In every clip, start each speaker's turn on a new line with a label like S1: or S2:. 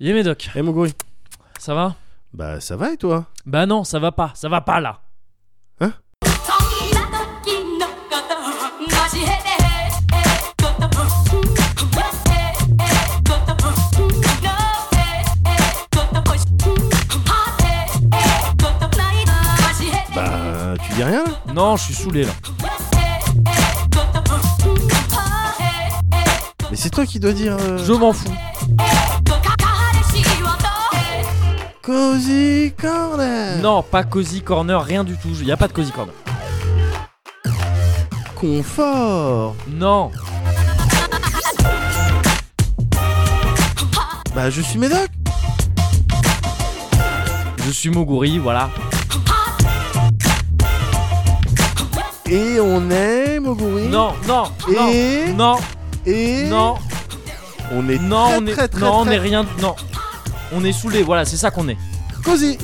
S1: Yémédoc,
S2: Eh mon gorille
S1: ça va
S2: Bah ça va et toi
S1: Bah non, ça va pas, ça va pas là.
S2: Bah
S1: Ah,
S2: tu dis rien là
S1: Non, je suis saoulé là.
S2: Mais c'est toi qui dois dire... euh,
S1: Je m'en fous.
S2: Cozy Corner
S1: Non, pas Cozy Corner, rien du tout. Y a pas de Cozy Corner.
S2: Confort
S1: Non,
S2: Bah je suis Médoc
S1: je suis Moguri, voilà.
S2: Et on est Moguri
S1: Non, non, non,
S2: Et
S1: non,
S2: Et
S1: non,
S2: On est
S1: non,
S2: très,
S1: on est,
S2: très, très,
S1: non, on
S2: très
S1: est rien, non. On est saoulé, voilà, c'est ça qu'on est.
S2: Cozy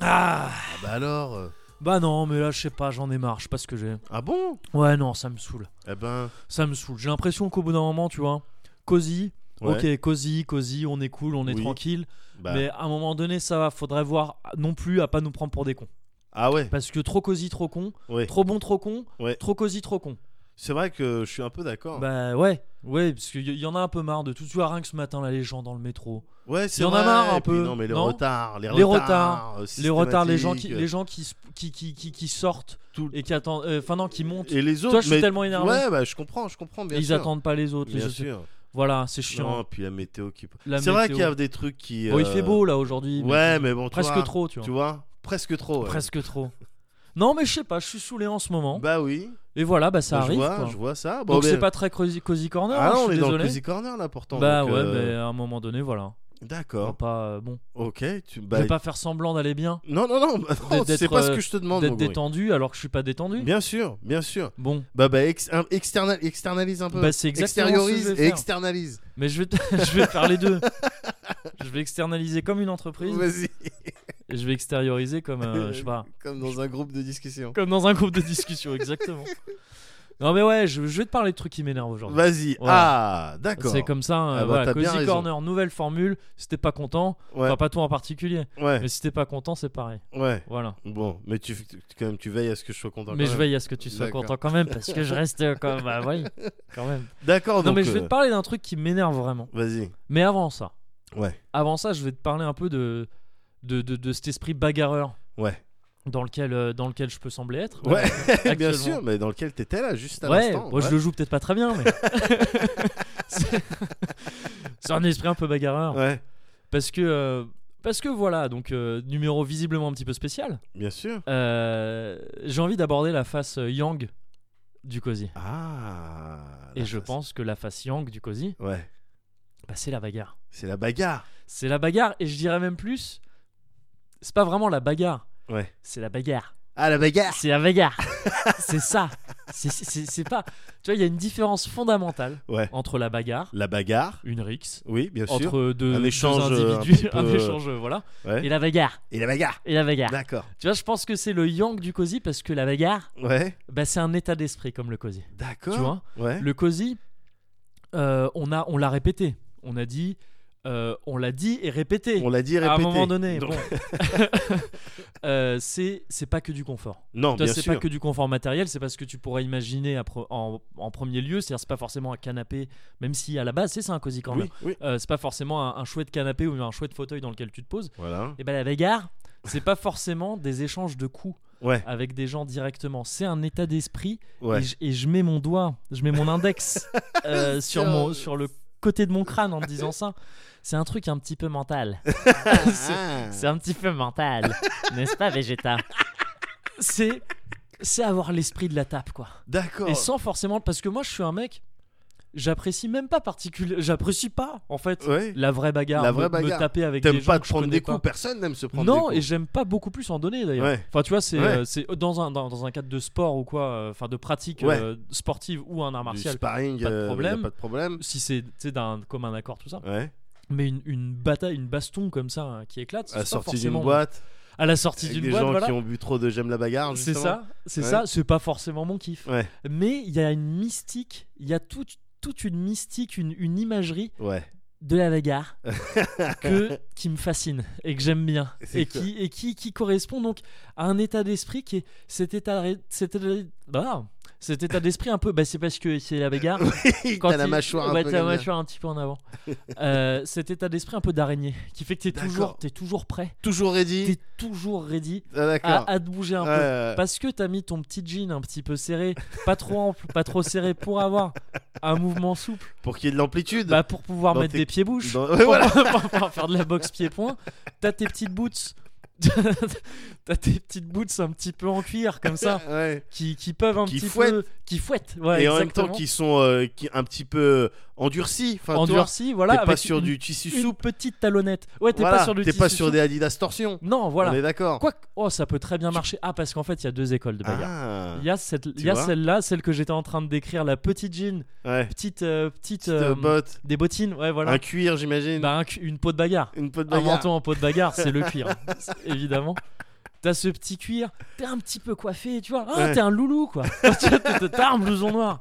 S1: Ah.
S2: Ah bah alors... euh,
S1: Bah non, mais là, je sais pas, j'en ai marre, je sais pas ce que j'ai.
S2: Ah bon
S1: Ouais, non, ça me saoule.
S2: Eh ben...
S1: Ça me saoule. J'ai l'impression qu'au bout d'un moment, tu vois, Cozy,
S2: ouais,
S1: ok, Cozy, Cozy, on est cool, on est
S2: Oui.
S1: tranquille.
S2: bah,
S1: Mais à un moment donné, ça va, faudrait voir non plus à pas nous prendre pour des cons.
S2: Ah ouais,
S1: Parce que trop cosy, trop con,
S2: ouais.
S1: trop bon, trop con,
S2: Ouais. Oh.
S1: trop cosy, trop con.
S2: C'est vrai que je suis un peu d'accord.
S1: Bah ouais, ouais, parce qu'il y, y en a un peu marre de tout. Tu vois, rien que ce matin, là, les gens dans le métro,
S2: ouais, c'est
S1: y en a
S2: vrai,
S1: marre un
S2: et puis
S1: peu,
S2: Non mais le
S1: non
S2: retard, les,
S1: Les
S2: retards... euh,
S1: les retards, les gens qui,
S2: systématiques,
S1: les gens qui, se- qui, qui, qui, qui sortent
S2: Tout-
S1: et qui attendent, euh, enfin non, qui montent,
S2: Et les autres...
S1: Toi, je suis
S2: mais-
S1: tellement énervé.
S2: Ouais bah je comprends, je comprends bien
S1: et ils
S2: sûr.
S1: attendent pas les autres. les
S2: Bien
S1: autres.
S2: sûr.
S1: Voilà, c'est chiant.
S2: Non, puis la météo qui...
S1: La
S2: C'est vrai
S1: météo.
S2: qu'il y a des trucs qui...
S1: Bon, il
S2: euh,
S1: fait beau là aujourd'hui. mais
S2: Ouais,
S1: tu-
S2: mais bon, tu
S1: presque
S2: vois,
S1: trop, tu vois.
S2: Tu vois Presque trop. ouais.
S1: Presque trop. Non, mais je sais pas, je suis saoulé en ce moment.
S2: Bah oui.
S1: et voilà, bah ça
S2: Bah,
S1: arrive.
S2: Je vois,
S1: quoi.
S2: je vois ça. Bon,
S1: Donc
S2: mais-
S1: c'est pas très cosy, cosy corner.
S2: Ah
S1: hein,
S2: non, on
S1: je
S2: est
S1: suis
S2: dans le
S1: désolé.
S2: Cozy Corner là pourtant.
S1: bah
S2: donc,
S1: ouais, mais
S2: euh,
S1: à un moment donné, voilà. On va
S2: D'accord.
S1: pas, euh, bon,
S2: Ok. Tu...
S1: je
S2: Bah...
S1: vais pas faire semblant d'aller bien,
S2: Non, non, non. bah, non,
S1: D'être-
S2: c'est pas
S1: euh,
S2: ce que je te demande.
S1: d'être
S2: mon gros.
S1: détendu alors que je suis pas détendu.
S2: Bien sûr, bien sûr.
S1: Bon,
S2: Bah, bah, ex- un- external- externalise un peu.
S1: bah c'est exactement
S2: Extériorise
S1: ce que je vais
S2: et
S1: faire.
S2: externalise.
S1: Mais je vais, je vais faire les deux. Je vais externaliser comme une entreprise
S2: Vas-y.
S1: et je vais extérioriser comme, euh, je sais pas,
S2: Comme dans un groupe de discussion.
S1: comme dans un groupe de discussion, exactement. Non mais ouais, je, je vais te parler de trucs qui m'énervent aujourd'hui.
S2: Vas-y. Ah, d'accord.
S1: C'est comme ça, euh,
S2: Ah bah,
S1: voilà,
S2: t'as bien
S1: Cozy
S2: raison.
S1: Corner, nouvelle formule, si t'es pas content,
S2: Ouais,
S1: enfin pas toi en particulier,
S2: ouais,
S1: mais si t'es pas content, c'est pareil.
S2: ouais.
S1: Voilà.
S2: Bon, mais tu, tu- quand même, tu veilles à ce que je sois content.
S1: Mais
S2: quand
S1: je
S2: même.
S1: veille à ce que tu sois
S2: D'accord.
S1: content quand même, parce que je reste euh, quand même. Bah oui, quand même.
S2: D'accord,
S1: non,
S2: donc,
S1: mais je vais
S2: euh,
S1: te parler d'un truc qui m'énerve vraiment.
S2: Vas-y.
S1: Mais avant ça,
S2: Ouais,
S1: avant ça, je vais te parler un peu de, de, de, de cet esprit bagarreur
S2: ouais.
S1: dans lequel, euh, dans lequel je peux sembler être.
S2: Ouais,
S1: euh,
S2: bien
S1: actuellement.
S2: sûr, mais dans lequel t'étais là, juste à
S1: Ouais,
S2: l'instant.
S1: moi je le joue peut-être pas très bien, mais. C'est- C'est un esprit un peu bagarreur.
S2: Ouais,
S1: Parce que. euh, Parce que voilà, donc euh, numéro visiblement un petit peu spécial.
S2: bien sûr.
S1: Euh, J'ai envie d'aborder la face euh, Yang du Cozy.
S2: Ah.
S1: Et
S2: la
S1: je
S2: face.
S1: pense que la face Yang du Cozy,
S2: Ouais,
S1: bah, c'est la bagarre.
S2: c'est la bagarre.
S1: C'est la bagarre, et je dirais même plus, c'est pas vraiment la bagarre.
S2: Ouais.
S1: C'est la bagarre.
S2: Ah, la bagarre.
S1: C'est la bagarre. c'est ça. C'est- C'est c'est- c'est pas. Tu vois, il y a une différence fondamentale
S2: Ouais.
S1: entre la bagarre,
S2: La bagarre.
S1: une rixe,
S2: Oui, bien sûr.
S1: entre deux,
S2: Un
S1: deux
S2: échange, euh, un
S1: individus,
S2: petit
S1: un,
S2: peu-
S1: échange, voilà,
S2: Ouais. Bah.
S1: et la bagarre.
S2: Et la bagarre.
S1: Et la bagarre.
S2: D'accord.
S1: Tu vois, je pense que c'est le yang du cosy parce que la bagarre,
S2: Ouais.
S1: bah, c'est un état d'esprit comme le cosy.
S2: D'accord.
S1: Tu vois
S2: Ouais.
S1: Le cosy, euh, on a, on l'a répété. On a dit, euh, on l'a dit et répété.
S2: On l'a dit répété.
S1: à un moment donné.
S2: Donc-
S1: bon. Euh, c'est c'est pas que du confort.
S2: Non,
S1: Toi,
S2: bien
S1: c'est pas
S2: sûr.
S1: que du confort matériel, c'est parce que tu pourrais imaginer à pre- en, en premier lieu, c'est-à-dire c'est pas forcément un canapé, même si à la base c'est ça un cosy corner.
S2: Oui, oui.
S1: Euh, c'est pas forcément un, un chouette canapé ou un chouette fauteuil dans lequel tu te poses.
S2: Voilà.
S1: Et ben la bagarre, c'est pas forcément des échanges de coups
S2: Ouais,
S1: avec des gens directement. C'est un état d'esprit et
S2: ouais.
S1: je- et, je mets mon doigt, je mets mon index euh, sur mon sur le côté de mon crâne en te disant ça. C'est un truc un petit peu mental. c'est-
S2: Ah.
S1: C'est un petit peu mental, n'est-ce pas, Vegeta C'est c'est avoir l'esprit de la tape, quoi.
S2: D'accord.
S1: Et sans forcément, parce que moi, je suis un mec, j'apprécie même pas particulièrement. J'apprécie pas, en fait,
S2: Ouais.
S1: la vraie bagarre.
S2: La
S1: me-
S2: vraie
S1: Me
S2: bagarre.
S1: taper avec des
S2: T'aimes
S1: gens
S2: pas
S1: que
S2: te
S1: je
S2: prendre
S1: connais
S2: des
S1: pas.
S2: coups, personne n'aime se prendre
S1: Non,
S2: des
S1: et
S2: coups.
S1: j'aime pas beaucoup plus en donner d'ailleurs.
S2: Ouais.
S1: Enfin, tu vois, c'est
S2: Ouais.
S1: euh, c'est dans un, dans, dans un cadre de sport ou quoi, euh, enfin de pratique
S2: Ouais.
S1: euh, sportive ou un art
S2: Du
S1: martial,
S2: sparring,
S1: pas de
S2: euh, y a
S1: problème.
S2: pas de problème.
S1: si c'est tu sais, d'un commun accord, tout ça.
S2: Ouais.
S1: Mais une, une bataille, une baston comme ça hein, qui éclate,
S2: À
S1: c'est
S2: la
S1: pas
S2: sortie
S1: forcément-
S2: d'une boîte,
S1: À la sortie
S2: avec
S1: d'une
S2: des
S1: boîte,
S2: gens
S1: voilà.
S2: qui ont bu trop de j'aime la bagarre.
S1: C'est
S2: justement.
S1: ça, c'est
S2: Ouais.
S1: ça, c'est pas forcément mon kiff.
S2: Ouais.
S1: Mais il y a une mystique, il y a toute toute une mystique, une, une imagerie
S2: Ouais.
S1: de la bagarre que, qui me fascine et que j'aime bien
S2: C'est
S1: et,
S2: quoi
S1: qui, et qui, qui correspond donc à un état d'esprit qui est cet état, ré- cet état- ah, cet état d'esprit un peu, bah, c'est parce que c'est la bagarre.
S2: T'as la
S1: il-
S2: mâchoire
S1: ouais,
S2: un peu.
S1: t'as la
S2: comme ça.
S1: mâchoire un petit peu en avant. Euh, cet état d'esprit un peu d'araignée qui fait que t'es toujours,
S2: D'accord.
S1: t'es toujours prêt,
S2: Toujours ready.
S1: t'es toujours ready
S2: Ah, D'accord.
S1: à, à te bouger un peu.
S2: Ouais, ouais.
S1: Parce que t'as mis ton petit jean un petit peu serré, pas trop ample, pas trop serré pour avoir un mouvement souple,
S2: Pour qu'il y ait de l'amplitude.
S1: bah pour pouvoir
S2: Dans
S1: mettre
S2: tes-
S1: des pieds bouches,
S2: Dans-
S1: pour,
S2: Voilà.
S1: pour pouvoir faire de la boxe pied-point. T'as tes petites boots, t'as tes petites boots un petit peu en cuir comme ça,
S2: Ouais.
S1: qui, qui peuvent un
S2: Qui
S1: petit
S2: fouettent.
S1: peu, qui fouettent, ouais,
S2: et en même temps
S1: exactement.
S2: qui sont euh, qui un petit peu endurcis enfin tu vois,
S1: endurcis, voilà,
S2: t'es pas
S1: avec
S2: sur
S1: une,
S2: du tissu
S1: une
S2: souple
S1: petite talonnette. Ouais, t'es
S2: Voilà,
S1: pas sur du
S2: t'es pas
S1: tissu
S2: sur
S1: souple.
S2: des Adidas torsion
S1: Non,
S2: on
S1: voilà.
S2: est d'accord
S1: Quoi, oh, ça peut très bien marcher. Ah, parce qu'en fait, il y a deux écoles de bagarre.
S2: ah,
S1: Il y a, cette, il
S2: Tu
S1: y a
S2: vois
S1: celle-là, celle que j'étais en train de décrire, la petite jean,
S2: ouais
S1: petite, euh, petite,
S2: Petite,
S1: euh,
S2: euh, botte
S1: des bottines, ouais voilà,
S2: un cuir j'imagine
S1: Bah, un cu- une peau de bagarre,
S2: une peau de
S1: un
S2: bagarre
S1: manteau en peau de bagarre, c'est le cuir, C'est- évidemment. T'as ce petit cuir, t'es un petit peu coiffé, tu vois, ah,
S2: Ouais.
S1: t'es un loulou quoi, Tu vois, t'as t'as un blouson noir,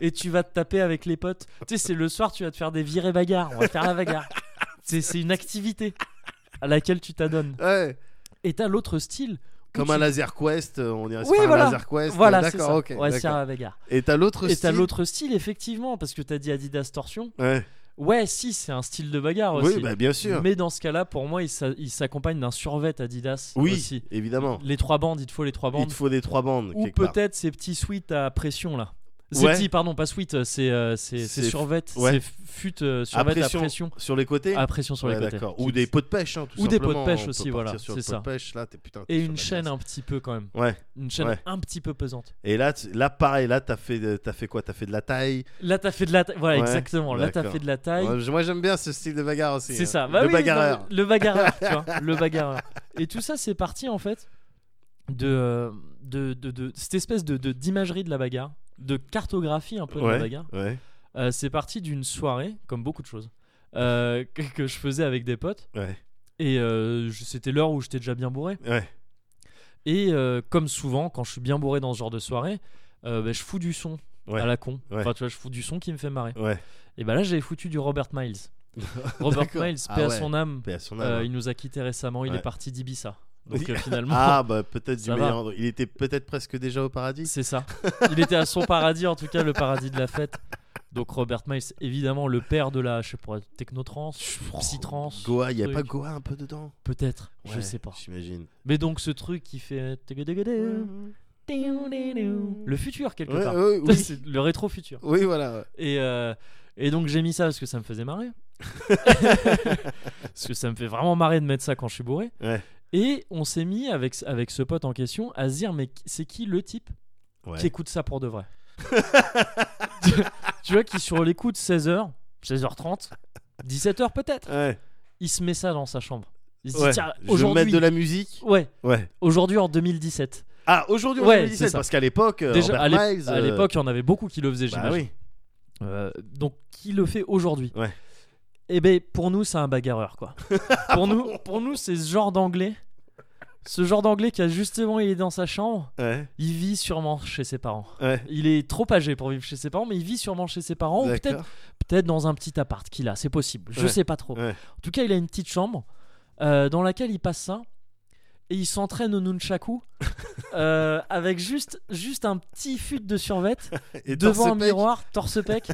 S1: et tu vas te taper avec les potes. Tu sais, c'est le soir, tu vas te faire des virées bagarres, on va faire la bagarre. C'est c'est une activité à laquelle tu t'adonnes.
S2: ouais
S1: Et t'as l'autre style. où
S2: comme
S1: tu-
S2: un laser quest euh, on irait
S1: Oui,
S2: sur un
S1: voilà.
S2: laser quest
S1: Voilà, c'est
S2: Ah, d'accord
S1: ça.
S2: ok
S1: ouais, c'est
S2: d'accord.
S1: la bagarre.
S2: et t'as l'autre
S1: Et t'as
S2: style
S1: l'autre style, effectivement, parce que t'as dit Adidas Torsion.
S2: ouais
S1: Ouais, si, c'est un style de bagarre aussi.
S2: oui bah bien sûr
S1: Mais dans ce cas-là, pour moi, il s'a- il s'accompagne d'un survêt Adidas
S2: oui
S1: aussi.
S2: évidemment
S1: Les trois bandes, il te faut les trois
S2: il
S1: bandes.
S2: te faut des trois bandes
S1: Ou
S2: quelque part.
S1: peut-être ces petits sweats à pression là. Ces
S2: Ouais.
S1: petits, pardon, pas sweats, euh, c'est euh, c'est- c'est
S2: C'est-
S1: survêt,
S2: ouais.
S1: c'est fut euh, survêt à
S2: pression.
S1: pression,
S2: sur les côtés
S1: à pression sur
S2: Ouais,
S1: les côtés.
S2: d'accord.
S1: Qui-
S2: ou des pots de pêche hein, tout
S1: Ou des pots de
S2: simplement.
S1: pêche
S2: On peut
S1: aussi, voilà,
S2: partir sur
S1: c'est
S2: le pot
S1: ça.
S2: de pêche, là, t'es- putain, t'es
S1: Et
S2: sur
S1: une
S2: la
S1: chaîne
S2: glace.
S1: un petit peu quand même.
S2: ouais
S1: Une chaîne
S2: Ouais.
S1: un petit peu pesante.
S2: Et là, tu- là pareil, là, t'as fait, euh, t'as fait quoi T'as fait de la taille.
S1: Là, t'as fait de la taille. Voilà,
S2: Ouais,
S1: exactement. Là, t'as
S2: d'accord.
S1: fait de la taille.
S2: Ouais, Moi, j'aime bien ce style de bagarre aussi.
S1: C'est
S2: hein.
S1: ça. Bah
S2: le
S1: oui,
S2: bagarreur.
S1: non, mais le bagarreur, tu vois. Le bagarreur. Et tout ça, c'est parti en fait de, euh, de, de, de cette espèce de de- d'imagerie de, la bagarre, de cartographie un peu de la
S2: ouais.
S1: bagarre.
S2: ouais.
S1: Euh, c'est parti d'une soirée, comme beaucoup de choses, euh, que, que je faisais avec des potes.
S2: Ouais.
S1: Et euh, je- c'était l'heure où j'étais déjà bien bourré.
S2: Ouais.
S1: Et euh, comme souvent, quand je suis bien bourré dans ce genre de soirée, euh, bah, je fous du son
S2: Ouais.
S1: à la con.
S2: Ouais.
S1: Enfin, tu vois, je fous du son qui me fait marrer.
S2: Ouais.
S1: Et bah là, j'avais foutu du Robert Miles. Robert
S2: D'accord.
S1: Miles, paix
S2: Ah
S1: à
S2: ouais.
S1: son âme,
S2: Paix à son âme,
S1: euh,
S2: hein.
S1: il nous a quitté récemment, il
S2: Ouais.
S1: est parti d'Ibiza. Donc
S2: Oui.
S1: euh, finalement,
S2: Ah, bah peut-être du
S1: Ça va.
S2: meilleur endroit. Il était peut-être presque déjà au paradis.
S1: c'est ça. Il était à son paradis, en tout cas le paradis de la fête. Donc Robert Miles, évidemment le père de la, je sais pas, technotrance, psytrance,
S2: Goa, il y a
S1: truc.
S2: pas Goa un peu dedans
S1: peut-être, je
S2: Ouais,
S1: sais pas.
S2: J'imagine.
S1: Mais donc ce truc qui fait euh, le futur quelque
S2: Ouais,
S1: part,
S2: ouais, oui.
S1: C'est le rétro futur.
S2: Oui, voilà. ouais.
S1: Et, euh, et donc j'ai mis ça parce que ça me faisait marrer. parce que ça me fait vraiment marrer de mettre ça quand je suis bourré.
S2: Ouais.
S1: Et on s'est mis avec, avec ce pote en question à se dire mais c'est qui le type
S2: Ouais.
S1: qui écoute ça pour de vrai tu, tu vois, qui sur les coups de 16h, 16h30, 17h peut-être,
S2: Ouais.
S1: il se met ça dans sa chambre. Il se dit
S2: Ouais.
S1: tiens,
S2: Je mets
S1: aujourd'hui.
S2: de la musique.
S1: Ouais,
S2: Ouais.
S1: aujourd'hui en 2017.
S2: Ah, aujourd'hui, on
S1: Ouais,
S2: est en
S1: c'est
S2: 2017.
S1: ça.
S2: Parce qu'à l'époque, euh,
S1: Déjà,
S2: Robert
S1: à l'é-
S2: Miles,
S1: à
S2: euh,
S1: l'époque, il y en avait beaucoup qui le faisaient,
S2: Bah
S1: j'imagine.
S2: oui.
S1: Euh, donc qui le fait aujourd'hui
S2: Ouais.
S1: Eh ben pour nous c'est un bagarreur quoi. pour nous pour nous c'est ce genre d'anglais. Ce genre d'anglais qui a justement il est dans sa chambre,
S2: Ouais.
S1: il vit sûrement chez ses parents.
S2: Ouais.
S1: Il est trop âgé pour vivre chez ses parents mais il vit sûrement chez ses parents ou peut-être
S2: D'accord.
S1: peut-être dans un petit appart qu'il a, c'est possible. Je
S2: Ouais.
S1: sais pas trop.
S2: Ouais.
S1: En tout cas, il a une petite chambre euh, dans laquelle il passe ça et il s'entraîne au nunchaku euh, avec juste juste un petit fut de survêt
S2: Et
S1: devant un
S2: Torse Peck,
S1: miroir, torse pec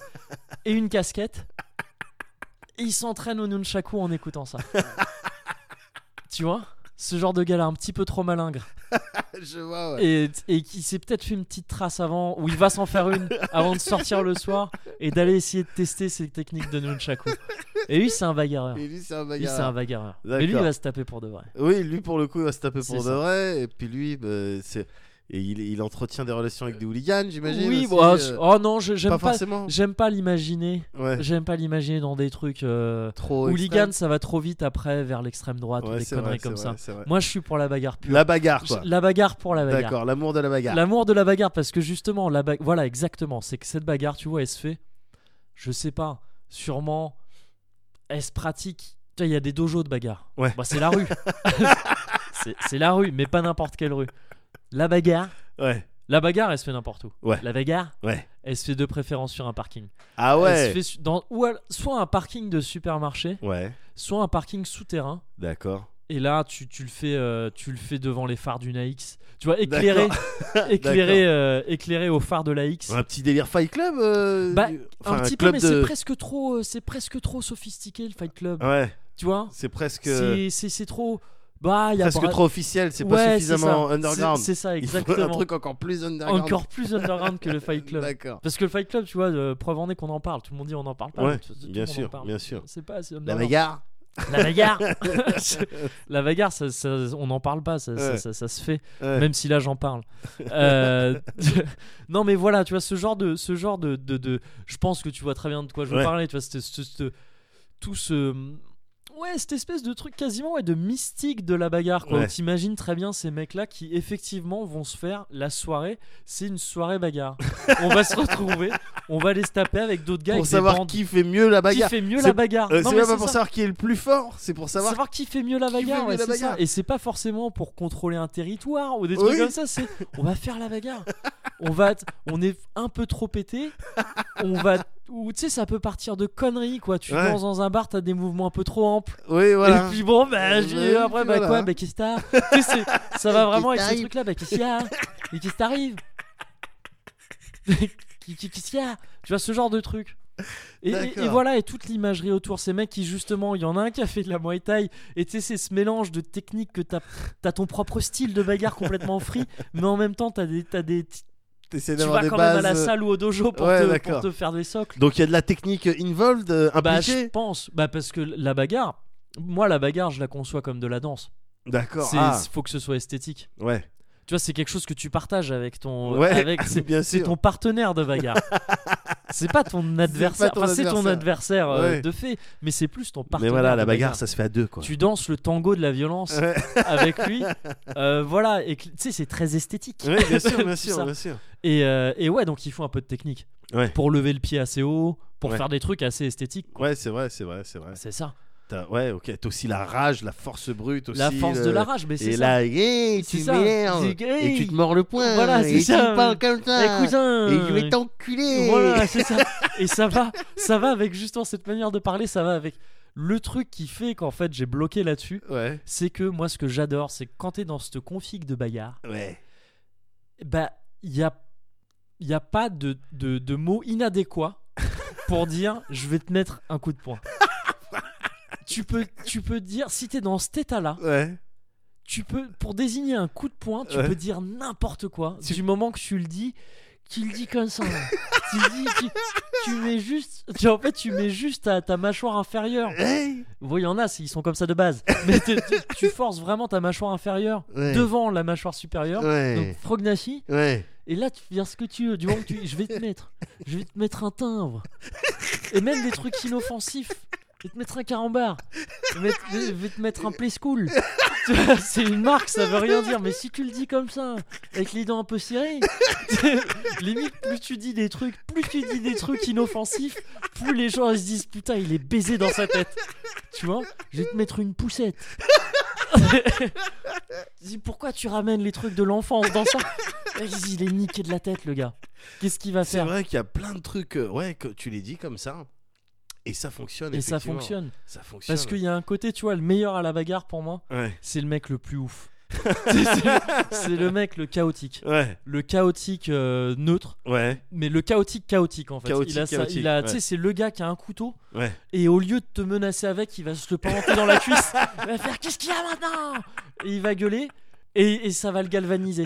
S1: et une casquette. Et il s'entraîne au nunchaku en écoutant ça. tu vois Ce genre de gars-là, un petit peu trop malingre.
S2: Je vois, ouais.
S1: Et, et qui s'est peut-être fait une petite trace avant, où il va s'en faire une avant de sortir le soir et d'aller essayer de tester ses techniques de nunchaku. Et lui, c'est un bagarreur.
S2: Et lui, c'est un
S1: Lui,
S2: bagarreur.
S1: c'est un bagarreur. Mais lui, il
S2: D'accord.
S1: va se taper pour de vrai.
S2: Oui, lui pour le coup il va se taper
S1: C'est
S2: pour de
S1: ça.
S2: vrai. Et puis lui, bah, c'est. Et il, il entretient des relations avec des hooligans, j'imagine.
S1: Oui,
S2: aussi,
S1: bon, ah,
S2: euh,
S1: oh non, je- j'aime
S2: pas,
S1: pas,
S2: forcément.
S1: j'aime pas l'imaginer.
S2: Ouais.
S1: J'aime pas l'imaginer dans des trucs. Euh...
S2: Trop.
S1: Hooligan,
S2: extrême.
S1: ça va trop vite après vers l'extrême droite ou
S2: Ouais,
S1: des
S2: c'est
S1: conneries
S2: vrai,
S1: comme
S2: c'est
S1: ça.
S2: vrai, c'est vrai.
S1: Moi, je suis pour la bagarre pure.
S2: La bagarre, quoi.
S1: La bagarre pour la bagarre.
S2: D'accord, l'amour de la bagarre.
S1: L'amour de la bagarre, parce que justement, la ba- voilà, exactement, c'est que cette bagarre, tu vois, elle se fait, je sais pas, sûrement, elle se pratique. Tu vois, il y a des dojos de bagarre.
S2: Ouais.
S1: Bah, c'est la rue. c'est c'est la rue, mais pas n'importe quelle rue. La bagarre,
S2: Ouais.
S1: la bagarre, elle se fait n'importe où.
S2: Ouais.
S1: La bagarre,
S2: Ouais.
S1: elle se fait de préférence sur un parking.
S2: Ah
S1: Elle se
S2: ouais.
S1: fait su- dans, ou al- soit un parking de supermarché,
S2: Ouais.
S1: soit un parking souterrain.
S2: D'accord.
S1: Et là, tu, tu le fais, euh, tu le fais devant les phares d'une AX. Tu vois, éclairé, éclairé, euh, éclairé au phare de l'AX.
S2: Un petit délire Fight Club. euh,
S1: Bah,
S2: du- enfin,
S1: un petit peu,
S2: club
S1: mais
S2: de- Ah.
S1: c'est presque trop, euh, c'est presque trop sophistiqué le Fight Club.
S2: Ouais.
S1: Tu vois,
S2: C'est presque. euh,
S1: c'est c'est c'est trop. Bah, il y a
S2: Presque
S1: pas-
S2: trop officiel. C'est
S1: Ouais,
S2: pas
S1: c'est ça.
S2: suffisamment
S1: C'est-
S2: underground.
S1: C'est ça,
S2: Il faut un
S1: exactement.
S2: truc encore plus underground.
S1: Encore plus underground que le Fight Club.
S2: D'accord.
S1: Parce que le Fight Club, tu vois, euh, preuve en est qu'on en parle. Tout le monde dit on en parle pas.
S2: Ouais,
S1: mais tout- tout le
S2: bien
S1: monde en
S2: sûr,
S1: parle.
S2: bien sûr.
S1: C'est pas assez
S2: La
S1: underground.
S2: bagarre.
S1: La bagarre. La bagarre, ça- ça- on n'en parle pas, ça- ça-
S2: Ouais.
S1: ça- ça se fait.
S2: Ouais.
S1: même si là j'en parle. Euh, non, mais voilà, tu vois, ce genre de. Ce genre de, de, de- je pense que tu vois très bien de quoi je veux
S2: Ouais.
S1: parler, tu vois, c'était- c'était- c'était- tout ce. Ouais, cette espèce de truc quasiment ouais, de mystique de la bagarre. Quoi.
S2: Ouais.
S1: T'imagines très bien ces mecs-là qui effectivement vont se faire la soirée. C'est une soirée bagarre. on va se retrouver, on va aller se taper avec d'autres gars
S2: Pour
S1: avec
S2: savoir
S1: des bandes.
S2: qui fait mieux la
S1: Qui
S2: bagarre.
S1: fait mieux
S2: C'est-
S1: la bagarre.
S2: Euh,
S1: Non,
S2: c'est
S1: mais
S2: même pas
S1: c'est
S2: pour
S1: ça.
S2: savoir qui est le plus fort, c'est pour savoir.
S1: savoir, qui fait mieux la
S2: qui fait
S1: bagarre,
S2: mieux
S1: ouais,
S2: la
S1: c'est ça.
S2: bagarre.
S1: et c'est pas forcément pour contrôler un territoire ou des trucs
S2: Oui.
S1: comme ça c'est on va faire la bagarre on va t- on est un peu trop pété on va ou tu sais ça peut partir de conneries quoi tu
S2: Ouais.
S1: danses dans un bar t'as des mouvements un peu trop amples
S2: Oui, voilà.
S1: et puis bon bah j'ai-
S2: Ouais,
S1: après
S2: puis
S1: bah
S2: voilà. hein.
S1: quoi bah qu'est-ce que t'as Tu sais, c'est- ça va vraiment avec
S2: Qu'est-ce
S1: ce
S2: qui
S1: truc là bah qu'est-ce qu'il y a mais qu'est-ce qui t'arrive Qui- qui- qu'est-ce qu'il y a tu vois ce genre de truc et, et- et
S2: D'accord.
S1: voilà, et toute l'imagerie autour, ces mecs qui justement, il y en a un qui a fait de la Muay Thai, et tu sais, c'est ce mélange de techniques que t'as as ton propre style de bagarre complètement free, mais en même temps, t'as des, t'as des, tu
S2: T'essaies
S1: vas
S2: d'avoir des
S1: quand
S2: bases.
S1: même à la salle ou au dojo pour,
S2: Ouais,
S1: te, pour
S2: d'accord.
S1: te faire des socles.
S2: Donc il y a de la technique euh, involved, euh,
S1: Bah, je
S2: impliquée.
S1: pense, bah, parce que la bagarre, moi, la bagarre, je la conçois comme de la danse.
S2: D'accord.
S1: C'est
S2: ah,
S1: Faut que ce soit esthétique.
S2: ouais.
S1: Tu vois, c'est quelque chose que tu partages avec ton.
S2: Ouais,
S1: avec, c'est-
S2: bien
S1: c'est
S2: sûr.
S1: ton partenaire de bagarre. c'est pas ton adversaire.
S2: ton
S1: enfin, c'est ton adversaire euh,
S2: Ouais.
S1: de fait, mais c'est plus ton
S2: Mais
S1: partenaire.
S2: voilà, la
S1: de
S2: bagarre, ça se fait à deux, quoi.
S1: Tu danses le tango de la violence
S2: Ouais.
S1: avec lui. Euh, voilà, et que- tu sais, c'est très esthétique.
S2: Ouais, bien sûr,
S1: Tout
S2: bien sûr,
S1: ça.
S2: bien sûr.
S1: Et, euh, et ouais, donc il faut un peu de technique.
S2: Ouais.
S1: Pour lever le pied assez haut, pour
S2: Ouais.
S1: faire des trucs assez esthétiques.
S2: Ouais, c'est vrai, c'est vrai, c'est vrai.
S1: C'est ça.
S2: T'as- Ouais, ok. T'as aussi la rage, la force brute aussi.
S1: la force
S2: le-
S1: de la rage, mais c'est
S2: Et
S1: ça.
S2: là, hey,
S1: C'est
S2: tu
S1: ça.
S2: m'énerves.
S1: C'est que, hey,
S2: Et tu te mords le poing.
S1: Voilà, c'est
S2: et
S1: ça.
S2: tu parles comme
S1: Eh,
S2: ça.
S1: cousin
S2: Et je vais t'enculer.
S1: Voilà, c'est ça. Et ça va, ça va avec justement cette manière de parler, ça va avec le truc qui fait qu'en fait j'ai bloqué là-dessus.
S2: Ouais.
S1: C'est que moi, ce que j'adore, c'est que quand t'es dans cette config de bagarre,
S2: Ouais.
S1: bah, il y a, y a pas de, de, de mots inadéquats pour dire je vais te mettre un coup de poing. tu, peux, tu peux dire, si t'es dans cet état-là,
S2: Ouais.
S1: tu peux, pour désigner un coup de poing, tu
S2: Ouais.
S1: peux dire n'importe quoi.
S2: Tu-
S1: Du moment que tu le dis, tu le dis comme ça. là. tu le dis, tu, tu mets juste, tu- en fait, tu mets juste ta, ta mâchoire inférieure.
S2: Hey.
S1: Vous, il y en a, c'est- ils sont comme ça de base. Mais tu, tu- tu forces vraiment ta mâchoire inférieure
S2: Ouais.
S1: devant la mâchoire supérieure. Donc,
S2: Ouais.
S1: Frognashi,
S2: Ouais.
S1: et là, tu viens ce que tu veux. Du moment que tu- je vais te mettre, je vais te mettre un timbre. Et même des trucs inoffensifs. Je vais te mettre un carambar. Je vais te, je vais te mettre un play school. Tu vois, C'est une marque, ça veut rien dire. Mais si tu le dis comme ça, avec les dents un peu serrées, limite, plus tu dis des trucs, plus tu dis des trucs inoffensifs, plus les gens ils se disent putain, il est baisé dans sa tête. Tu vois, je vais te mettre une poussette. Dis, Pourquoi tu ramènes les trucs de l'enfance dans ça Vas-y, Il est niqué de la tête, le gars. Qu'est-ce qu'il va
S2: C'est
S1: faire
S2: vrai qu'il y a plein de trucs, euh, ouais, que tu les dis comme ça, et ça fonctionne.
S1: Et ça
S2: effectivement.
S1: fonctionne.
S2: Ça fonctionne.
S1: Parce qu'il y a un côté, tu vois, le meilleur à la bagarre pour moi,
S2: Ouais.
S1: c'est le mec le plus ouf. C'est- c'est- c'est le mec le chaotique.
S2: Ouais.
S1: Le chaotique euh, neutre,
S2: Ouais.
S1: mais le chaotique chaotique en fait.
S2: Chaotique,
S1: il a, ça-
S2: chaotique,
S1: il a- tu
S2: ouais.
S1: sais, c'est le gars qui a un couteau
S2: Ouais.
S1: et au lieu de te menacer avec, il va se le planter dans la cuisse. Il va faire qu'est-ce qu'il y a maintenant Et il va gueuler. et, et ça va le galvaniser.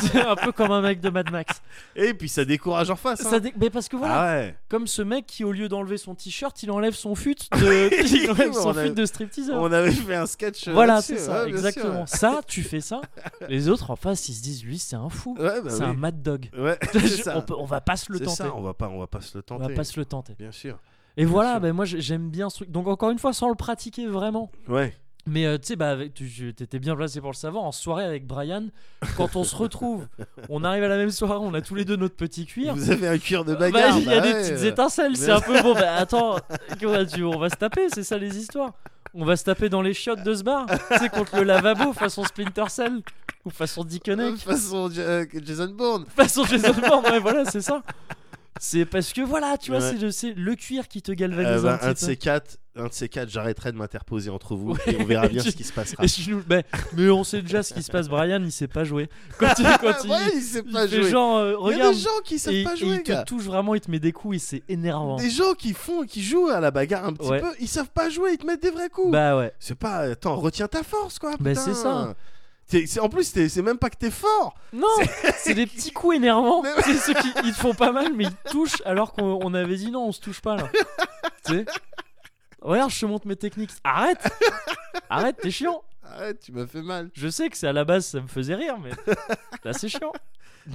S1: C'est un peu comme un mec de Mad Max.
S2: Et puis ça décourage en face. hein.
S1: Ça dé- Mais parce que voilà,
S2: Ah ouais.
S1: comme ce mec qui, au lieu d'enlever son t-shirt, il enlève son fut de, il enlève son
S2: On a-
S1: fut de stripteaseur.
S2: On avait fait un sketch. euh,
S1: Voilà,
S2: là-dessus,
S1: c'est ça,
S2: ouais, bien sûr,
S1: exactement. Ça, tu fais ça. Les autres en face, ils se disent, lui, c'est un fou.
S2: Ouais, Ouais, bah
S1: c'est
S2: oui.
S1: un mad dog.
S2: Ouais, c'est ça.
S1: on, peut- on va pas se le
S2: C'est
S1: tenter.
S2: ça, on va pas, on va pas se le
S1: on
S2: tenter.
S1: va pas se le tenter.
S2: Bien sûr.
S1: Et voilà,
S2: sûr.
S1: ben moi j'ai- j'aime bien ce truc. Donc encore une fois, sans le pratiquer vraiment.
S2: Ouais.
S1: Mais euh, tu sais, bah, avec- tu tu- t'étais bien placé pour le savoir. En soirée avec Brian, quand on se retrouve, on arrive à la même soirée, on a tous les deux notre petit cuir.
S2: Vous avez un cuir de
S1: Bah,
S2: bagarre.
S1: il y a
S2: bah
S1: des
S2: ouais,
S1: petites
S2: euh,
S1: étincelles, c'est un peu bon. Bah attends, comment tu- on va se taper, c'est ça les histoires. On va se taper dans les chiottes de ce bar, tu sais, contre le lavabo, façon Splinter Cell, ou façon
S2: de
S1: Dickonek,
S2: toute façon, Ja- euh, Jason Bourne.
S1: façon Jason Bourne, ouais, voilà, c'est ça. C'est parce que voilà, tu vois,
S2: Ouais.
S1: c'est le, c'est le cuir qui te galvanise
S2: Euh, bah,
S1: un petit
S2: un de
S1: peu.
S2: ces quatre, un de ces quatre, j'arrêterai de m'interposer entre vous
S1: Ouais.
S2: et on verra bien
S1: Tu-
S2: ce qui se passera.
S1: Et si nous- ben, mais on sait déjà ce qui se passe. Brian, il sait pas jouer. Quand il, quand il-
S2: Ouais, il sait
S1: il
S2: pas
S1: fait
S2: jouer.
S1: genre, euh,
S2: Il y a
S1: regarde,
S2: des gens qui savent
S1: et,
S2: pas
S1: et
S2: jouer,
S1: il
S2: gars.
S1: te touche vraiment, il te met des coups et c'est énervant.
S2: Des gens qui font, qui jouent à la bagarre un petit
S1: Ouais.
S2: peu, ils savent pas jouer, ils te mettent des vrais coups.
S1: Bah ouais.
S2: C'est pas, attends, retiens ta force, quoi.
S1: Bah,
S2: putain.
S1: c'est ça.
S2: C'est- c'est- en plus, t'es- c'est même pas que t'es fort.
S1: Non, c'est des petits coups énervants.
S2: Mais
S1: C'est ceux qui ils te font pas mal, mais ils te touchent alors qu'on on avait dit non, on se touche pas là. tu sais Regarde, je te montre mes techniques. Arrête Arrête, t'es chiant.
S2: Arrête, tu m'as fait mal.
S1: Je sais que c'est à la base, ça me faisait rire, mais là, c'est chiant.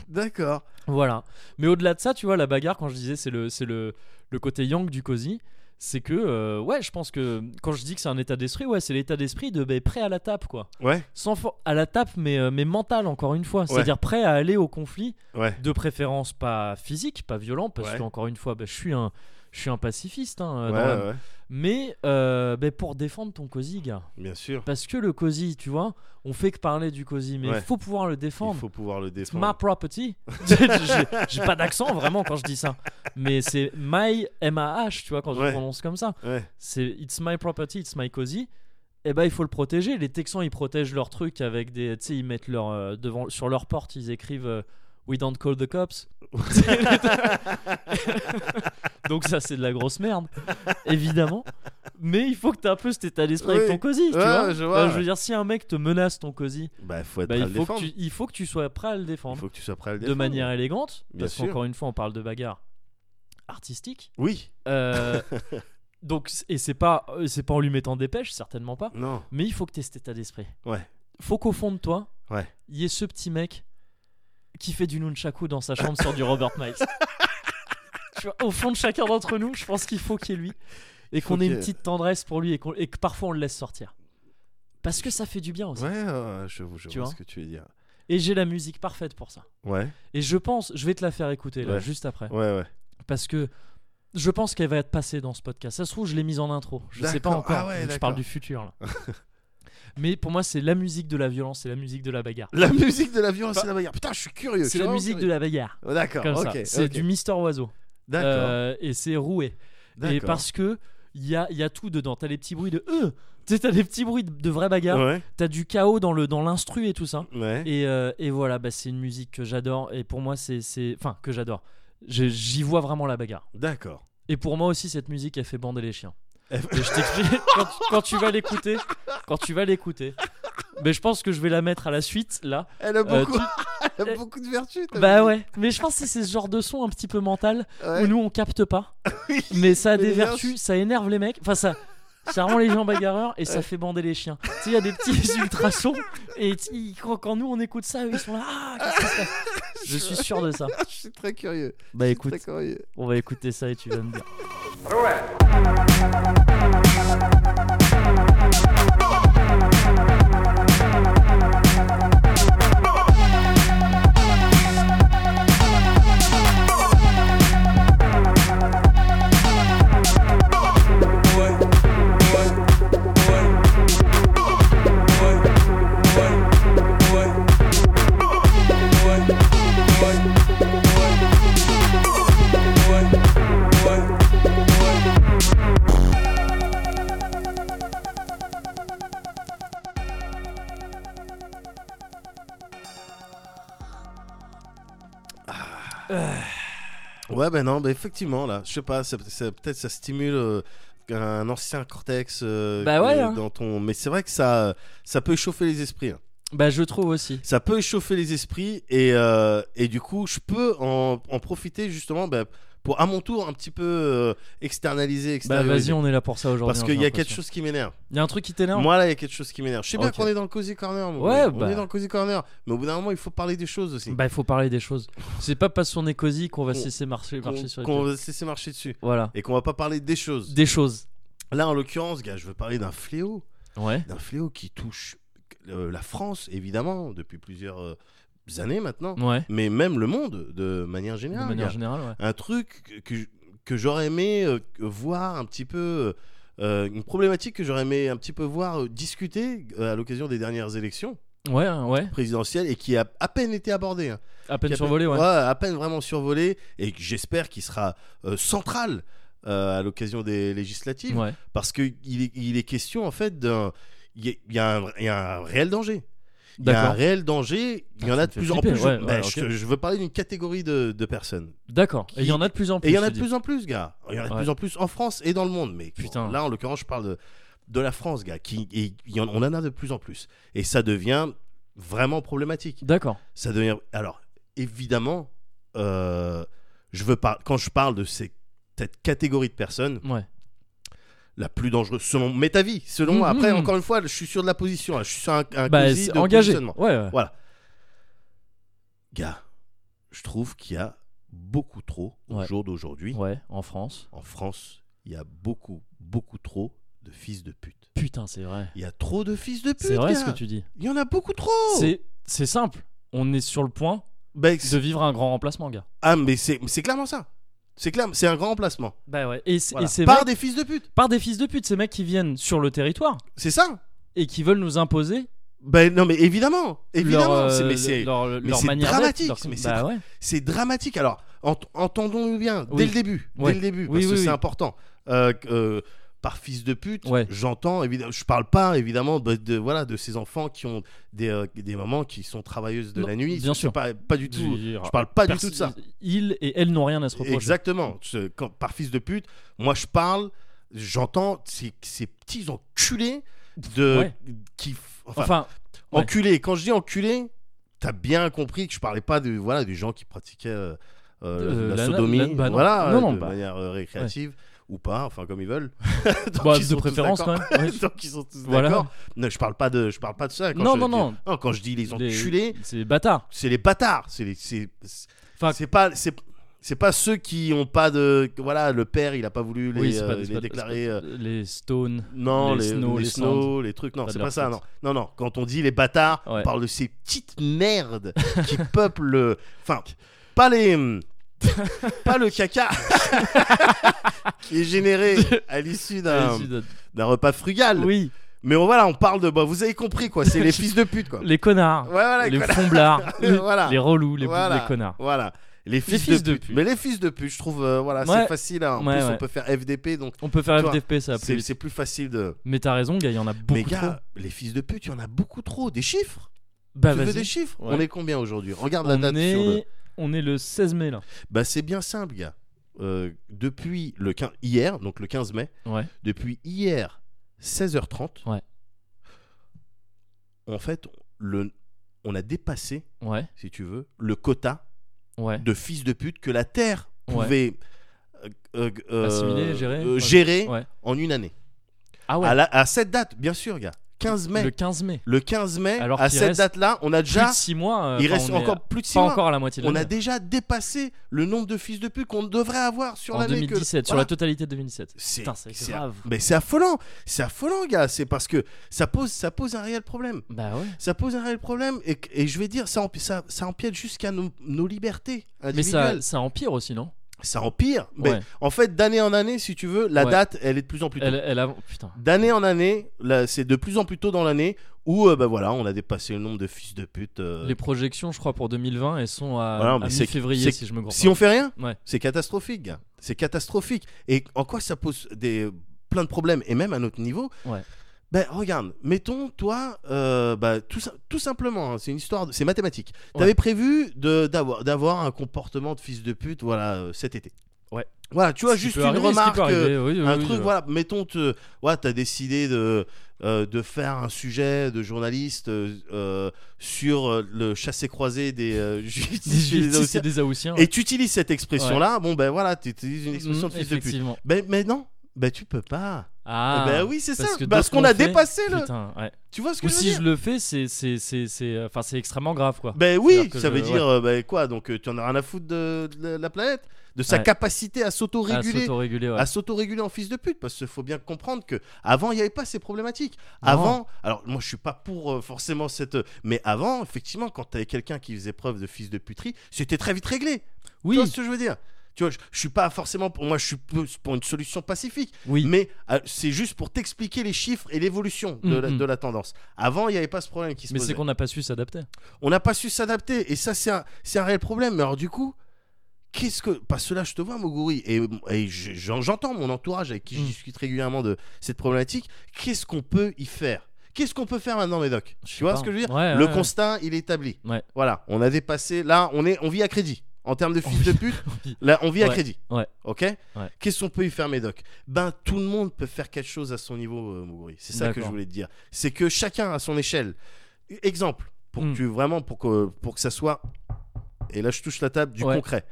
S2: D'accord.
S1: Voilà. Mais au-delà de ça, tu vois, la bagarre, quand je disais, c'est le, c'est le, le côté yang du cosy. C'est que, euh, ouais, je pense que quand je dis que c'est un état d'esprit, ouais, c'est l'état d'esprit de ben, prêt à la tape, quoi.
S2: Ouais,
S1: Sans for- à la tape, mais, euh, mais mental, encore une fois. C'est-à-dire prêt à aller au conflit,
S2: ouais.
S1: de préférence pas physique, pas violent, parce
S2: Ouais.
S1: que, encore une fois, ben, je suis un. Je suis un pacifiste, hein, euh,
S2: ouais,
S1: dans l'âme.
S2: ouais,
S1: mais euh, ben, pour défendre ton cosy, gars.
S2: bien sûr.
S1: Parce que le cosy, tu vois, on fait que parler du cosy, mais il
S2: Ouais.
S1: faut pouvoir le
S2: Il
S1: défendre.
S2: faut pouvoir le
S1: It's my
S2: défendre.
S1: property. J'ai- J'ai j'ai pas d'accent vraiment quand je dis ça. Mais c'est my M-A-H, tu vois, quand on
S2: Ouais.
S1: prononce comme ça.
S2: Ouais,
S1: C'est it's my property, it's my cozy. Et ben il faut le protéger. Les Texans ils protègent leur truc avec des. Tu sais, ils mettent leur. euh, devant, sur leur porte, ils écrivent euh, We don't call the cops. Donc ça c'est de la grosse merde, évidemment. Mais il faut que t'aies un peu cet état d'esprit avec
S2: Oui.
S1: ton cosy, tu
S2: Ouais,
S1: vois.
S2: je vois,
S1: je veux dire, si un mec te menace ton cosy,
S2: bah faut être
S1: bah,
S2: prêt à
S1: il,
S2: le
S1: faut que
S2: défendre.
S1: tu, il faut que tu sois prêt à le
S2: Il
S1: défendre
S2: faut que tu sois prêt à le
S1: de
S2: défendre.
S1: manière élégante,
S2: Bien
S1: parce
S2: sûr.
S1: qu'encore une fois, on parle de bagarre artistique.
S2: Oui.
S1: Euh, donc, et c'est pas, euh, c'est pas en lui mettant des pêches, certainement pas.
S2: Non.
S1: Mais il faut que t'aies cet état d'esprit.
S2: Ouais.
S1: Faut qu'au fond de toi,
S2: Ouais.
S1: il y ait ce petit mec qui fait du nunchaku dans sa chambre sur du Robert Miles. tu vois, au fond de chacun d'entre nous, je pense qu'il faut qu'il y ait lui et
S2: Il faut
S1: qu'on ait
S2: qu'il y
S1: une
S2: ait-
S1: petite tendresse pour lui et, qu'on- et que parfois on le laisse sortir. Parce que ça fait du bien aussi.
S2: Ouais, euh, je, vous- je
S1: Tu
S2: vois
S1: vois
S2: ce que tu veux dire.
S1: Et j'ai la musique parfaite pour ça.
S2: Ouais,
S1: Et je pense, je vais te la faire écouter là,
S2: Ouais.
S1: juste après.
S2: ouais, ouais.
S1: parce que je pense qu'elle va être passée dans ce podcast. Ça se trouve, je l'ai mise en intro. Je sais pas
S2: D'accord.
S1: encore.
S2: Ah ouais,
S1: je
S2: d'accord.
S1: parle du futur là. Mais pour moi, c'est la musique de la violence, c'est la musique de la bagarre.
S2: La musique de la violence et la bagarre. Bah, Putain, je suis curieux. je
S1: C'est
S2: suis
S1: la
S2: vraiment
S1: musique de
S2: curieux.
S1: la bagarre.
S2: Oh, D'accord,
S1: Comme
S2: ok.
S1: ça. C'est
S2: ok.
S1: du Mister Oiseau.
S2: D'accord.
S1: Euh, et c'est roué. Et
S2: d'accord.
S1: parce que il y a, il y a tout dedans. T'as les petits bruits de euh, Tu sais, T'as les petits bruits de, de vraie bagarre.
S2: Ouais,
S1: T'as du chaos dans le dans l'instru et tout ça.
S2: ouais.
S1: Et, euh, et voilà, bah, c'est une musique que j'adore. Et pour moi, c'est c'est- enfin que j'adore. Je- J'y vois vraiment la bagarre.
S2: D'accord.
S1: Et pour moi aussi, cette musique, elle fait bander les chiens. Et je t'explique, quand, quand tu vas l'écouter, quand tu vas l'écouter, mais je pense que je vais la mettre à la suite, là.
S2: Elle a
S1: Euh,
S2: beaucoup,
S1: tu-
S2: elle a beaucoup de vertus. ta
S1: Bah
S2: musique.
S1: ouais, mais je pense que c'est ce genre de son un petit peu mental,
S2: Ouais.
S1: où nous on capte pas, mais ça a
S2: Mais
S1: des
S2: les vertus-
S1: vertus, ça énerve les mecs, enfin ça... Ça rend les gens bagarreurs et ça fait bander les chiens. Tu sais, il y a des petits ultrasons et t- ils- quand, quand nous on écoute ça, eux, ils sont là. Ah, qu'est-ce qui se passe Je suis sûr de ça.
S2: Je suis très curieux.
S1: Bah écoute,
S2: Très curieux.
S1: on va écouter ça et tu vas me dire.
S2: Ouais, ben non, bah effectivement, là, je sais pas, ça- ça- peut-être ça stimule euh, un ancien cortex euh,
S1: Bah ouais,
S2: que-
S1: hein.
S2: dans ton. Mais c'est vrai que ça, ça peut échauffer les esprits. hein.
S1: Bah, je trouve aussi.
S2: ça peut échauffer les esprits et, euh, et du coup je peux en, en profiter justement bah, pour à mon tour un petit peu euh, externaliser,
S1: Bah,
S2: extérioriser.
S1: vas-y, on est là pour ça aujourd'hui.
S2: parce
S1: hein,
S2: qu'il
S1: j'ai
S2: y a quelque
S1: l'impression.
S2: chose qui m'énerve.
S1: Il y a un truc qui t'énerve
S2: Moi là, il y a quelque chose qui m'énerve. Je sais bien
S1: Ok.
S2: qu'on est dans le cozy corner. mon
S1: Ouais,
S2: gars. on
S1: bah.
S2: est dans le cozy corner, mais au bout d'un moment, il faut parler des choses aussi.
S1: Bah, il faut parler des choses. C'est pas parce qu'on est cosy qu'on va
S2: Qu'on-
S1: se laisser marcher,
S2: Qu'on-
S1: marcher sur les
S2: qu'on
S1: pieds.
S2: va se laisser marcher dessus
S1: Voilà.
S2: et qu'on va pas parler des choses.
S1: Des choses.
S2: Là, en l'occurrence, gars, je veux parler d'un fléau,
S1: Ouais.
S2: d'un fléau qui touche euh, la France évidemment depuis plusieurs euh, années maintenant,
S1: Ouais.
S2: mais même le monde de manière
S1: Mm. De
S2: générale.
S1: manière
S2: gars.
S1: générale, ouais.
S2: un truc que- que, j- que j'aurais aimé euh, voir un petit peu, euh, une problématique que j'aurais aimé un petit peu voir euh, discuter euh, à l'occasion des dernières élections
S1: Ouais, hein, ouais.
S2: présidentielles et qui a à peine été abordée. hein.
S1: À
S2: Qui
S1: peine
S2: a
S1: survolé, ouais.
S2: à peine vraiment survolée et que j'espère qu'il sera euh, central euh, à l'occasion des législatives
S1: Ouais.
S2: parce qu'il est, il est question en fait d'un. Il y a- il y, a un- il y a un réel danger. Il y a un
S1: D'accord.
S2: réel danger. Il y
S1: Ah,
S2: en
S1: ça
S2: a
S1: me
S2: de
S1: fait
S2: plus en
S1: flipper,
S2: plus.
S1: ouais,
S2: Ben,
S1: ouais,
S2: je,
S1: ok.
S2: je veux parler d'une catégorie de- de personnes.
S1: D'accord. Et il y en a de plus en plus.
S2: Et il y en a
S1: tu
S2: de
S1: dis.
S2: plus en plus, gars. Il y en a de
S1: Ouais.
S2: plus en plus en France et dans le monde. Mais
S1: Putain.
S2: là, en l'occurrence, je parle de, de la France, gars. Qui, et il y en- on en a de plus en plus. Et ça devient vraiment problématique.
S1: D'accord.
S2: Ça devient. Alors, évidemment, euh, je veux par- quand je parle de ces- cette catégorie de personnes,
S1: Ouais.
S2: la plus dangereuse, selon mes avis, selon moi.
S1: Mhm.
S2: Après, encore une fois, je suis sur de la position. là. Je suis sur un, un
S1: Bah,
S2: cosy
S1: c'est
S2: de
S1: engagé. Ouais,
S2: positionnement.
S1: ouais.
S2: Voilà. Gars, je trouve qu'il y a beaucoup trop, au
S1: Ouais.
S2: jour d'aujourd'hui,
S1: Ouais, en France.
S2: en France, il y a beaucoup, beaucoup trop de fils de pute.
S1: Putain, c'est vrai.
S2: Il y a trop de fils de pute.
S1: C'est vrai
S2: gars.
S1: ce que tu dis.
S2: Il y en a beaucoup trop.
S1: C'est c'est simple. On est sur le point
S2: Ben, c'est-
S1: de vivre un grand remplacement, gars.
S2: Ah, mais c'est c'est clairement ça. C'est clair, c'est un grand emplacement.
S1: Bah ouais. Et c'est
S2: Voilà.
S1: et ces
S2: Par
S1: mecs-
S2: des fils de pute.
S1: par des fils de pute, ces mecs qui viennent sur le territoire
S2: C'est ça.
S1: et qui veulent nous imposer
S2: Ben non, mais évidemment, évidemment.
S1: leur, euh,
S2: C'est- mais c'est
S1: leur, leur
S2: c'est
S1: manière d'être,
S2: dramatique,
S1: leur-
S2: mais c'est
S1: bah
S2: dra-
S1: ouais.
S2: c'est dramatique. Alors ent- entendons-nous bien dès
S1: Oui.
S2: le début,
S1: Ouais.
S2: dès le début,
S1: Oui,
S2: parce que
S1: oui,
S2: c'est
S1: oui.
S2: important. Euh, que, euh, par fils de pute,
S1: Ouais.
S2: j'entends évidemment, je parle pas évidemment de, de- voilà de ces enfants qui ont des euh, des mamans qui sont travailleuses de
S1: Non,
S2: la nuit.
S1: bien
S2: C'est
S1: sûr.
S2: Pas, pas du tout.
S1: Dire-
S2: Je parle pas
S1: Perso-
S2: du tout de ça.
S1: Ils et elles n'ont rien à se reprocher.
S2: Exactement. Ce- quand- par fils de pute, moi je parle, j'entends ces, ces petits enculés de
S1: Ouais.
S2: qui, f- enfin,
S1: Enfin, ouais.
S2: enculés. Quand je dis enculés, t'as bien compris que je parlais pas de voilà des gens qui pratiquaient euh, euh,
S1: Euh,
S2: la,
S1: la-
S2: sodomie,
S1: la- bah non.
S2: voilà,
S1: Non, non,
S2: de
S1: bah.
S2: manière euh, récréative. Ou pas, enfin comme ils veulent. Tant
S1: bah,
S2: qu'ils
S1: de
S2: sont tous
S1: préférence
S2: d'accord.
S1: quand même. Ouais.
S2: Tant qu'ils sont tous
S1: Voilà.
S2: d'accord. Non, je parle pas de, je parle pas de ça. Quand
S1: Non,
S2: je
S1: non,
S2: dis-
S1: non.
S2: Quand je dis les
S1: Les-
S2: enculés,
S1: C'est des bâtards.
S2: c'est les bâtards, c'est les, c'est, c'est-
S1: Enfin-
S2: c'est pas, c'est, c'est pas ceux qui ont pas de, voilà, le père, il a pas voulu les,
S1: Oui, c'est pas-
S2: euh,
S1: c'est
S2: les
S1: pas-
S2: déclarer. euh,
S1: Les Stones.
S2: non,
S1: les
S2: les,
S1: Snow,
S2: les
S1: les
S2: Snow, les trucs, non,
S1: Pas de
S2: c'est
S1: leur
S2: pas ça, non.
S1: faute.
S2: Non, non, quand on dit les bâtards,
S1: Ouais.
S2: on parle de ces petites merdes qui peuplent le. Enfin, pas les. pas le caca qui est généré à l'issue d'un, d'un repas frugal.
S1: Oui,
S2: Mais on- voilà, on parle de. Bah, vous avez compris, quoi, c'est les fils de pute, quoi.
S1: les connards.
S2: Ouais, voilà,
S1: les
S2: quoi.
S1: fomblards, les,
S2: Voilà.
S1: les relous, les,
S2: Voilà.
S1: les connards.
S2: Voilà. Les fils,
S1: fils
S2: de,
S1: de
S2: pute.
S1: pute.
S2: Mais les fils de pute, je trouve, euh, voilà,
S1: Ouais.
S2: c'est facile. hein. En
S1: Ouais,
S2: plus,
S1: ouais.
S2: on peut faire FDP, donc
S1: On peut faire
S2: Toi,
S1: FDP, ça va plus
S2: c'est
S1: vite.
S2: c'est plus facile de.
S1: Mais t'as raison, gars, il y en a beaucoup
S2: Mais gars,
S1: trop.
S2: les fils de pute, il y en a beaucoup trop. Des chiffres
S1: Bah
S2: Tu veux des
S1: vas-y.
S2: chiffres
S1: Ouais.
S2: On est combien aujourd'hui Regarde la
S1: On,
S2: date sur le.
S1: est... on est le 16 mai là.
S2: Bah, c'est bien simple, gars. Euh, depuis le 15... hier, donc le 15 mai,
S1: Ouais.
S2: depuis hier, 16h30,
S1: Ouais.
S2: en fait, le... on a dépassé,
S1: Ouais.
S2: si tu veux, le quota
S1: Ouais.
S2: de fils de pute que la Terre
S1: Ouais.
S2: pouvait euh, euh,
S1: Assimiler, gérer,
S2: euh,
S1: ouais.
S2: gérer
S1: Ouais.
S2: en une année.
S1: Ah ouais.
S2: À, la- à cette date, bien sûr, gars. 15 mai.
S1: Le
S2: Le,
S1: 15 mai.
S2: 15 mai,
S1: Alors
S2: à
S1: qu'il
S2: cette
S1: reste
S2: date-là, on a
S1: Plus
S2: déjà.
S1: de 6 mois. euh,
S2: il
S1: enfin,
S2: reste
S1: on est
S2: encore plus de 6
S1: Pas
S2: mois.
S1: encore à la moitié de
S2: On a
S1: l'année.
S2: déjà dépassé le nombre de fils de pute qu'on devrait avoir sur
S1: En
S2: l'année. que-
S1: 2017, sur
S2: voilà.
S1: la totalité de 2017.
S2: C'est
S1: Putain, c'est
S2: c'est-
S1: grave.
S2: Mais c'est affolant. C'est affolant, gars. C'est parce que ça pose, ça pose un réel problème.
S1: Bah ouais.
S2: Ça pose un réel problème. Et, et je vais dire, ça, empi- ça, ça empiète jusqu'à nos, nos libertés
S1: Mais
S2: individuelles.
S1: ça, ça empire aussi, non
S2: ça empire. Mais
S1: Ouais.
S2: en fait, d'année en année, si tu veux, la
S1: Ouais.
S2: date, elle est de plus en plus tôt.
S1: Elle, elle avance. Putain.
S2: D'année en année, là, c'est de plus en plus tôt dans l'année où, euh, bah voilà, on a dépassé le nombre de fils de pute. euh.
S1: Les projections, je crois, pour 2020, elles sont à,
S2: Voilà,
S1: à
S2: mais c'est-
S1: mi-février,
S2: c'est-
S1: si je me gourre
S2: Si
S1: pas.
S2: on fait rien,
S1: Ouais.
S2: c'est catastrophique, gars. C'est catastrophique. Et en quoi ça pose des plein de problèmes et même à notre niveau.
S1: Ouais.
S2: Ben regarde, mettons toi, euh, bah, tout, sim- tout simplement, hein, c'est une histoire, de- c'est mathématique.
S1: Ouais.
S2: T'avais prévu de d'avoir d'avoir un comportement de fils de pute, voilà, euh, cet été.
S1: Ouais.
S2: Voilà, tu vois
S1: Ce qui
S2: juste
S1: peut
S2: une
S1: arriver, ce qui
S2: remarque.
S1: peut
S2: euh,
S1: arriver, oui, oui,
S2: un
S1: oui,
S2: truc
S1: euh,
S2: voilà mettons te ouais t'as décidé de euh, de faire un sujet de journaliste euh, euh, sur euh, le chassé-croisé des euh, juifs
S1: Des
S2: issus des
S1: Juifs,
S2: Haussiens.
S1: c'est des Haoussiens.
S2: Et tu utilises cette expression-là, bon ben voilà, tu utilises une expression
S1: Mhm,
S2: de fils de pute.
S1: effectivement.
S2: Ben, mais non, ben tu peux pas.
S1: Ah,
S2: ben oui, c'est ça,
S1: parce que
S2: parce
S1: d'autres
S2: qu'on a
S1: l'ont fait.
S2: dépassé le.
S1: putain, ouais.
S2: Tu vois ce que
S1: Ou
S2: je veux
S1: si
S2: dire
S1: je le fais, c'est c'est c'est c'est enfin c'est extrêmement grave quoi.
S2: Ben oui,
S1: C'est-à-dire que
S2: ça
S1: je-
S2: veut dire euh, ben quoi Donc euh, tu en as rien à foutre de, de la- la planète, de sa
S1: Ouais.
S2: capacité à s'auto-réguler.
S1: s'auto-réguler, ouais.
S2: à s'autoréguler en fils de pute parce qu'il faut bien comprendre que avant il n'y avait pas ces problématiques
S1: Non.
S2: avant alors moi je suis pas pour euh, forcément cette mais avant effectivement quand tu avais quelqu'un qui faisait preuve de fils de puterie c'était très vite réglé
S1: Oui,
S2: tu vois ce que je veux dire tu vois je, je suis pas forcément pour moi je suis plus pour une solution pacifique
S1: oui.
S2: mais euh, c'est juste pour t'expliquer les chiffres et l'évolution de, la,
S1: Mhm.
S2: de la tendance avant il n'y avait pas ce problème qui se
S1: Mais
S2: posait
S1: c'est qu'on n'a pas su s'adapter.
S2: on n'a pas su s'adapter et ça c'est un, c'est un réel problème mais alors du coup qu'est-ce que parce que là je te vois Moguri et, et je- j'en- j'entends mon entourage avec qui je
S1: Mm.
S2: discute régulièrement de cette problématique qu'est-ce qu'on peut y faire qu'est-ce qu'on peut faire maintenant Médoc tu vois
S1: pas.
S2: ce que je veux dire
S1: Ouais,
S2: le
S1: ouais,
S2: constat il est établi
S1: Ouais.
S2: voilà on a dépassé là on est on vit à crédit en termes de
S1: On
S2: fils de pute
S1: vit.
S2: là on vit à
S1: Ouais.
S2: crédit
S1: Ouais.
S2: ok qu'est-ce qu'on peut y faire Médoc ben tout le monde peut faire quelque chose à son niveau euh, Moguri c'est ça que
S1: D'accord.
S2: je voulais te dire c'est que chacun à son échelle exemple pour
S1: Mm.
S2: que tu vraiment pour que pour que ça soit et là je touche la table du
S1: Ouais.
S2: concret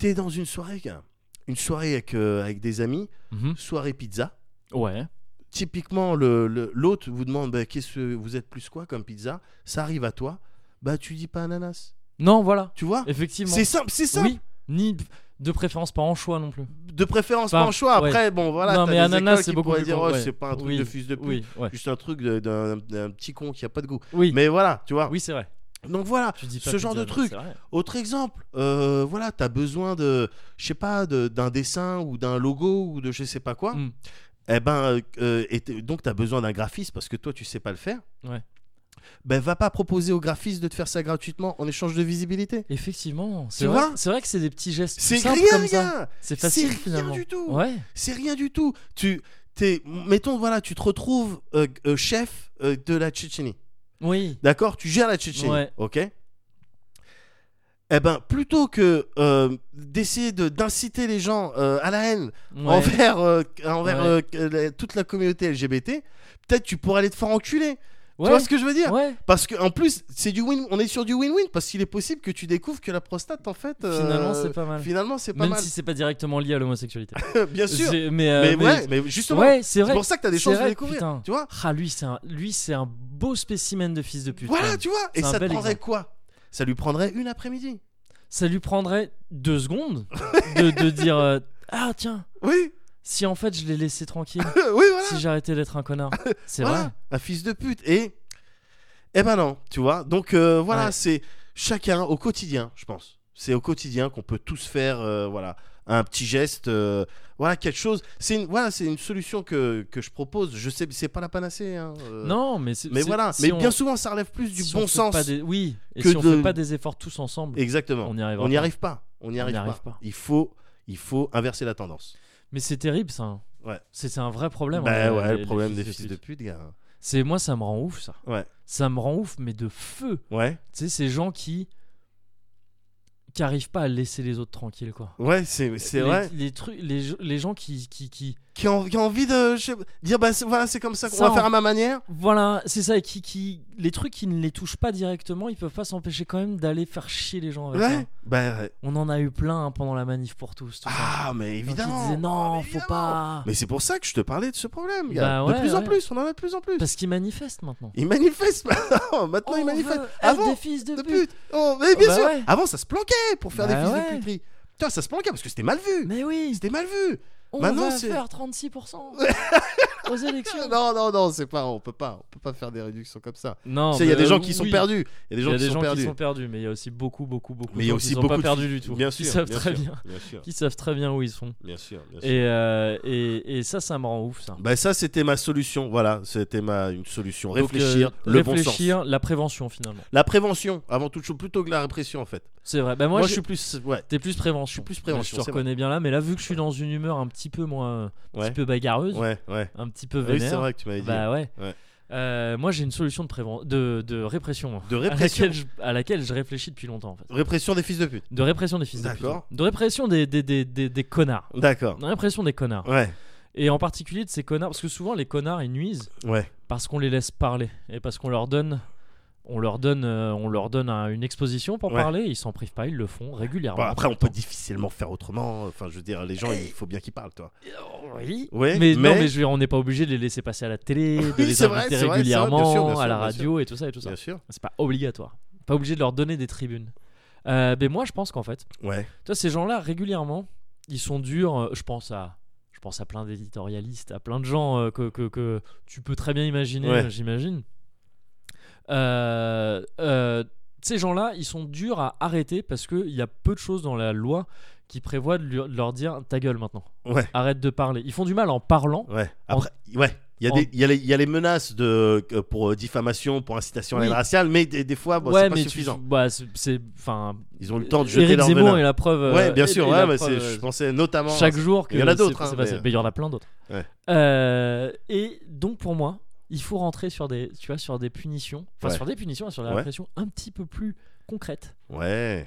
S2: t'es dans une soirée gars. une soirée avec euh, avec des amis
S1: Mhm.
S2: soirée pizza
S1: Ouais.
S2: typiquement le le- l'hôte vous demande bah, qu'est-ce que vous êtes plus quoi comme pizza ça arrive à toi bah tu dis pas ananas
S1: Non, voilà.
S2: tu vois
S1: Effectivement.
S2: c'est simple c'est simple
S1: Oui, ni de préférence pas en choix non plus.
S2: de préférence
S1: Enfin,
S2: pas en choix
S1: ouais.
S2: après bon voilà
S1: non,
S2: t'as
S1: mais
S2: des
S1: ananas,
S2: écoles
S1: c'est
S2: qui
S1: beaucoup
S2: pourraient
S1: plus
S2: dire
S1: con,
S2: oh,
S1: ouais.
S2: c'est pas un truc
S1: Oui,
S2: de fils de pute
S1: Oui, ouais.
S2: juste un truc de- d'un d'un petit con qui a pas de goût
S1: Oui.
S2: mais voilà tu vois
S1: Oui, c'est vrai.
S2: donc voilà
S1: Tu dis pas
S2: Ce genre de
S1: pizza,
S2: truc.
S1: c'est vrai.
S2: Autre exemple, euh, voilà, t'as besoin de, je sais pas, de- d'un dessin ou d'un logo ou de je sais pas quoi.
S1: Mm.
S2: Eh ben, euh, euh, et t- donc t'as besoin d'un graphiste parce que toi tu sais pas le faire.
S1: Ouais.
S2: Ben va pas proposer au graphiste de te faire ça gratuitement en échange de visibilité.
S1: Effectivement, c'est
S2: Tu
S1: vrai.
S2: vois
S1: C'est vrai que c'est des petits gestes
S2: C'est
S1: simples
S2: rien,
S1: comme ça.
S2: gars.
S1: C'est
S2: C'est
S1: facile
S2: rien
S1: finalement.
S2: du tout.
S1: Ouais.
S2: C'est rien du tout. Tu, t'es, mettons, voilà, tu te retrouves euh, euh, chef euh, de la Tchétchénie.
S1: Oui.
S2: D'accord Tu gères la Tchétchénie.
S1: Ouais.
S2: Ok eh ben, plutôt que euh, d'essayer de- d'inciter les gens euh, à la haine
S1: Ouais.
S2: envers, euh, envers
S1: Ouais.
S2: euh, que la- toute la communauté LGBT, peut-être tu pourrais aller te faire enculer.
S1: ouais.
S2: Tu vois ce que je veux dire
S1: ouais.
S2: Parce que en plus, c'est du win, on est sur du win-win parce qu'il est possible que tu découvres que la prostate, en fait, euh,
S1: Finalement, c'est pas mal.
S2: finalement, c'est pas
S1: Même
S2: mal.
S1: si c'est pas directement lié à l'homosexualité.
S2: Bien sûr.
S1: C'est- Mais, euh,
S2: mais,
S1: mais-
S2: ouais, mais justement,
S1: Ouais, c'est
S2: c'est
S1: vrai.
S2: pour ça que t'as des
S1: C'est
S2: chances de
S1: vrai,
S2: découvrir.
S1: putain.
S2: Tu vois
S1: Ah, lui, c'est un, lui, c'est un beau spécimen de fils de pute. quand
S2: Voilà,
S1: même.
S2: tu vois. Et
S1: C'est un
S2: ça te
S1: bel
S2: prendrait
S1: exemple.
S2: quoi Ça lui prendrait une après-midi.
S1: Ça lui prendrait deux secondes de, de dire euh, Ah, tiens,
S2: Oui,
S1: si en fait je l'ai laissé tranquille,
S2: oui, voilà.
S1: si j'arrêtais d'être un connard. C'est
S2: voilà,
S1: vrai.
S2: un fils de pute. Et eh ben non, tu vois. Donc euh, voilà,
S1: Ouais.
S2: c'est chacun au quotidien, je pense. C'est au quotidien qu'on peut tous faire, euh, voilà, un petit geste, euh, voilà quelque chose. C'est une, voilà, c'est une solution que, que je propose. Je sais, c'est pas la panacée. hein, euh,
S1: Non, mais c'est.
S2: mais
S1: c'est-
S2: voilà.
S1: si
S2: mais
S1: on-
S2: bien souvent, ça relève plus du
S1: si on
S2: bon
S1: fait
S2: sens.
S1: pas des- Oui, et
S2: que
S1: si on
S2: de-
S1: fait pas des efforts tous ensemble.
S2: Exactement.
S1: On n'y arrivera
S2: On n'y
S1: pas.
S2: arrive pas. On n'y
S1: On n'y
S2: arrive,
S1: arrive
S2: pas.
S1: pas.
S2: Il faut, il faut inverser la tendance.
S1: Mais c'est terrible ça.
S2: Ouais.
S1: C'est c'est un vrai problème.
S2: bah
S1: hein,
S2: ouais,
S1: les-
S2: le
S1: les
S2: problème des fils de pute, gars.
S1: C'est moi, ça me rend ouf ça.
S2: Ouais.
S1: Ça me rend ouf, mais de feu.
S2: Ouais.
S1: Tu sais, ces gens qui. qui arrivent pas à laisser les autres tranquilles quoi.
S2: Ouais, c'est, c'est
S1: les,
S2: vrai.
S1: Les, trucs, les, ge- les gens qui, qui, qui-
S2: Qui ont, qui ont envie de je sais- dire, bah c'est- voilà, c'est comme ça qu'on
S1: Ça,
S2: va
S1: on-
S2: faire à ma manière.
S1: Voilà, c'est ça, et qui, qui. Les trucs qui ne les touchent pas directement, ils peuvent pas s'empêcher quand même d'aller faire chier les gens avec ça.
S2: Ouais. Bah, ouais.
S1: On en a eu plein hein, pendant la manif pour tous. tout ça.
S2: ah, mais
S1: Des gens qui
S2: évidemment.
S1: disaient,
S2: Ah,
S1: non,
S2: mais
S1: faut
S2: évidemment.
S1: pas.
S2: Mais c'est pour ça que je te parlais de ce problème,
S1: Bah
S2: gars. de
S1: ouais,
S2: plus en
S1: ouais.
S2: plus, on en a de plus en plus.
S1: Parce qu'ils manifestent maintenant.
S2: Ils manifestent maintenant. maintenant
S1: Oh,
S2: ils
S1: on
S2: manifestent.
S1: veut être
S2: Avant,
S1: des fils de,
S2: de
S1: pute.
S2: pute. Oh, mais bien
S1: Bah
S2: sûr.
S1: ouais.
S2: Avant, ça se planquait pour faire
S1: Bah
S2: des fils
S1: ouais.
S2: de puterie. Putain, ça se planquait parce que c'était mal vu.
S1: Mais oui,
S2: C'était mal vu.
S1: on
S2: maintenant,
S1: va
S2: c'est-
S1: faire 36% aux élections.
S2: Non, non, non, c'est pas. On peut pas. On peut pas faire des réductions comme ça.
S1: Non,
S2: Tu sais, il y a
S1: bah,
S2: des gens
S1: euh,
S2: qui sont
S1: oui.
S2: perdus. Il y
S1: Il
S2: a des
S1: y
S2: gens
S1: a
S2: qui
S1: des
S2: sont
S1: gens qui
S2: perdus.
S1: sont perdus, mais il y a aussi beaucoup, beaucoup, beaucoup.
S2: Mais il
S1: de
S2: y a
S1: gens qui
S2: aussi
S1: sont
S2: beaucoup
S1: pas
S2: de-
S1: perdus du tout.
S2: Bien
S1: qui
S2: sûr.
S1: savent
S2: bien
S1: très
S2: sûr,
S1: bien,
S2: Bien sûr.
S1: qui savent très bien où ils sont.
S2: Bien sûr. Bien sûr.
S1: Et, euh, et, et ça, ça me rend ouf, ça.
S2: Bah ça c'était ma solution, voilà, c'était ma une solution.
S1: Donc,
S2: Réfléchir,
S1: euh,
S2: le bon sens.
S1: réfléchir, la prévention finalement.
S2: La prévention, avant toute chose, plutôt que la répression en fait.
S1: C'est vrai. Bah, moi,
S2: Moi,
S1: je
S2: je suis plus... Ouais,
S1: T'es plus prévention.
S2: Je suis plus
S1: Mais
S2: prévention,
S1: Je te
S2: c'est
S1: reconnais bien là, mais là, vu que je suis dans une humeur un petit peu moins. Un
S2: ouais,
S1: petit peu bagarreuse,
S2: ouais, ouais.
S1: un petit peu
S2: Ah Oui, c'est
S1: vénère.
S2: vrai que tu m'avais dit.
S1: bah ouais.
S2: Ouais.
S1: Euh, moi, j'ai une solution de, préven- de, de répression.
S2: de
S1: À
S2: répression.
S1: laquelle, je, à laquelle je réfléchis depuis longtemps en fait.
S2: Répression des fils de pute.
S1: De répression des fils de pute.
S2: D'accord.
S1: De répression des, des, des, des, des connards.
S2: D'accord.
S1: De répression des connards.
S2: Ouais,
S1: Et en particulier de ces connards, parce que souvent les connards ils nuisent,
S2: ouais.
S1: parce qu'on les laisse parler et parce qu'on leur donne on leur donne euh, on leur donne un- une exposition pour
S2: Ouais.
S1: parler ils s'en privent pas ils le font régulièrement
S2: Bon, après, on peut difficilement faire autrement. Enfin, je veux dire, les gens, il faut bien qu'ils parlent, toi.
S1: oh, oui
S2: Eh. Ouais,
S1: mais, non
S2: mais-
S1: mais je veux dire, on n'est pas obligé de les laisser passer à la télé de
S2: Oui,
S1: les
S2: c'est vrai,
S1: inviter
S2: c'est vrai, c'est vrai, bien sûr,
S1: régulièrement
S2: bien sûr,
S1: à la
S2: bien sûr.
S1: radio et tout ça et tout ça
S2: Bien sûr.
S1: c'est pas obligatoire pas obligé de leur donner des tribunes Euh, mais moi je pense qu'en fait
S2: Ouais.
S1: Toi, ces gens-là, régulièrement, ils sont durs. euh, Je pense à, je pense à plein d'éditorialistes, à plein de gens euh, que, que, que tu peux très bien imaginer,
S2: Ouais.
S1: euh, j'imagine. Euh, euh, ces gens-là, ils sont durs à arrêter parce qu'il y a peu de choses dans la loi qui prévoient de, lui- de leur dire ta gueule maintenant.
S2: Ouais.
S1: Arrête de parler. Ils font du mal en parlant.
S2: Ouais.
S1: En-
S2: Après, ouais. Il y, a
S1: en-
S2: des- il y, a les- il y a les menaces de, que- pour euh, diffamation, pour incitation à la
S1: Oui.
S2: haine raciale, mais des, des fois, Ah, bon, c'est pas
S1: tu-
S2: suffisant.
S1: bah, c'est- c'est, enfin,
S2: Ils ont eu le temps de jeter
S1: Eric
S2: leur
S1: Zemmour
S2: venin.
S1: est la preuve. euh,
S2: ouais, bien
S1: est-
S2: sûr,
S1: est
S2: ouais,
S1: la
S2: mais
S1: preuve,
S2: c'est-
S1: euh,
S2: je pensais notamment.
S1: chaque jour que
S2: Il y en a
S1: c'est-
S2: d'autres,
S1: c'est
S2: hein,
S1: passé.
S2: mais-
S1: Mais il y en a plein d'autres.
S2: Ouais.
S1: Euh, et donc pour moi, il faut rentrer sur des, tu vois, sur des punitions, enfin
S2: Ouais.
S1: sur des punitions, sur la
S2: Ouais.
S1: répression un petit peu plus concrète.
S2: Ouais.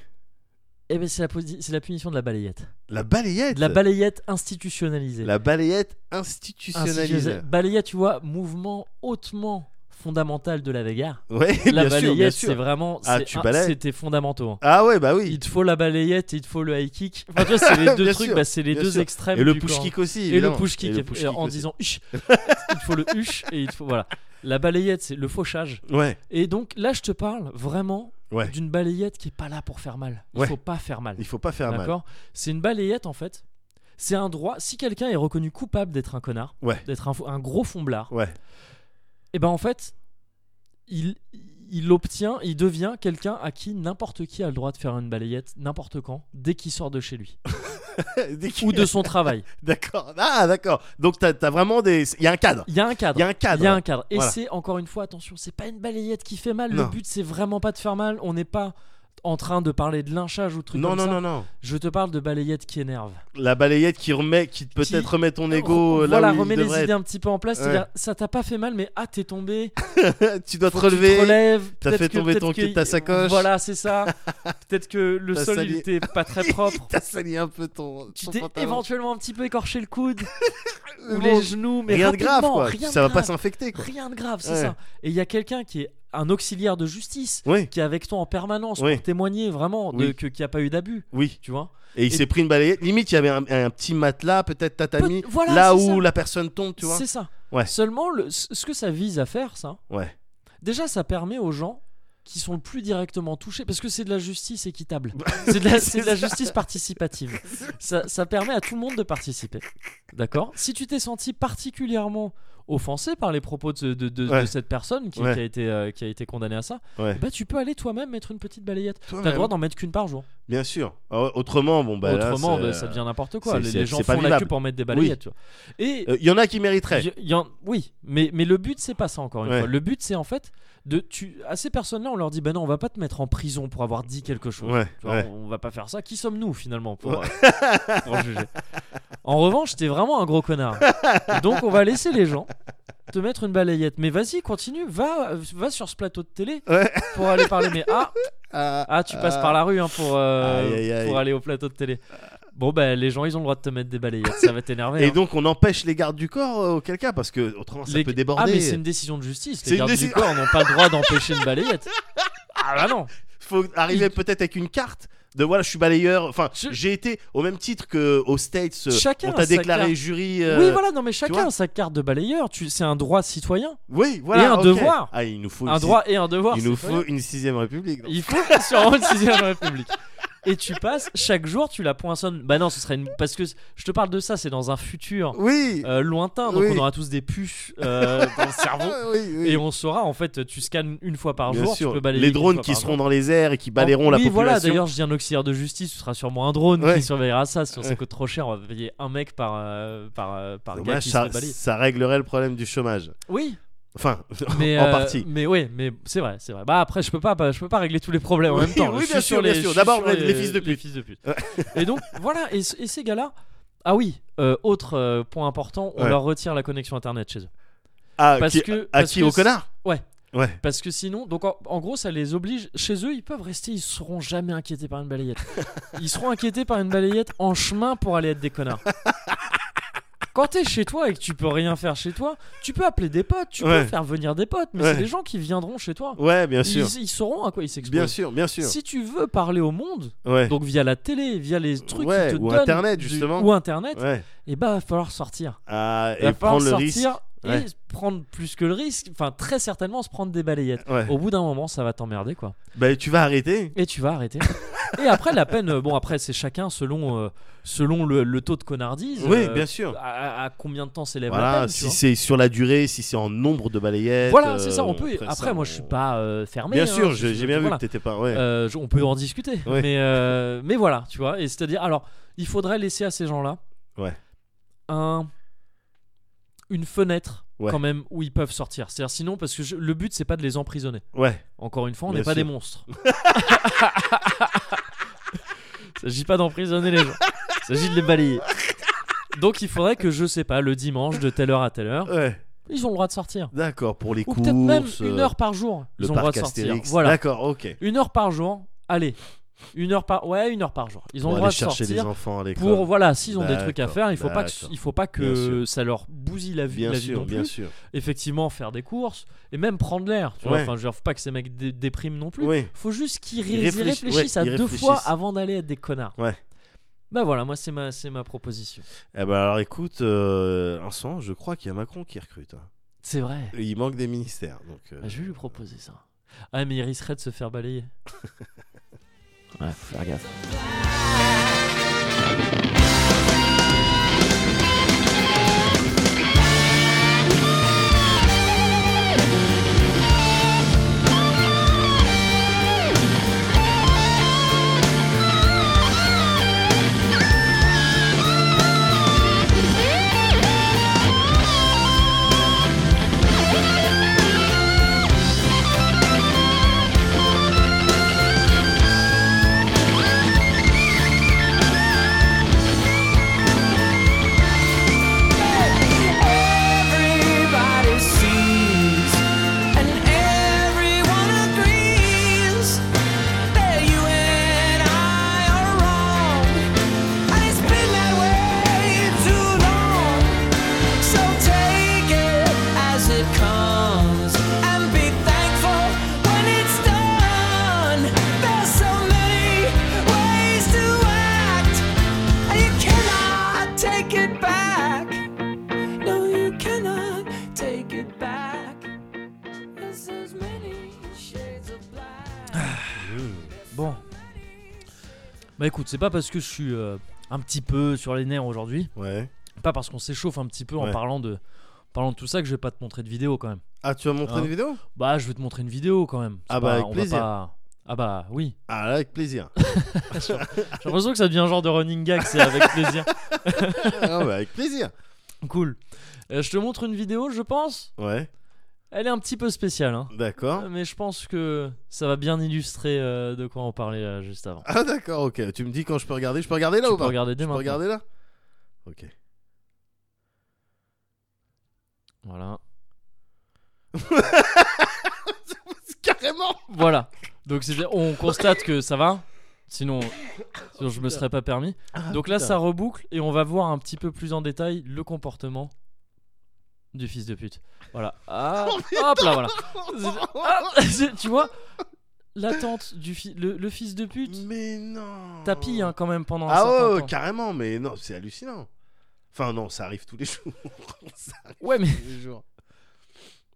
S1: Et ben c'est la, posi- c'est la punition de la balayette,
S2: La balayette.
S1: de la balayette institutionnalisée.
S2: euh, La balayette
S1: Institutionnalisée.
S2: institutionnalisée.
S1: Balayette, tu vois, mouvement hautement fondamental de la Vega.
S2: Ouais,
S1: La
S2: bien sûr, bien
S1: balayette, c'est
S2: sûr.
S1: vraiment,
S2: Ah,
S1: c'est
S2: tu
S1: un-
S2: balayes.
S1: c'était fondamental.
S2: Ah ouais, bah oui.
S1: Il te faut la balayette, et il te faut le high kick. Enfin, tu vois, c'est les deux
S2: Bien
S1: trucs,
S2: sûr,
S1: bah, c'est les
S2: bien
S1: deux
S2: sûr.
S1: extrêmes.
S2: Et le
S1: du
S2: push
S1: corps.
S2: kick aussi.
S1: et le
S2: évidemment.
S1: push kick,
S2: le
S1: et-
S2: push
S1: et en
S2: aussi.
S1: disant huch il faut le huch et il faut voilà la balayette c'est le fauchage
S2: Ouais,
S1: et donc là je te parle vraiment
S2: ouais.
S1: d'une balayette qui est pas là pour faire mal il
S2: Ouais.
S1: faut pas faire mal
S2: Il faut pas faire mal.
S1: d'accord c'est une balayette en fait c'est un droit si quelqu'un est reconnu coupable d'être un connard
S2: Ouais.
S1: d'être un, fou- un gros fomblard
S2: Ouais,
S1: et ben en fait il il obtient, il devient quelqu'un à qui n'importe qui a le droit de faire une balayette n'importe quand, dès qu'il sort de chez lui
S2: Dès qu'il-
S1: ou de son travail.
S2: D'accord. Ah, d'accord. Donc, t'as as vraiment des. Il y a un cadre.
S1: Il y a un cadre.
S2: Il y a un cadre.
S1: Il y a un cadre. Et
S2: Voilà.
S1: c'est encore une fois, attention, c'est pas une balayette qui fait mal.
S2: Non.
S1: Le but, c'est vraiment pas de faire mal. On n'est pas en train de parler de lynchage ou truc
S2: Non,
S1: comme
S2: non,
S1: ça.
S2: non, non.
S1: Je te parle de balayette qui énerve.
S2: La balayette qui remet, qui peut-être
S1: Qui- oh,
S2: remet ton ego euh, là
S1: voilà,
S2: où il
S1: remets les
S2: devrait
S1: idées un petit peu en place.
S2: Ouais.
S1: c'est-à-dire, Ça t'a pas fait mal, mais ah, t'es tombé.
S2: être. tu dois te
S1: Faut que tu te
S2: relever.
S1: relèves.
S2: T'as
S1: peut-être
S2: fait
S1: que-
S2: tomber
S1: peut-être
S2: ton
S1: que-
S2: kit de ta sacoche.
S1: Voilà, c'est ça. peut-être que le
S2: T'as
S1: sol, il
S2: sali-
S1: était pas très propre.
S2: T'as sali un peu ton.
S1: Tu
S2: ton
S1: t'es
S2: pantalon.
S1: éventuellement un petit peu écorché le coude
S2: Mais
S1: ou
S2: bon,
S1: les genoux, mais
S2: Rien de grave,
S1: rapidement,
S2: quoi.
S1: rien de
S2: Ça va pas
S1: grave.
S2: s'infecter, quoi.
S1: Rien de grave, c'est
S2: Ouais.
S1: ça. Et il y a quelqu'un qui est un auxiliaire de justice
S2: Oui,
S1: qui est avec toi en permanence
S2: Oui.
S1: pour témoigner vraiment de
S2: Oui.
S1: que qu'il n'y a pas eu d'abus,
S2: oui.
S1: tu vois.
S2: Et il
S1: Et-
S2: s'est pris une balayette. Limite, il y avait un, un petit matelas, peut-être tatami,
S1: Peut- voilà,
S2: là
S1: c'est
S2: où
S1: ça.
S2: la personne tombe, tu vois.
S1: C'est ça.
S2: Ouais.
S1: Seulement, le- ce ce que ça vise à faire, ça,
S2: Ouais.
S1: déjà, ça permet aux gens qui sont le plus directement touchés, parce que c'est de la justice équitable,
S2: Bah,
S1: c'est de la, c'est de la justice participative. Ça, ça permet à tout le monde de participer. D'accord Si tu t'es senti particulièrement offensé par les propos de, de- de- de
S2: Ouais.
S1: cette personne qui,
S2: Ouais.
S1: qui a été, euh, qui a été condamnée à ça,
S2: Ouais.
S1: bah, tu peux aller toi-même mettre une petite balayette. T'as le
S2: Toi-même.
S1: droit d'en mettre qu'une par jour.
S2: Bien sûr. Alors, Autrement, bon, bah. là,
S1: Autrement,
S2: c'est-
S1: bah, ça devient n'importe quoi.
S2: c'est-
S1: Les,
S2: c'est-
S1: les gens
S2: c'est pas
S1: font la
S2: vivable.
S1: queue pour mettre des balayettes. tu vois. Et
S2: Euh, Il y en a qui mériteraient.
S1: y- y en- oui, mais, mais le but, c'est pas ça encore une
S2: Ouais.
S1: fois. Le but, c'est en fait de. Tu, à ces personnes-là, on leur dit ben non, on va pas te mettre en prison pour avoir dit quelque chose.
S2: Ouais,
S1: Tu vois,
S2: ouais.
S1: On va pas faire ça. Qui sommes-nous finalement pour, euh, pour juger En revanche, t'es vraiment un gros connard. Donc, on va laisser les gens te mettre une balayette. Mais vas-y, continue, va, euh, va sur ce plateau de télé
S2: Ouais.
S1: pour aller parler. Mais ah,
S2: Ah,
S1: ah, tu passes
S2: ah.
S1: par la rue hein, pour, euh,
S2: Aïe, aïe, aïe.
S1: pour aller au plateau de télé. Bon, bah, les gens, ils ont le droit de te mettre des balayettes. Ça va t'énerver.
S2: Et
S1: hein.
S2: donc on empêche les gardes du corps euh, auquel cas parce que autrement ça
S1: Les-
S2: peut
S1: Ah,
S2: déborder.
S1: mais c'est une décision de justice.
S2: C'est
S1: Les
S2: une
S1: gardes du
S2: décision-
S1: corps n'ont pas le droit d'empêcher une balayette. Ah, bah non.
S2: Faut arriver peut-être avec une carte de voilà je suis balayeur. Enfin
S1: Je-
S2: j'ai été au même titre que aux States. euh,
S1: Chacun
S2: on
S1: a
S2: t'a
S1: sa
S2: déclaré
S1: carte.
S2: jury. euh,
S1: Oui, voilà, non, mais chacun
S2: vois
S1: a sa carte de balayeur. Tu... C'est un droit citoyen.
S2: oui, voilà,
S1: Et un
S2: ok.
S1: devoir.
S2: Ah il nous faut
S1: un
S2: une
S1: droit et un devoir.
S2: sixi- Il nous
S1: citoyen.
S2: faut une sixième république. non
S1: Il faut sûrement une sixième république. Et tu passes, chaque jour, tu la poinçonnes. Bah non, ce serait une. Parce que je te parle de ça, c'est dans un futur
S2: Oui.
S1: euh, lointain. Donc,
S2: Oui.
S1: on aura tous des puces euh, dans le cerveau.
S2: Ah, oui, oui.
S1: Et on saura, en fait, tu scannes une fois par
S2: Bien
S1: jour,
S2: sûr.
S1: tu peux balayer.
S2: les
S1: une
S2: drones
S1: fois
S2: qui
S1: par
S2: seront
S1: jour.
S2: dans les airs et qui balayeront la
S1: oui,
S2: population.
S1: voilà, d'ailleurs, je dis un auxiliaire de justice, ce sera sûrement un drone
S2: Ouais.
S1: qui surveillera ça. Si on sait
S2: Ouais.
S1: que trop cher, on va payer un mec par, euh, par, euh, par gars
S2: Dommage,
S1: qui
S2: ça,
S1: se fait balayer.
S2: ça réglerait le problème du chômage.
S1: Oui,
S2: Enfin,
S1: mais,
S2: en
S1: euh,
S2: partie.
S1: Mais oui, mais c'est vrai, c'est vrai. Bah après, je peux pas, bah, je peux pas régler tous les problèmes en
S2: Oui,
S1: même temps.
S2: oui,
S1: Je suis
S2: bien
S1: sur
S2: sûr, bien
S1: les-
S2: sûr.
S1: je suis
S2: D'abord,
S1: sur
S2: les- les fils de pute.
S1: fils de pute. et donc voilà, et, ce- et ces gars-là, ah oui, euh, autre euh, point important, on
S2: Ouais.
S1: leur retire la connexion internet chez eux.
S2: Ah,
S1: Parce
S2: qui-
S1: que
S2: à
S1: parce
S2: qui
S1: que
S2: au
S1: c'est-
S2: connard
S1: Ouais.
S2: Ouais.
S1: Parce que sinon, donc en, en gros, ça les oblige. Chez eux, ils peuvent rester, ils seront jamais inquiétés par une balayette. Ils seront inquiétés par une balayette en chemin pour aller être des connards. Quand t'es chez toi et que tu peux rien faire chez toi, tu peux appeler des potes, tu
S2: Ouais.
S1: peux faire venir des potes, mais
S2: Ouais.
S1: c'est des gens qui viendront chez toi.
S2: Ouais, bien sûr.
S1: Ils, ils sauront à quoi ils s'exposent.
S2: Bien sûr, bien sûr.
S1: Si tu veux parler au monde,
S2: Ouais.
S1: donc via la télé, via les trucs
S2: Ouais,
S1: qui te
S2: ou
S1: donnent
S2: Internet,
S1: du-
S2: justement.
S1: ou internet,
S2: Ouais.
S1: et bah va falloir sortir.
S2: Ah,
S1: va
S2: et
S1: falloir
S2: prendre le risque.
S1: sortir
S2: Ouais.
S1: et prendre plus que le risque, enfin très certainement se prendre des balayettes.
S2: Ouais.
S1: Au bout d'un moment, ça va t'emmerder quoi.
S2: Bah, tu vas arrêter.
S1: Et tu vas arrêter. et après la peine, euh, bon après c'est chacun selon euh, selon le, le taux de connardise.
S2: Oui,
S1: euh,
S2: bien sûr.
S1: à, à- à combien de temps s'élève la
S2: Voilà,
S1: peine, tu
S2: si
S1: vois.
S2: c'est sur la durée, si c'est en nombre de balayettes.
S1: Voilà,
S2: euh,
S1: c'est ça. On peut. Après,
S2: ça,
S1: moi,
S2: on-
S1: je suis pas euh, fermé.
S2: Bien
S1: hein,
S2: sûr,
S1: je-
S2: j'ai j'ai bien
S1: voilà.
S2: vu que t'étais pas. Ouais.
S1: Euh, je- on peut en discuter.
S2: Ouais.
S1: Mais, euh, mais voilà, tu vois. Et c'est-à-dire, alors, il faudrait laisser à ces gens-là
S2: Ouais.
S1: un, une fenêtre
S2: Ouais.
S1: quand même où ils peuvent sortir. C'est-à-dire, sinon, parce que je- le but, c'est pas de les emprisonner.
S2: ouais.
S1: Encore une fois, on
S2: Bien
S1: n'est pas
S2: sûr.
S1: des monstres. Il s'agit pas d'emprisonner les gens. Il s'agit de les balayer. Donc, il faudrait que, je sais pas, le dimanche, de telle heure à telle heure,
S2: Ouais.
S1: ils ont le droit de sortir.
S2: D'accord, pour les
S1: Ou
S2: courses.
S1: peut-être même une
S2: euh,
S1: heure par jour.
S2: Le
S1: ils ont le droit
S2: parc
S1: de sortir.
S2: Astérix.
S1: Voilà.
S2: D'accord, ok.
S1: Une heure par jour, allez. Une heure par, ouais, une heure par jour. Ils ont
S2: Pour
S1: le droit
S2: aller
S1: de
S2: chercher les
S1: sortir
S2: enfants à l'école.
S1: pour, voilà, s'ils ont des trucs à
S2: D'accord,
S1: faire, il faut pas que,
S2: d'accord.
S1: il faut pas
S2: Bien
S1: que
S2: sûr.
S1: ça leur bousille la vie,
S2: Bien
S1: la vie
S2: sûr,
S1: non
S2: bien
S1: plus.
S2: sûr.
S1: Effectivement, faire des courses et même prendre l'air. Tu vois,
S2: Ouais.
S1: enfin, je veux dire, faut pas que ces mecs dé- dépriment non plus.
S2: Oui.
S1: Faut juste qu'ils
S2: Ils
S1: ré- ils
S2: réfléchissent-
S1: réfléchissent
S2: ouais,
S1: à
S2: ils
S1: deux fois
S2: réfléchissent.
S1: avant d'aller être des connards.
S2: Ouais.
S1: Bah voilà, moi c'est ma, c'est ma proposition.
S2: Eh ben alors écoute, euh, en ce moment, je crois qu'il y a Macron qui recrute. hein.
S1: C'est vrai.
S2: Et Il manque des ministères. Donc, euh,
S1: Bah, je vais lui proposer ça. Ah mais il risquerait de se faire balayer. ouais, faut faire gaffe.
S3: Everybody sees and everyone agrees that you and I are wrong. And it's been that way too long. So take it as it comes and be thankful when it's done. There's so many ways to act, and you cannot take it back. No, you cannot take it back. Yes, there's many shades of black.
S1: Bon. Bah écoute, c'est pas parce que je suis euh, un petit peu sur les nerfs aujourd'hui,
S2: Ouais.
S1: pas parce qu'on s'échauffe un petit peu en
S2: Ouais.
S1: parlant de en parlant de tout ça que je vais pas te montrer de vidéo quand même.
S2: Ah, tu vas montrer
S1: Hein
S2: des vidéos
S1: Bah, je vais te montrer une vidéo quand même. C'est
S2: Ah bah,
S1: pas-
S2: avec
S1: on va
S2: plaisir.
S1: pas- Ah bah oui.
S2: Ah, là, avec plaisir.
S1: J'ai l'impression que ça devient un genre de running gag, c'est avec plaisir.
S2: ah, bah, avec plaisir.
S1: cool. Euh, je te montre une vidéo, je pense.
S2: Ouais,
S1: Elle est un petit peu spéciale hein.
S2: d'accord.
S1: Mais je pense que ça va bien illustrer euh, de quoi on parlait euh, juste avant.
S2: Ah, d'accord, ok. Tu me dis quand je peux regarder. Je peux regarder là
S1: Tu
S2: ou
S1: peux
S2: pas
S1: regarder dès
S2: Je peux
S1: maintenant.
S2: regarder là Ok.
S1: Voilà.
S2: Carrément
S1: Voilà. Donc c'est- on constate que ça va. Sinon, sinon je me serais pas permis. Donc là,
S2: Ah, putain.
S1: ça reboucle et on va voir un petit peu plus en détail le comportement du fils de pute. Voilà. Ah,
S2: Oh,
S1: hop là, voilà. Ah, C'est- tu vois, l'attente du fi- le, le fils de pute
S2: Mais non
S1: tapille hein, quand même pendant un
S2: Ah
S1: certain
S2: ouais, ouais,
S1: temps.
S2: carrément, mais non, c'est hallucinant. Enfin, non, ça arrive tous les jours. ça arrive
S1: Ouais, mais
S2: tous les jours.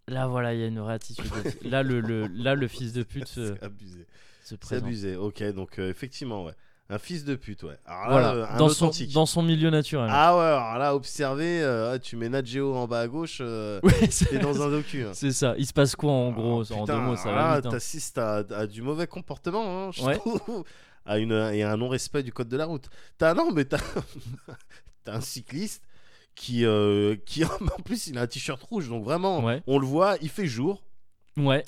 S1: là, voilà, il y a une vraie attitude. Là, le, le- là, le fils de pute se,
S2: C'est abusé.
S1: se
S2: C'est
S1: présente.
S2: abusé, ok. Donc, euh, effectivement, ouais. Un fils de pute, ouais. Alors là, euh,
S1: Voilà,
S2: un
S1: dans son,
S2: authentique.
S1: dans son milieu naturel.
S2: Ah ouais, alors là, observer, euh, ah, tu mets Nat Geo en bas à gauche, euh,
S1: Ouais, c'est-
S2: t'es dans un docu. hein.
S1: C'est ça, il se passe quoi en gros
S2: Ah,
S1: en
S2: putain,
S1: deux mots ça
S2: ah,
S1: va vite, hein.
S2: T'assistes à, à du mauvais comportement, hein, je
S1: Ouais.
S2: trouve. À une, et à un non-respect du code de la route. T'as, non, mais t'as, t'as un cycliste qui, euh, qui, en plus, il a un t-shirt rouge, donc vraiment,
S1: Ouais.
S2: on le voit, il fait jour,
S1: Ouais,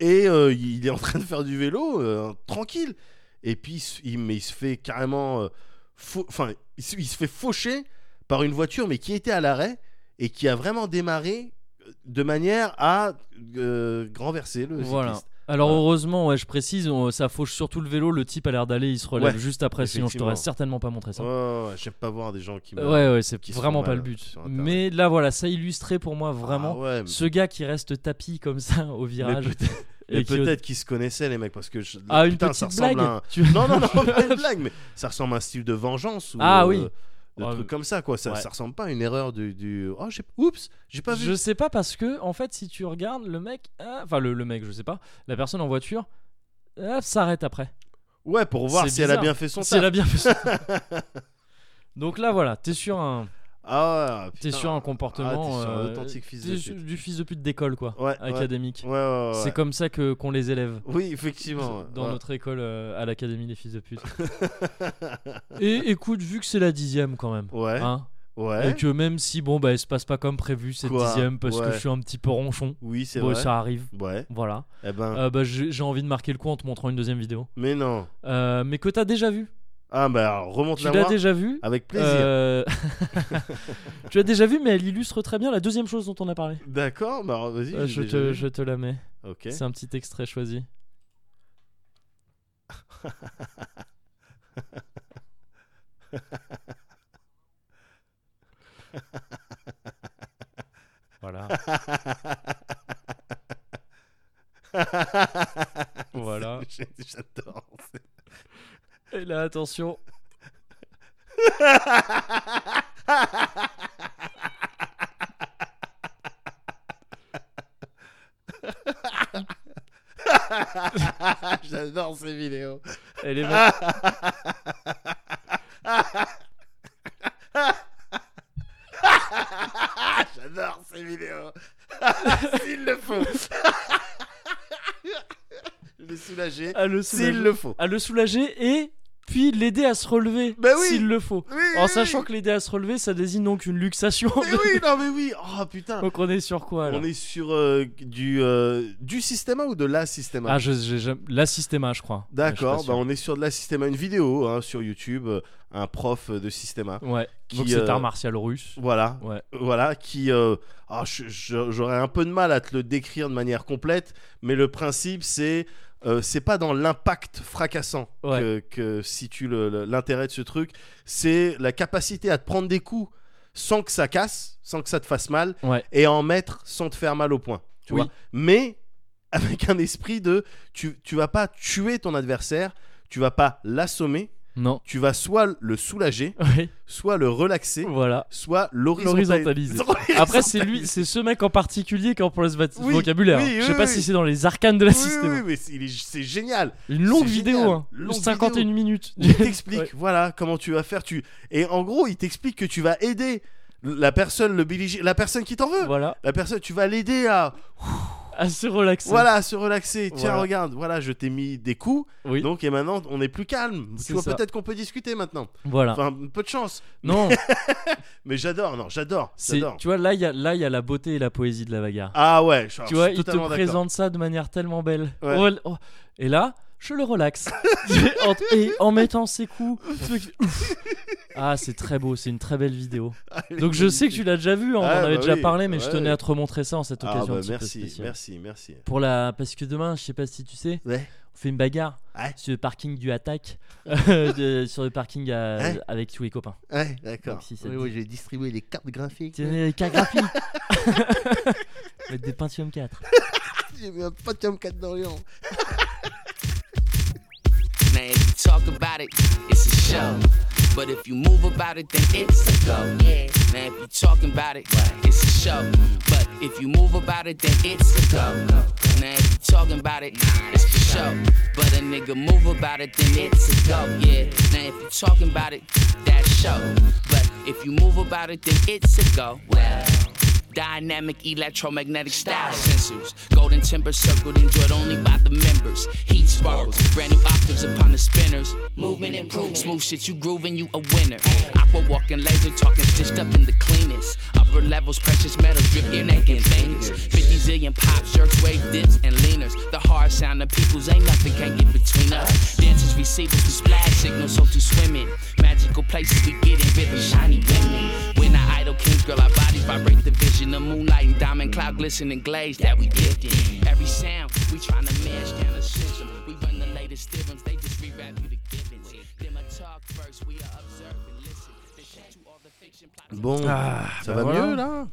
S2: et euh, il est en train de faire du vélo, euh, tranquille. Et puis, il se- il, mais il se fait carrément. euh, fau- Enfin, il, se- il se fait faucher par une voiture, mais qui était à l'arrêt et qui a vraiment démarré euh, de manière à euh, renverser le
S1: Voilà.
S2: cycliste.
S1: Alors
S2: Ouais.
S1: heureusement, ouais, je précise, on- ça fauche surtout le vélo. Le type a l'air d'aller, il se relève
S2: Ouais,
S1: juste après, sinon je t'aurais
S2: effectivement.
S1: certainement pas montré ça.
S2: Ouais, ouais, ouais, j'aime pas voir des gens qui.
S1: Ouais,
S2: meurent.
S1: ouais, c'est
S2: qui se
S1: vraiment
S2: font
S1: pas
S2: mal,
S1: le but.
S2: sur Internet.
S1: Mais là, voilà, ça illustrait pour moi
S2: Ah
S1: vraiment
S2: ouais, mais-
S1: ce gars qui reste tapis comme ça au virage. et
S2: mais
S1: qui-
S2: peut-être qu'ils se connaissaient les mecs parce que. Je...
S1: Ah, une
S2: Putain, ça
S1: petite
S2: ressemble
S1: blague.
S2: à un-
S1: Tu-
S2: Non, non, non, pas une blague, mais ça ressemble à un style de vengeance ou.
S1: Ah oui.
S2: euh, De
S1: Ouais,
S2: trucs comme ça, quoi. Ça,
S1: ouais.
S2: ça ressemble pas à une erreur du. du... Oh, j'ai... oups, j'ai pas vu.
S1: Je sais pas parce que en fait, si tu regardes le mec, ah, enfin le, le mec, je sais pas, la personne en voiture ah, s'arrête après.
S2: Ouais, pour voir
S1: C'est
S2: si elle a
S1: bizarre.
S2: bien fait son
S1: Si elle
S2: taf.
S1: a bien fait ça. Donc là, voilà, t'es sur un,
S2: Ah, ouais,
S1: t'es
S2: putain.
S1: sur un
S2: Ah,
S1: comportement
S2: t'es sur un
S1: euh,
S2: authentique fils
S1: t'es
S2: de
S1: sur
S2: pute.
S1: du fils de pute d'école quoi,
S2: Ouais, ouais.
S1: académique.
S2: Ouais, ouais, ouais.
S1: C'est comme ça que qu'on les élève.
S2: Oui, effectivement. ouais.
S1: Dans
S2: Ouais.
S1: notre école euh, à l'académie des fils de pute. Et écoute, vu que c'est la dixième quand même,
S2: Ouais.
S1: hein,
S2: ouais.
S1: et que même si bon bah elle se passe pas comme prévu cette
S2: Quoi
S1: dixième parce que
S2: Ouais.
S1: je suis un petit peu ronchon,
S2: Oui, c'est
S1: bon,
S2: vrai.
S1: ça arrive,
S2: Ouais.
S1: voilà.
S2: Eh ben,
S1: Euh, bah, j'ai j'ai envie de marquer le coup en te montrant une deuxième vidéo.
S2: mais non.
S1: Euh, mais que t'as déjà vu.
S2: Ah, bah, alors, remonte
S1: Tu
S2: la
S1: l'as
S2: voir.
S1: déjà vu.
S2: Avec Ah, plaisir.
S1: Euh, tu l'as déjà vu, mais elle illustre très bien la deuxième chose dont on a parlé.
S2: D'accord, bah, alors, vas-y.
S1: Euh,
S2: j'ai
S1: je,
S2: déjà
S1: te,
S2: vu.
S1: je te la mets.
S2: Ok.
S1: C'est un petit extrait choisi. voilà.
S2: Ah,
S1: voilà.
S2: J'ai- J'adore. c'est-
S1: Et là, attention.
S2: J'adore ces vidéos.
S1: Elle est
S2: Ah,
S1: ma-
S2: J'adore ces vidéos. S'il le faut. le soulager.
S1: à le
S2: S'il
S1: soulager,
S2: le faut.
S1: à le soulager et puis l'aider à se relever
S2: Bah oui.
S1: s'il le faut.
S2: Oui, oui,
S1: En
S2: oui.
S1: sachant que l'aider à se relever, ça désigne donc une luxation.
S2: Mais oui, non, mais oui. Oh putain.
S1: Donc on est sur quoi là
S2: On est sur euh, du, euh, du Systema ou de la Systema
S1: Ah, je, j'ai jamais- la Systema, je crois. Mais je suis pas
S2: D'accord,
S1: sûr.
S2: bah, on est sur de la Systema, une vidéo hein, sur YouTube, euh, un prof de Systema.
S1: Ouais.
S2: qui,
S1: donc c'est
S2: euh,
S1: art martial russe.
S2: Voilà,
S1: Ouais.
S2: voilà, qui... euh, ah, je- je- J'aurais un peu de mal à te le décrire de manière complète, mais le principe c'est... euh, c'est pas dans l'impact fracassant
S1: Ouais.
S2: que, que situe le- le- l'intérêt de ce truc, c'est la capacité à te prendre des coups sans que ça casse, sans que ça te fasse mal,
S1: Ouais.
S2: et à en mettre sans te faire mal au point. Tu
S1: Oui.
S2: vois Mais avec un esprit de tu, tu vas pas tuer ton adversaire, tu vas pas l'assommer,
S1: Non.
S2: tu vas soit le soulager,
S1: Ouais.
S2: soit le relaxer,
S1: Voilà.
S2: soit l'horizontaliser.
S1: L'horizontaliser. Après, c'est lui, c'est ce mec en particulier qui emploie ce va- ce
S2: Oui,
S1: vocabulaire.
S2: oui,
S1: hein.
S2: oui,
S1: je sais pas
S2: oui.
S1: si c'est dans les arcanes de la
S2: Oui,
S1: Systema.
S2: oui, mais c'est il est- c'est génial.
S1: Une longue
S2: C'est
S1: vidéo,
S2: génial.
S1: hein.
S2: Longue
S1: 51
S2: vidéo.
S1: minutes.
S2: Il t'explique,
S1: Ouais.
S2: voilà, comment tu vas faire. Tu... Et en gros, il t'explique que tu vas aider la personne, le Billie Jean- la personne qui t'en veut.
S1: Voilà.
S2: La personne, tu vas l'aider à,
S1: Assez relaxé.
S2: voilà, à se relaxer. Tiens,
S1: Voilà.
S2: regarde, voilà, je t'ai mis des coups.
S1: Oui.
S2: Donc et maintenant on est plus calme.
S1: C'est
S2: Tu vois
S1: ça. Ah.
S2: peut-être qu'on peut discuter maintenant.
S1: voilà.
S2: Enfin peu de chance.
S1: non.
S2: Mais j'adore, non j'adore,
S1: C'est,
S2: j'adore.
S1: tu vois, là, il y a, là, il y a la beauté et la poésie de la bagarre.
S2: Ah ouais, je, alors,
S1: tu
S2: je
S1: vois,
S2: suis
S1: il te
S2: totalement d'accord.
S1: présente ça de manière tellement belle.
S2: Ouais.
S1: Oh, oh. Et là, je le relaxe. En- et en mettant ses coups. ce qui- Ouf. Ah, c'est très beau, c'est une très belle vidéo.
S2: Allez,
S1: Donc je sais que tu l'as déjà vu, hein, on en
S2: Ah,
S1: avait
S2: bah
S1: déjà
S2: oui,
S1: parlé, mais je
S2: ouais.
S1: tenais à te remontrer ça en cette
S2: Ah,
S1: occasion.
S2: bah,
S1: un petit peu
S2: merci,
S1: spéciale.
S2: merci, merci.
S1: Pour la... Parce que demain, je sais pas si tu sais,
S2: Ouais.
S1: on fait une bagarre
S2: Ouais.
S1: sur le parking du attaque, de- sur le parking à-
S2: Ouais.
S1: avec tous les copains.
S2: Ouais, d'accord.
S1: Donc, si ça te dit.
S2: j'ai distribué les cartes graphiques.
S1: Tenez, carte graphique Mettre des Pentium 4.
S2: J'ai mis un Pentium 4 d'Orient.
S3: Now, if you talk about it, it's a show. But if you move about it, then it's a go. Yeah. Now, if you talking about it, it's a show. But if you move about it, then it's a go. Now, if you talking about it, it's for show. But a nigga move about it, then it's a go. Yeah. Now, if you talking about it, that's show. But if you move about it, then it's a go. Well. Dynamic electromagnetic style sensors. Golden timber circled, enjoyed only by the members. Heat sparkles, brand new octaves upon the spinners. Movement improved. Smooth shit, you grooving, you a winner. Aqua walking, laser talking, stitched up in the cleanest. Upper levels, precious metals, drip your neck and things. 50 zillion pop shirts, wave dips, and leaners. The hard sound of peoples ain't nothing can get between us. Dancers, receivers, we splash signals, so to swim in. Magical places we get in, rhythm, shiny women. When I Idle kings, girl, our bodies vibrate the vision. The moonlight and diamond cloud glistening glaze that we gifted. Every sound, we tryna mash down a system. We run the latest theorems, they just rewrap you the givens. Them a talk first, we are observe and listen. Then cut you all the fiction plots.
S2: Bon,
S1: Ah,
S2: ça
S1: bah
S2: va
S1: voilà.
S2: mieux là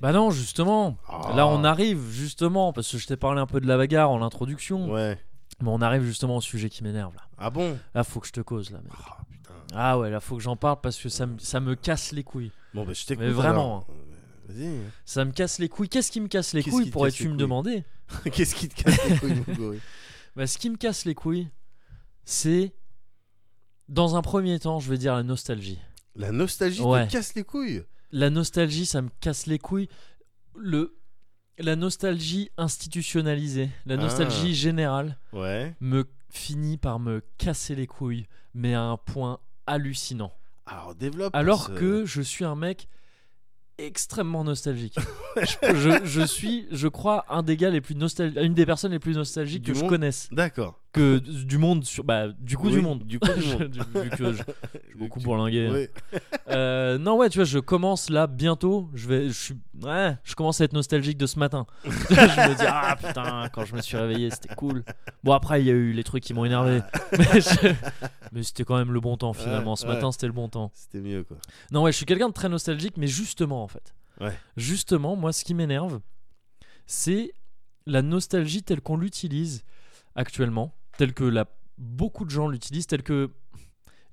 S1: Bah non, justement.
S2: Ah.
S1: Là, on arrive justement parce que je t'ai parlé un peu de la bagarre en introduction,
S2: Ouais.
S1: mais on arrive justement au sujet qui m'énerve là.
S2: Ah bon
S1: Là, faut que je te cause là. mec.
S2: Ah, putain.
S1: Ah ouais, là, faut que j'en parle parce que ça me, ça me casse les couilles.
S2: Bon, bah je t'écoute.
S1: Mais vraiment. hein.
S2: alors. Euh, Vas-y.
S1: Ça me casse les couilles. Qu'est-ce qui me casse les
S2: Qu'est-ce qui
S1: couilles
S2: te casse
S1: pourrais-tu
S2: les
S1: me
S2: couilles
S1: demander
S2: Qu'est-ce qui te casse les couilles, mon gorille
S1: Bah, ce qui me casse les couilles, c'est dans un premier temps, je vais dire la nostalgie.
S2: La nostalgie
S1: Ouais.
S2: te casse les couilles
S1: La nostalgie, ça me casse les couilles. Le la nostalgie institutionnalisée, la
S2: Ah.
S1: nostalgie générale
S2: Ouais.
S1: me finit par me casser les couilles, mais à un point hallucinant.
S2: Alors développe.
S1: Alors
S2: ce-
S1: que je suis un mec extrêmement nostalgique. je, je- je suis, je crois, un des gars les plus nostal- une des personnes les plus nostalgiques
S2: Du
S1: que
S2: monde.
S1: je connaisse,
S2: D'accord.
S1: que du monde sur, bah, du coup
S2: Oui,
S1: du monde.
S2: Du coup du monde.
S1: Je- vu que je- je suis beaucoup hein.
S2: Tu-
S1: bourlingué.
S2: Ouais.
S1: Euh, non ouais, tu vois, je commence là bientôt. Je vais, je suis, ouais, je commence à être nostalgique de ce matin. je me dis ah putain, quand je me suis réveillé, c'était cool. Bon après, il y a eu les trucs qui m'ont énervé, mais, je- mais c'était quand même le bon temps finalement.
S2: Ah. Ouais,
S1: ce
S2: ouais.
S1: matin, c'était le bon temps.
S2: C'était mieux quoi.
S1: Non ouais, je suis quelqu'un de très nostalgique, mais justement en fait,
S2: Ouais.
S1: justement, moi, ce qui m'énerve, c'est la nostalgie telle qu'on l'utilise actuellement, telle que la beaucoup de gens l'utilisent, telle que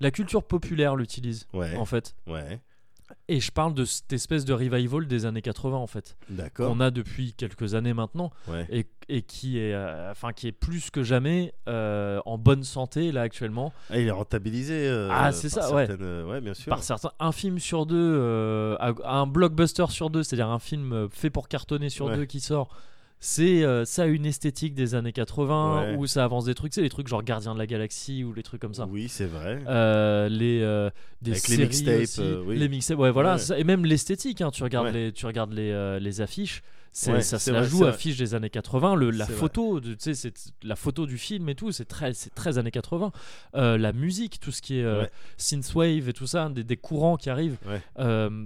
S1: la culture populaire l'utilise
S2: Ouais.
S1: en fait.
S2: Ouais.
S1: Et je parle de cette espèce de revival des années 80 en fait,
S2: D'accord.
S1: qu'on a depuis quelques années maintenant,
S2: Ouais.
S1: et, et qui est, euh, enfin qui est plus que jamais euh, en bonne santé là actuellement.
S2: Ah, il est rentabilisé. euh,
S1: Ah, c'est
S2: par
S1: ça, ouais.
S2: certaines, euh, Ouais, bien sûr.
S1: Par certains, un film sur deux, euh, à- à un blockbuster sur deux, c'est-à-dire un film euh, fait pour cartonner sur
S2: Ouais.
S1: deux qui sort. C'est euh, ça a une esthétique des années 80
S2: Ouais.
S1: où ça avance des trucs, c'est les trucs genre Gardien de la Galaxie ou les trucs comme ça.
S2: Oui, c'est vrai.
S1: Euh, les euh, des
S2: Avec les
S1: séries
S2: mixtapes,
S1: aussi,
S2: euh, oui.
S1: les mixtapes ouais voilà
S2: Ouais.
S1: c'est ça. et même l'esthétique hein, tu regardes
S2: Ouais.
S1: les tu regardes les, euh, les affiches c'est
S2: Ouais,
S1: ça
S2: c'est
S1: se la
S2: vrai, c'est
S1: joue
S2: vrai.
S1: affiche des années 80 le, la
S2: C'est vrai.
S1: photo de- tu sais c'est la photo du film et tout c'est très c'est très années 80 Euh, la musique tout ce qui est euh,
S2: Ouais.
S1: synthwave et tout ça des, des courants qui arrivent
S2: Ouais.
S1: Euh,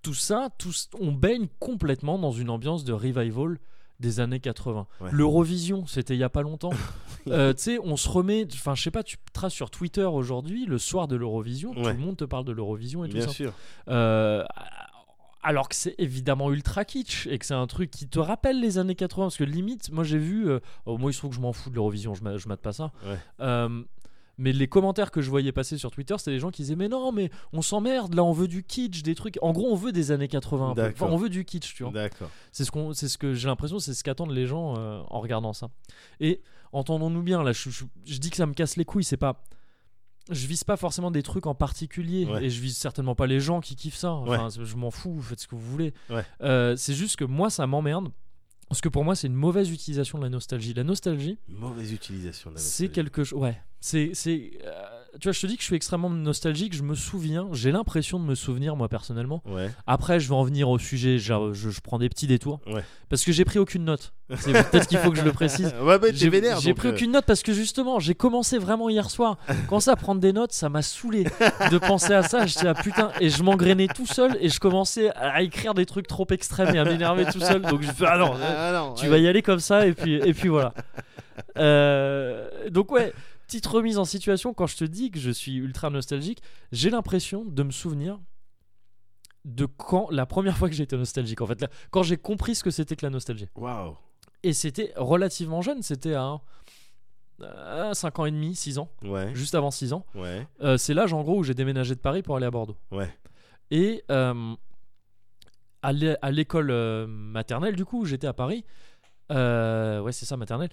S1: tout ça tout, ce- on baigne complètement dans une ambiance de revival des années 80
S2: Ouais.
S1: l'Eurovision c'était il y a pas longtemps euh, tu sais, on se remet. Enfin, je sais pas, tu traces sur Twitter aujourd'hui, le soir de l'Eurovision, tout
S2: Ouais.
S1: le monde te parle de l'Eurovision et tout
S2: bien
S1: ça.
S2: sûr.
S1: Euh, alors que c'est évidemment ultra kitsch et que c'est un truc qui te rappelle les années 80. Parce que limite, moi j'ai vu. euh, oh, moi, il se trouve que je m'en fous de l'Eurovision, je, m'a- je mate pas ça.
S2: Ouais.
S1: Euh, mais les commentaires que je voyais passer sur Twitter, c'était des gens qui disaient Mais non, mais on s'emmerde, là on veut du kitsch, des trucs. En gros, on veut des années 80. un peu. Enfin,
S2: D'accord.
S1: on veut du kitsch, tu vois.
S2: D'accord.
S1: C'est ce, qu'on, c'est ce que j'ai l'impression, c'est ce qu'attendent les gens euh, en regardant ça. Et entendons-nous bien, là, je, je- je dis que ça me casse les couilles, c'est pas. Je vise pas forcément des trucs en particulier
S2: Ouais.
S1: et je vise certainement pas les gens qui kiffent ça. Enfin, c'est- je m'en fous, faites ce que vous voulez.
S2: Ouais.
S1: Euh, c'est juste que moi, ça m'emmerde parce que pour moi, c'est une mauvaise utilisation de la nostalgie. La nostalgie,
S2: Mauvaise utilisation. de la
S1: c'est
S2: nostalgie.
S1: quelque chose. Ouais. C'est. c'est euh, tu vois, je te dis que je suis extrêmement nostalgique, je me souviens, j'ai l'impression de me souvenir, moi personnellement,
S2: Ouais.
S1: après, je vais en venir au sujet. genre, je, je prends des petits détours.
S2: Ouais.
S1: Parce que j'ai pris aucune note. C'est peut-être qu'il faut que je le précise.
S2: Ouais, bah, t'es
S1: J'ai
S2: vénère.
S1: j'ai
S2: donc,
S1: pris
S2: euh,
S1: aucune note parce que justement, j'ai commencé vraiment hier soir. Quand ça, prendre des notes, ça m'a saoulé de penser à ça. J'étais à putain, et je m'engrainais tout seul et je commençais à écrire des trucs trop extrêmes et à m'énerver tout seul. Donc je fais ah non,
S2: Ah, non,
S1: tu
S2: ouais.
S1: vas y aller comme ça et puis et puis voilà. Euh, donc ouais, petite remise en situation quand je te dis que je suis ultra nostalgique, j'ai l'impression de me souvenir de quand la première fois que j'ai été nostalgique en fait, là, quand j'ai compris ce que c'était que la nostalgie.
S2: Waouh.
S1: Et c'était relativement jeune, c'était à 5 ans et demi, 6 ans,
S2: Ouais.
S1: juste avant 6 ans.
S2: Ouais.
S1: Euh, c'est l'âge en gros où j'ai déménagé de Paris pour aller à Bordeaux.
S2: Ouais.
S1: Et euh, à l'é- à l'école euh, maternelle, du coup, où j'étais à Paris, euh, ouais, c'est ça, maternelle,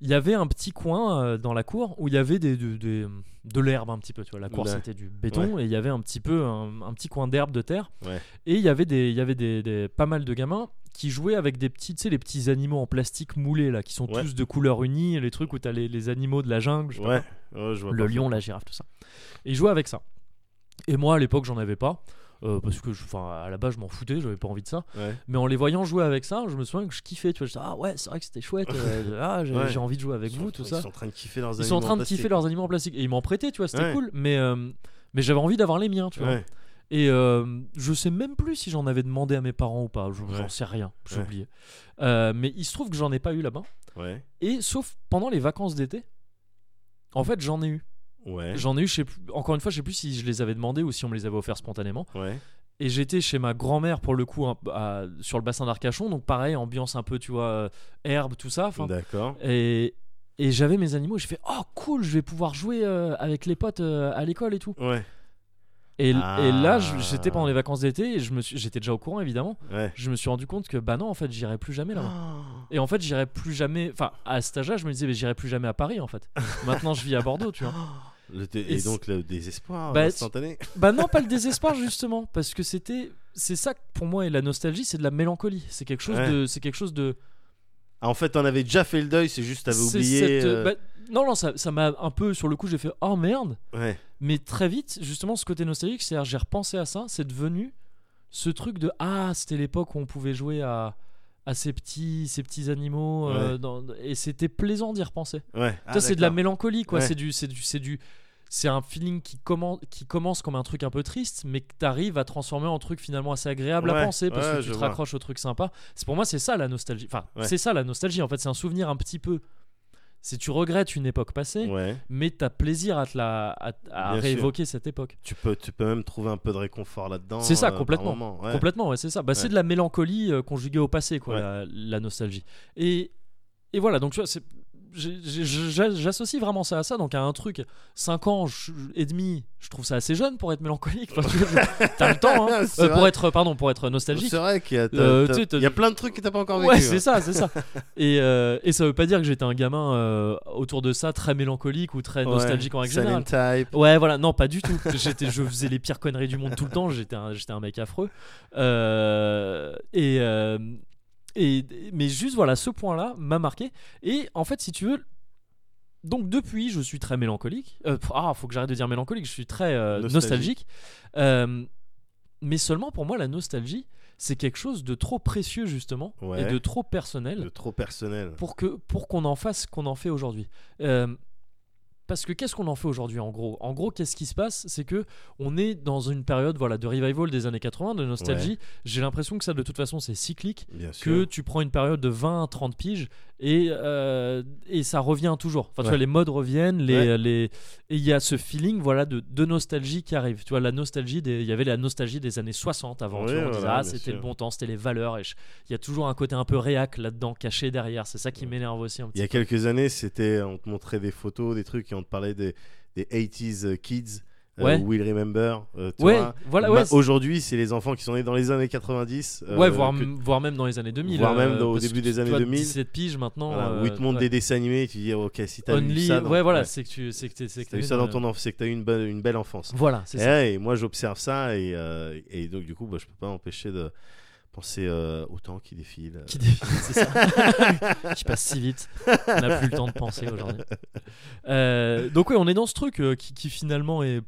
S1: il y avait un petit coin euh, dans la cour où il y avait des, des- des- de l'herbe un petit peu, tu vois. La cour,
S2: Ouais.
S1: c'était du béton et il y avait un petit peu un, un petit coin d'herbe de terre.
S2: Ouais.
S1: Et il y avait, des, il y avait des, des- pas mal de gamins qui jouaient avec des petits, tu sais, les petits animaux en plastique moulés, là, qui sont
S2: Ouais.
S1: tous de couleur unie, les trucs où t'as les, les animaux de la jungle, je sais pas
S2: Ouais. Oh, je vois
S1: le
S2: pas.
S1: lion, la girafe, tout ça. Et il jouait avec ça. Et moi, à l'époque, j'en avais pas. euh, parce que, je- enfin, à la base, je m'en foutais, j'avais pas envie de ça.
S2: Ouais.
S1: Mais en les voyant jouer avec ça, je me souviens que je kiffais. Tu vois, je disais, ah ouais, c'est vrai que c'était chouette. euh, ah, j'ai
S2: Ouais.
S1: j'ai envie de jouer avec
S2: Ils
S1: vous,
S2: sont-
S1: tout
S2: ils
S1: ça.
S2: sont en train de kiffer leurs
S1: Ils sont en
S2: aliments
S1: train de
S2: plastiques.
S1: kiffer leurs aliments en plastique. Et ils m'en prêtaient, tu vois, c'était
S2: Ouais.
S1: cool. Mais, euh, mais j'avais envie d'avoir les miens, tu vois.
S2: Ouais.
S1: Et euh, je sais même plus si j'en avais demandé à mes parents ou pas. J'en
S2: Ouais.
S1: sais rien, j'ai
S2: Ouais.
S1: oublié. Euh, mais il se trouve que j'en ai pas eu là-bas.
S2: Ouais.
S1: Et sauf pendant les vacances d'été, en fait, j'en ai eu.
S2: Ouais.
S1: J'en ai eu, je sais plus- encore une fois, je sais plus si je les avais demandés ou si on me les avait offerts spontanément.
S2: Ouais.
S1: Et j'étais chez ma grand-mère pour le coup un- à- sur le bassin d'Arcachon, donc pareil, ambiance un peu, tu vois, euh, herbe, tout ça. Enfin,
S2: D'accord.
S1: et et j'avais mes animaux, j'ai fait oh cool, je vais pouvoir jouer euh, avec les potes euh, à l'école et tout.
S2: Ouais.
S1: Et, et
S2: Ah.
S1: là, je- j'étais pendant les vacances d'été et je me suis- j'étais déjà au courant évidemment.
S2: Ouais.
S1: Je me suis rendu compte que bah non, en fait, j'irai plus jamais là-bas.
S2: Oh.
S1: Et en fait, j'irai plus jamais. Enfin, à cet âge-là, je me disais, mais j'irai plus jamais à Paris en fait. Maintenant, je vis à Bordeaux, tu vois.
S2: Le dé-
S1: Et
S2: et donc le désespoir
S1: Bah,
S2: instantané.
S1: Bah non, pas le désespoir justement, parce que c'était, c'est ça que pour moi et la nostalgie, c'est de la mélancolie. C'est quelque chose
S2: Ouais.
S1: de, c'est quelque chose de.
S2: Ah, en fait, t'en avais déjà fait le deuil, c'est juste t'avais
S1: c'est
S2: oublié.
S1: cette-
S2: euh,
S1: bah, non non, ça, ça m'a un peu sur le coup, j'ai fait oh merde,
S2: Ouais.
S1: mais très vite justement ce côté nostalgique, c'est-à-dire j'ai repensé à ça, c'est devenu ce truc de ah c'était l'époque où on pouvait jouer à à ces petits, ces petits animaux euh, dans- et c'était plaisant d'y repenser.
S2: Ouais. Ah,
S1: Ça, c'est de la
S2: d'accord.
S1: mélancolie, quoi.
S2: Ouais.
S1: C'est du, c'est du, c'est du, c'est un feeling qui commence, qui commence comme un truc un peu triste, mais que t'arrives à transformer en truc finalement assez agréable
S2: Ouais,
S1: à penser parce
S2: ouais,
S1: que tu
S2: je
S1: te
S2: vois.
S1: raccroches au truc sympa. C'est pour moi, c'est ça la nostalgie. Enfin,
S2: Ouais.
S1: c'est ça la nostalgie. En fait, c'est un souvenir un petit peu. C'est tu regrettes une époque passée,
S2: Ouais.
S1: mais t'as plaisir à te la, à, à
S2: Bien sûr.
S1: réévoquer cette époque.
S2: Tu peux, tu peux même trouver un peu de réconfort là-dedans. euh,
S1: C'est ça,
S2: par
S1: complètement.
S2: moment, ouais.
S1: Complètement, ouais, c'est ça. Bah, c'est
S2: Ouais.
S1: de la mélancolie euh, conjuguée au passé, quoi,
S2: Ouais.
S1: la, la nostalgie. Et, et voilà, donc tu vois, c'est- j'ai- j'ai- j'a- j'associe vraiment ça à ça, donc à un truc, 5 ans je- et demi, je trouve ça assez jeune pour être mélancolique. Enfin, tu vois, T'as le temps, hein,
S2: C'est
S1: euh, pour
S2: vrai.
S1: être, pardon, pour être nostalgique.
S2: C'est vrai qu'il y a, t'as-
S1: Euh,
S2: t'as-
S1: tu sais, t'as-
S2: il y a plein de trucs que t'as pas encore vécu.
S1: Ouais,
S2: hein.
S1: c'est ça, c'est ça. Et, euh, et ça veut pas dire que j'étais un gamin euh, autour de ça très mélancolique ou très
S2: Ouais.
S1: nostalgique en règle
S2: Silent
S1: générale.
S2: Type.
S1: Ouais, voilà, non, pas du tout. J'étais, je faisais les pires conneries du monde tout le temps. J'étais un, j'étais un mec affreux. Euh, et, euh, et mais juste voilà, ce point-là m'a marqué. Et en fait, si tu veux, donc depuis, je suis très mélancolique. Euh, pff, ah, faut que j'arrête de dire mélancolique. Je suis très euh, nostalgique.
S2: Nostalgique.
S1: Euh, mais seulement pour moi, la nostalgie, c'est quelque chose de trop précieux justement
S2: Ouais.
S1: et de trop personnel
S2: Le trop personnel.
S1: Euh, pour que pour qu'on en fasse ce qu'on en fait aujourd'hui. Euh, parce que qu'est-ce qu'on en fait aujourd'hui en gros En gros, qu'est-ce qui se passe C'est que on est dans une période voilà de revival des années 80, de nostalgie. J'ai l'impression que ça de toute façon c'est cyclique.
S2: Bien
S1: Que
S2: sûr.
S1: tu prends une période de 20 à 30 piges et, euh, et ça revient toujours. Enfin, tu
S2: Ouais.
S1: vois, les modes reviennent, les,
S2: Ouais.
S1: les, et il y a ce feeling voilà de, de nostalgie qui arrive. Tu vois, la nostalgie des, il y avait la nostalgie des années 60 avant. tu
S2: Ouais,
S1: vois, on disait,
S2: voilà,
S1: ah,
S2: bien
S1: c'était le
S2: sûr.
S1: bon temps, c'était les valeurs. Et je- il y a toujours un côté un peu réac là-dedans, caché derrière. C'est ça qui m'énerve aussi un
S2: Il
S1: petit
S2: y a quelques années, c'était on te montrait des photos, des trucs et on te parlait des, des 80s euh, kids. euh,
S1: Ouais.
S2: Will Remember. euh, tu
S1: peu. Ouais,
S2: vois.
S1: voilà,
S2: Ma-
S1: ouais. c'est-
S2: Aujourd'hui, c'est les enfants qui sont nés dans les années 90. euh,
S1: ouais, voire,
S2: que-
S1: m- voire même dans les années 2000.
S2: voire même dans- au
S1: parce
S2: début
S1: que
S2: des
S1: tu
S2: années
S1: vois,
S2: 2000.
S1: 17 piges maintenant.
S2: Voilà,
S1: euh,
S2: où ils te montrent
S1: ouais.
S2: des dessins animés et tu dis ok si t'as vu
S1: Only.
S2: ça dans-
S1: ouais, voilà,
S2: ouais,
S1: c'est que tu, c'est que t'es- c'est
S2: si
S1: que
S2: t'as vu
S1: t'es
S2: ça
S1: né
S2: dans Eh,
S1: dans-
S2: ton enfance c'est que t'as eu une bonne, une belle enfance
S1: Voilà, c'est
S2: et,
S1: ça.
S2: ouais, et moi j'observe ça et, euh, et donc du coup bah, je peux pas m'empêcher de penser euh, au temps qui défile euh,
S1: qui défile, c'est ça. qui passe si vite. On n'a plus le temps de penser aujourd'hui. Euh, donc oui, on est dans ce truc euh, qui, qui finalement est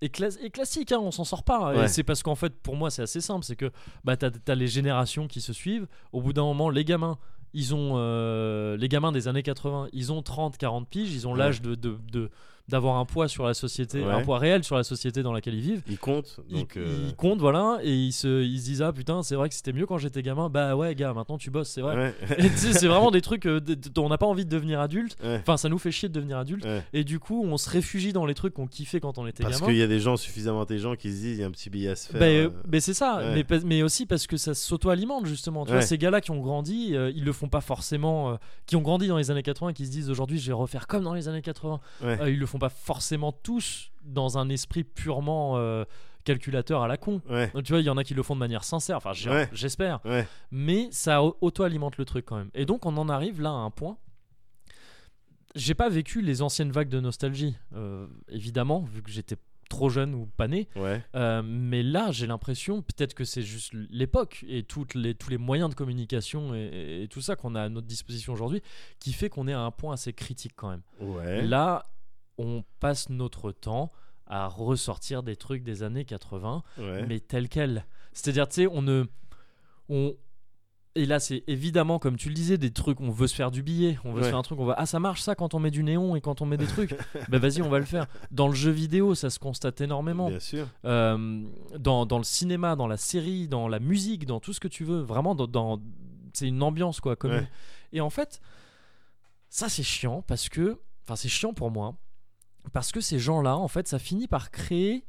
S1: est, cla- est classique, hein, on s'en sort pas. Et
S2: Ouais.
S1: c'est parce qu'en fait, pour moi, c'est assez simple, c'est que bah t'as as les générations qui se suivent. Au bout d'un moment, les gamins. Ils ont euh, les gamins des années 80, ils ont 30, 40 piges, ils ont
S2: Ouais.
S1: l'âge de de- de- d'avoir un poids sur la société, un
S2: Ouais.
S1: poids réel sur la société dans laquelle ils vivent.
S2: il compte
S1: Ils,
S2: donc euh,
S1: ils comptent, voilà, et ils se, ils se disent Ah putain, c'est vrai que c'était mieux quand j'étais gamin. Bah ouais, gars, maintenant tu bosses, c'est vrai.
S2: ouais.
S1: Et tu sais, c'est vraiment des trucs euh, d- d- dont on n'a pas envie de devenir adulte.
S2: Ouais.
S1: Enfin, ça nous fait chier de devenir adulte.
S2: Ouais.
S1: Et du coup, on se réfugie dans les trucs qu'on kiffait quand on était
S2: parce
S1: gamin.
S2: qu'il y a des gens suffisamment intelligents qui se disent il y a un petit billet à se faire
S1: Ben, euh,
S2: euh,
S1: ben, c'est ça,
S2: ouais.
S1: mais, pa- mais aussi parce que ça s'auto-alimente justement. Tu vois,
S2: Ouais.
S1: ces gars-là qui ont grandi, euh, ils le font pas forcément, euh, qui ont grandi dans les années 80, qui se disent aujourd'hui je vais refaire comme dans les années 80.
S2: Ouais.
S1: Euh, ils le font pas forcément tous dans un esprit purement euh, calculateur à la con.
S2: euh, ouais
S1: Donc, tu vois, il y en a qui le font de manière sincère, enfin j'ai-
S2: Ouais.
S1: j'espère,
S2: ouais
S1: mais ça au- auto-alimente le truc quand même. Et donc on en arrive là à un point. J'ai pas vécu les anciennes vagues de nostalgie, euh, évidemment, vu que j'étais trop jeune ou pas né.
S2: ouais
S1: Euh, mais là, j'ai l'impression, peut-être que c'est juste l'époque et toutes les, tous les moyens de communication et, et- et tout ça qu'on a à notre disposition aujourd'hui, qui fait qu'on est à un point assez critique quand même.
S2: ouais
S1: Là, on passe notre temps à ressortir des trucs des années 80
S2: ouais
S1: mais tel quel. C'est-à-dire, tu sais, on ne. On... Et là, c'est évidemment, comme tu le disais, des trucs, on veut se faire du billet, on veut se
S2: Ouais.
S1: faire un truc, on va, ah ça marche ça quand on met du néon et quand on met des trucs, bah vas-y, on va le faire. Dans le jeu vidéo, ça se constate énormément.
S2: Bien sûr.
S1: Euh, dans, dans le cinéma, dans la série, dans la musique, dans tout ce que tu veux. Vraiment, dans, dans- c'est une ambiance, quoi. Comme
S2: Ouais.
S1: Et en fait, ça, c'est chiant parce que. Enfin, c'est chiant pour moi. Parce que ces gens-là, en fait, ça finit par créer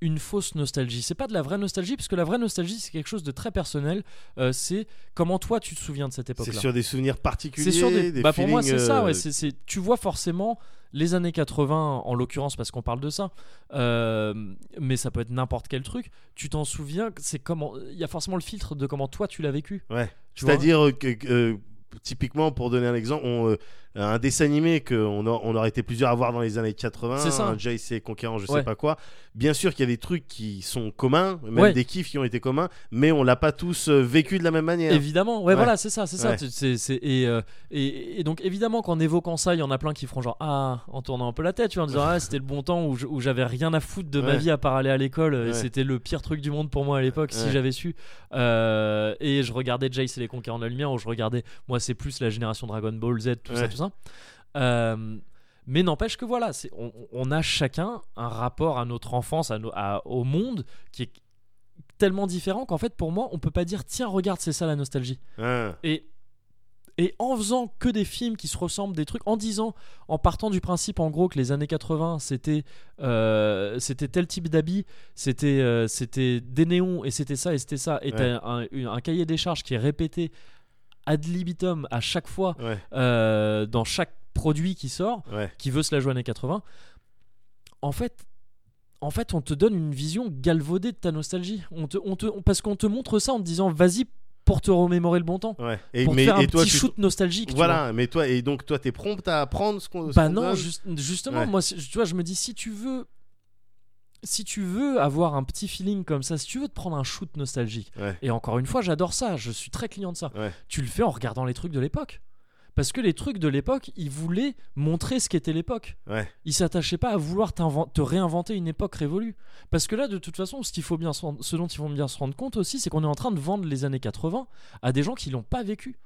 S1: une fausse nostalgie. C'est pas de la vraie nostalgie, parce que la vraie nostalgie, c'est quelque chose de très personnel. Euh, c'est comment toi, tu te souviens de cette
S2: C'est
S1: époque-là.
S2: sur des souvenirs particuliers. des
S1: bah, pour moi, c'est
S2: feelings,
S1: ça.
S2: euh,
S1: ouais, c'est- c'est- Tu vois forcément les années 80, en l'occurrence, parce qu'on parle de ça. euh, Mais ça peut être n'importe quel truc. Tu t'en souviens, c'est comment. Il y a forcément le filtre de comment toi, tu l'as vécu.
S2: Ouais.
S1: Tu vois
S2: C'est-à-dire euh, que, que, euh, typiquement, pour donner un exemple, on, euh, un dessin animé qu'on a- on aurait été plusieurs à voir dans les années 80,
S1: C'est ça.
S2: un JC Conquérant, je
S1: Ouais.
S2: sais pas quoi. Bien sûr qu'il y a des trucs qui sont communs, même
S1: Ouais.
S2: des kiffs qui ont été communs, mais on l'a pas tous euh, vécu de la même manière.
S1: Évidemment, ouais, voilà, c'est ça, c'est ça.
S2: Ouais.
S1: Tu- c'est- c'est- et, euh, et, et donc évidemment qu'en évoquant ça, il y en a plein qui feront genre ah en tournant un peu la tête, tu vois, en disant ah c'était le bon temps où je- où j'avais rien à foutre de ma
S2: Ouais.
S1: vie à part aller à l'école, et
S2: Ouais.
S1: c'était le pire truc du monde pour moi à l'époque si
S2: Ouais.
S1: j'avais su. Euh, et je regardais Jace et les Conquérants de la Lumière, où je regardais, moi c'est plus la génération Dragon Ball Z, tout ça,
S2: Ouais.
S1: tout ça. Euh, mais n'empêche que voilà, c'est- on, on a chacun un rapport à notre enfance, à, nos- à- au monde qui est tellement différent qu'en fait pour moi on peut pas dire tiens regarde c'est ça la nostalgie
S2: Hein.
S1: et et en faisant que des films qui se ressemblent des trucs en disant en partant du principe en gros que les années 80 c'était euh, c'était tel type d'habits c'était euh, c'était des néons et c'était ça et c'était ça et
S2: Ouais.
S1: t'as un, une- un cahier des charges qui est répété ad libitum à chaque fois
S2: Ouais,
S1: euh, dans chaque produit qui sort
S2: ouais.
S1: qui veut se la jouer années 80 en fait en fait on te donne une vision galvaudée de ta nostalgie on te, on te, on- parce qu'on te montre ça en te disant vas-y pour te remémorer le bon temps
S2: ouais. Et,
S1: pour te
S2: mais,
S1: faire un
S2: et toi,
S1: petit
S2: tu-
S1: shoot nostalgique tu vois.
S2: Voilà, mais toi, et donc toi, t'es prompt à apprendre ce qu'on. ce
S1: bah
S2: qu'on
S1: non
S2: donne
S1: juste- justement
S2: Ouais.
S1: moi c'est- tu vois je me dis si tu veux si tu veux avoir un petit feeling comme ça si tu veux te prendre un shoot nostalgique
S2: Ouais.
S1: et encore une fois j'adore ça je suis très client de ça
S2: Ouais.
S1: tu le fais en regardant les trucs de l'époque parce que les trucs de l'époque ils voulaient montrer ce qu'était l'époque
S2: Ouais,
S1: il s'attachait pas à vouloir t'inven- te réinventer une époque révolue. Parce que là, de toute façon, ce, qu'il faut bien se rendre- ce dont ils vont bien se rendre compte aussi, c'est qu'on est en train de vendre les années 80 à des gens qui l'ont pas vécu.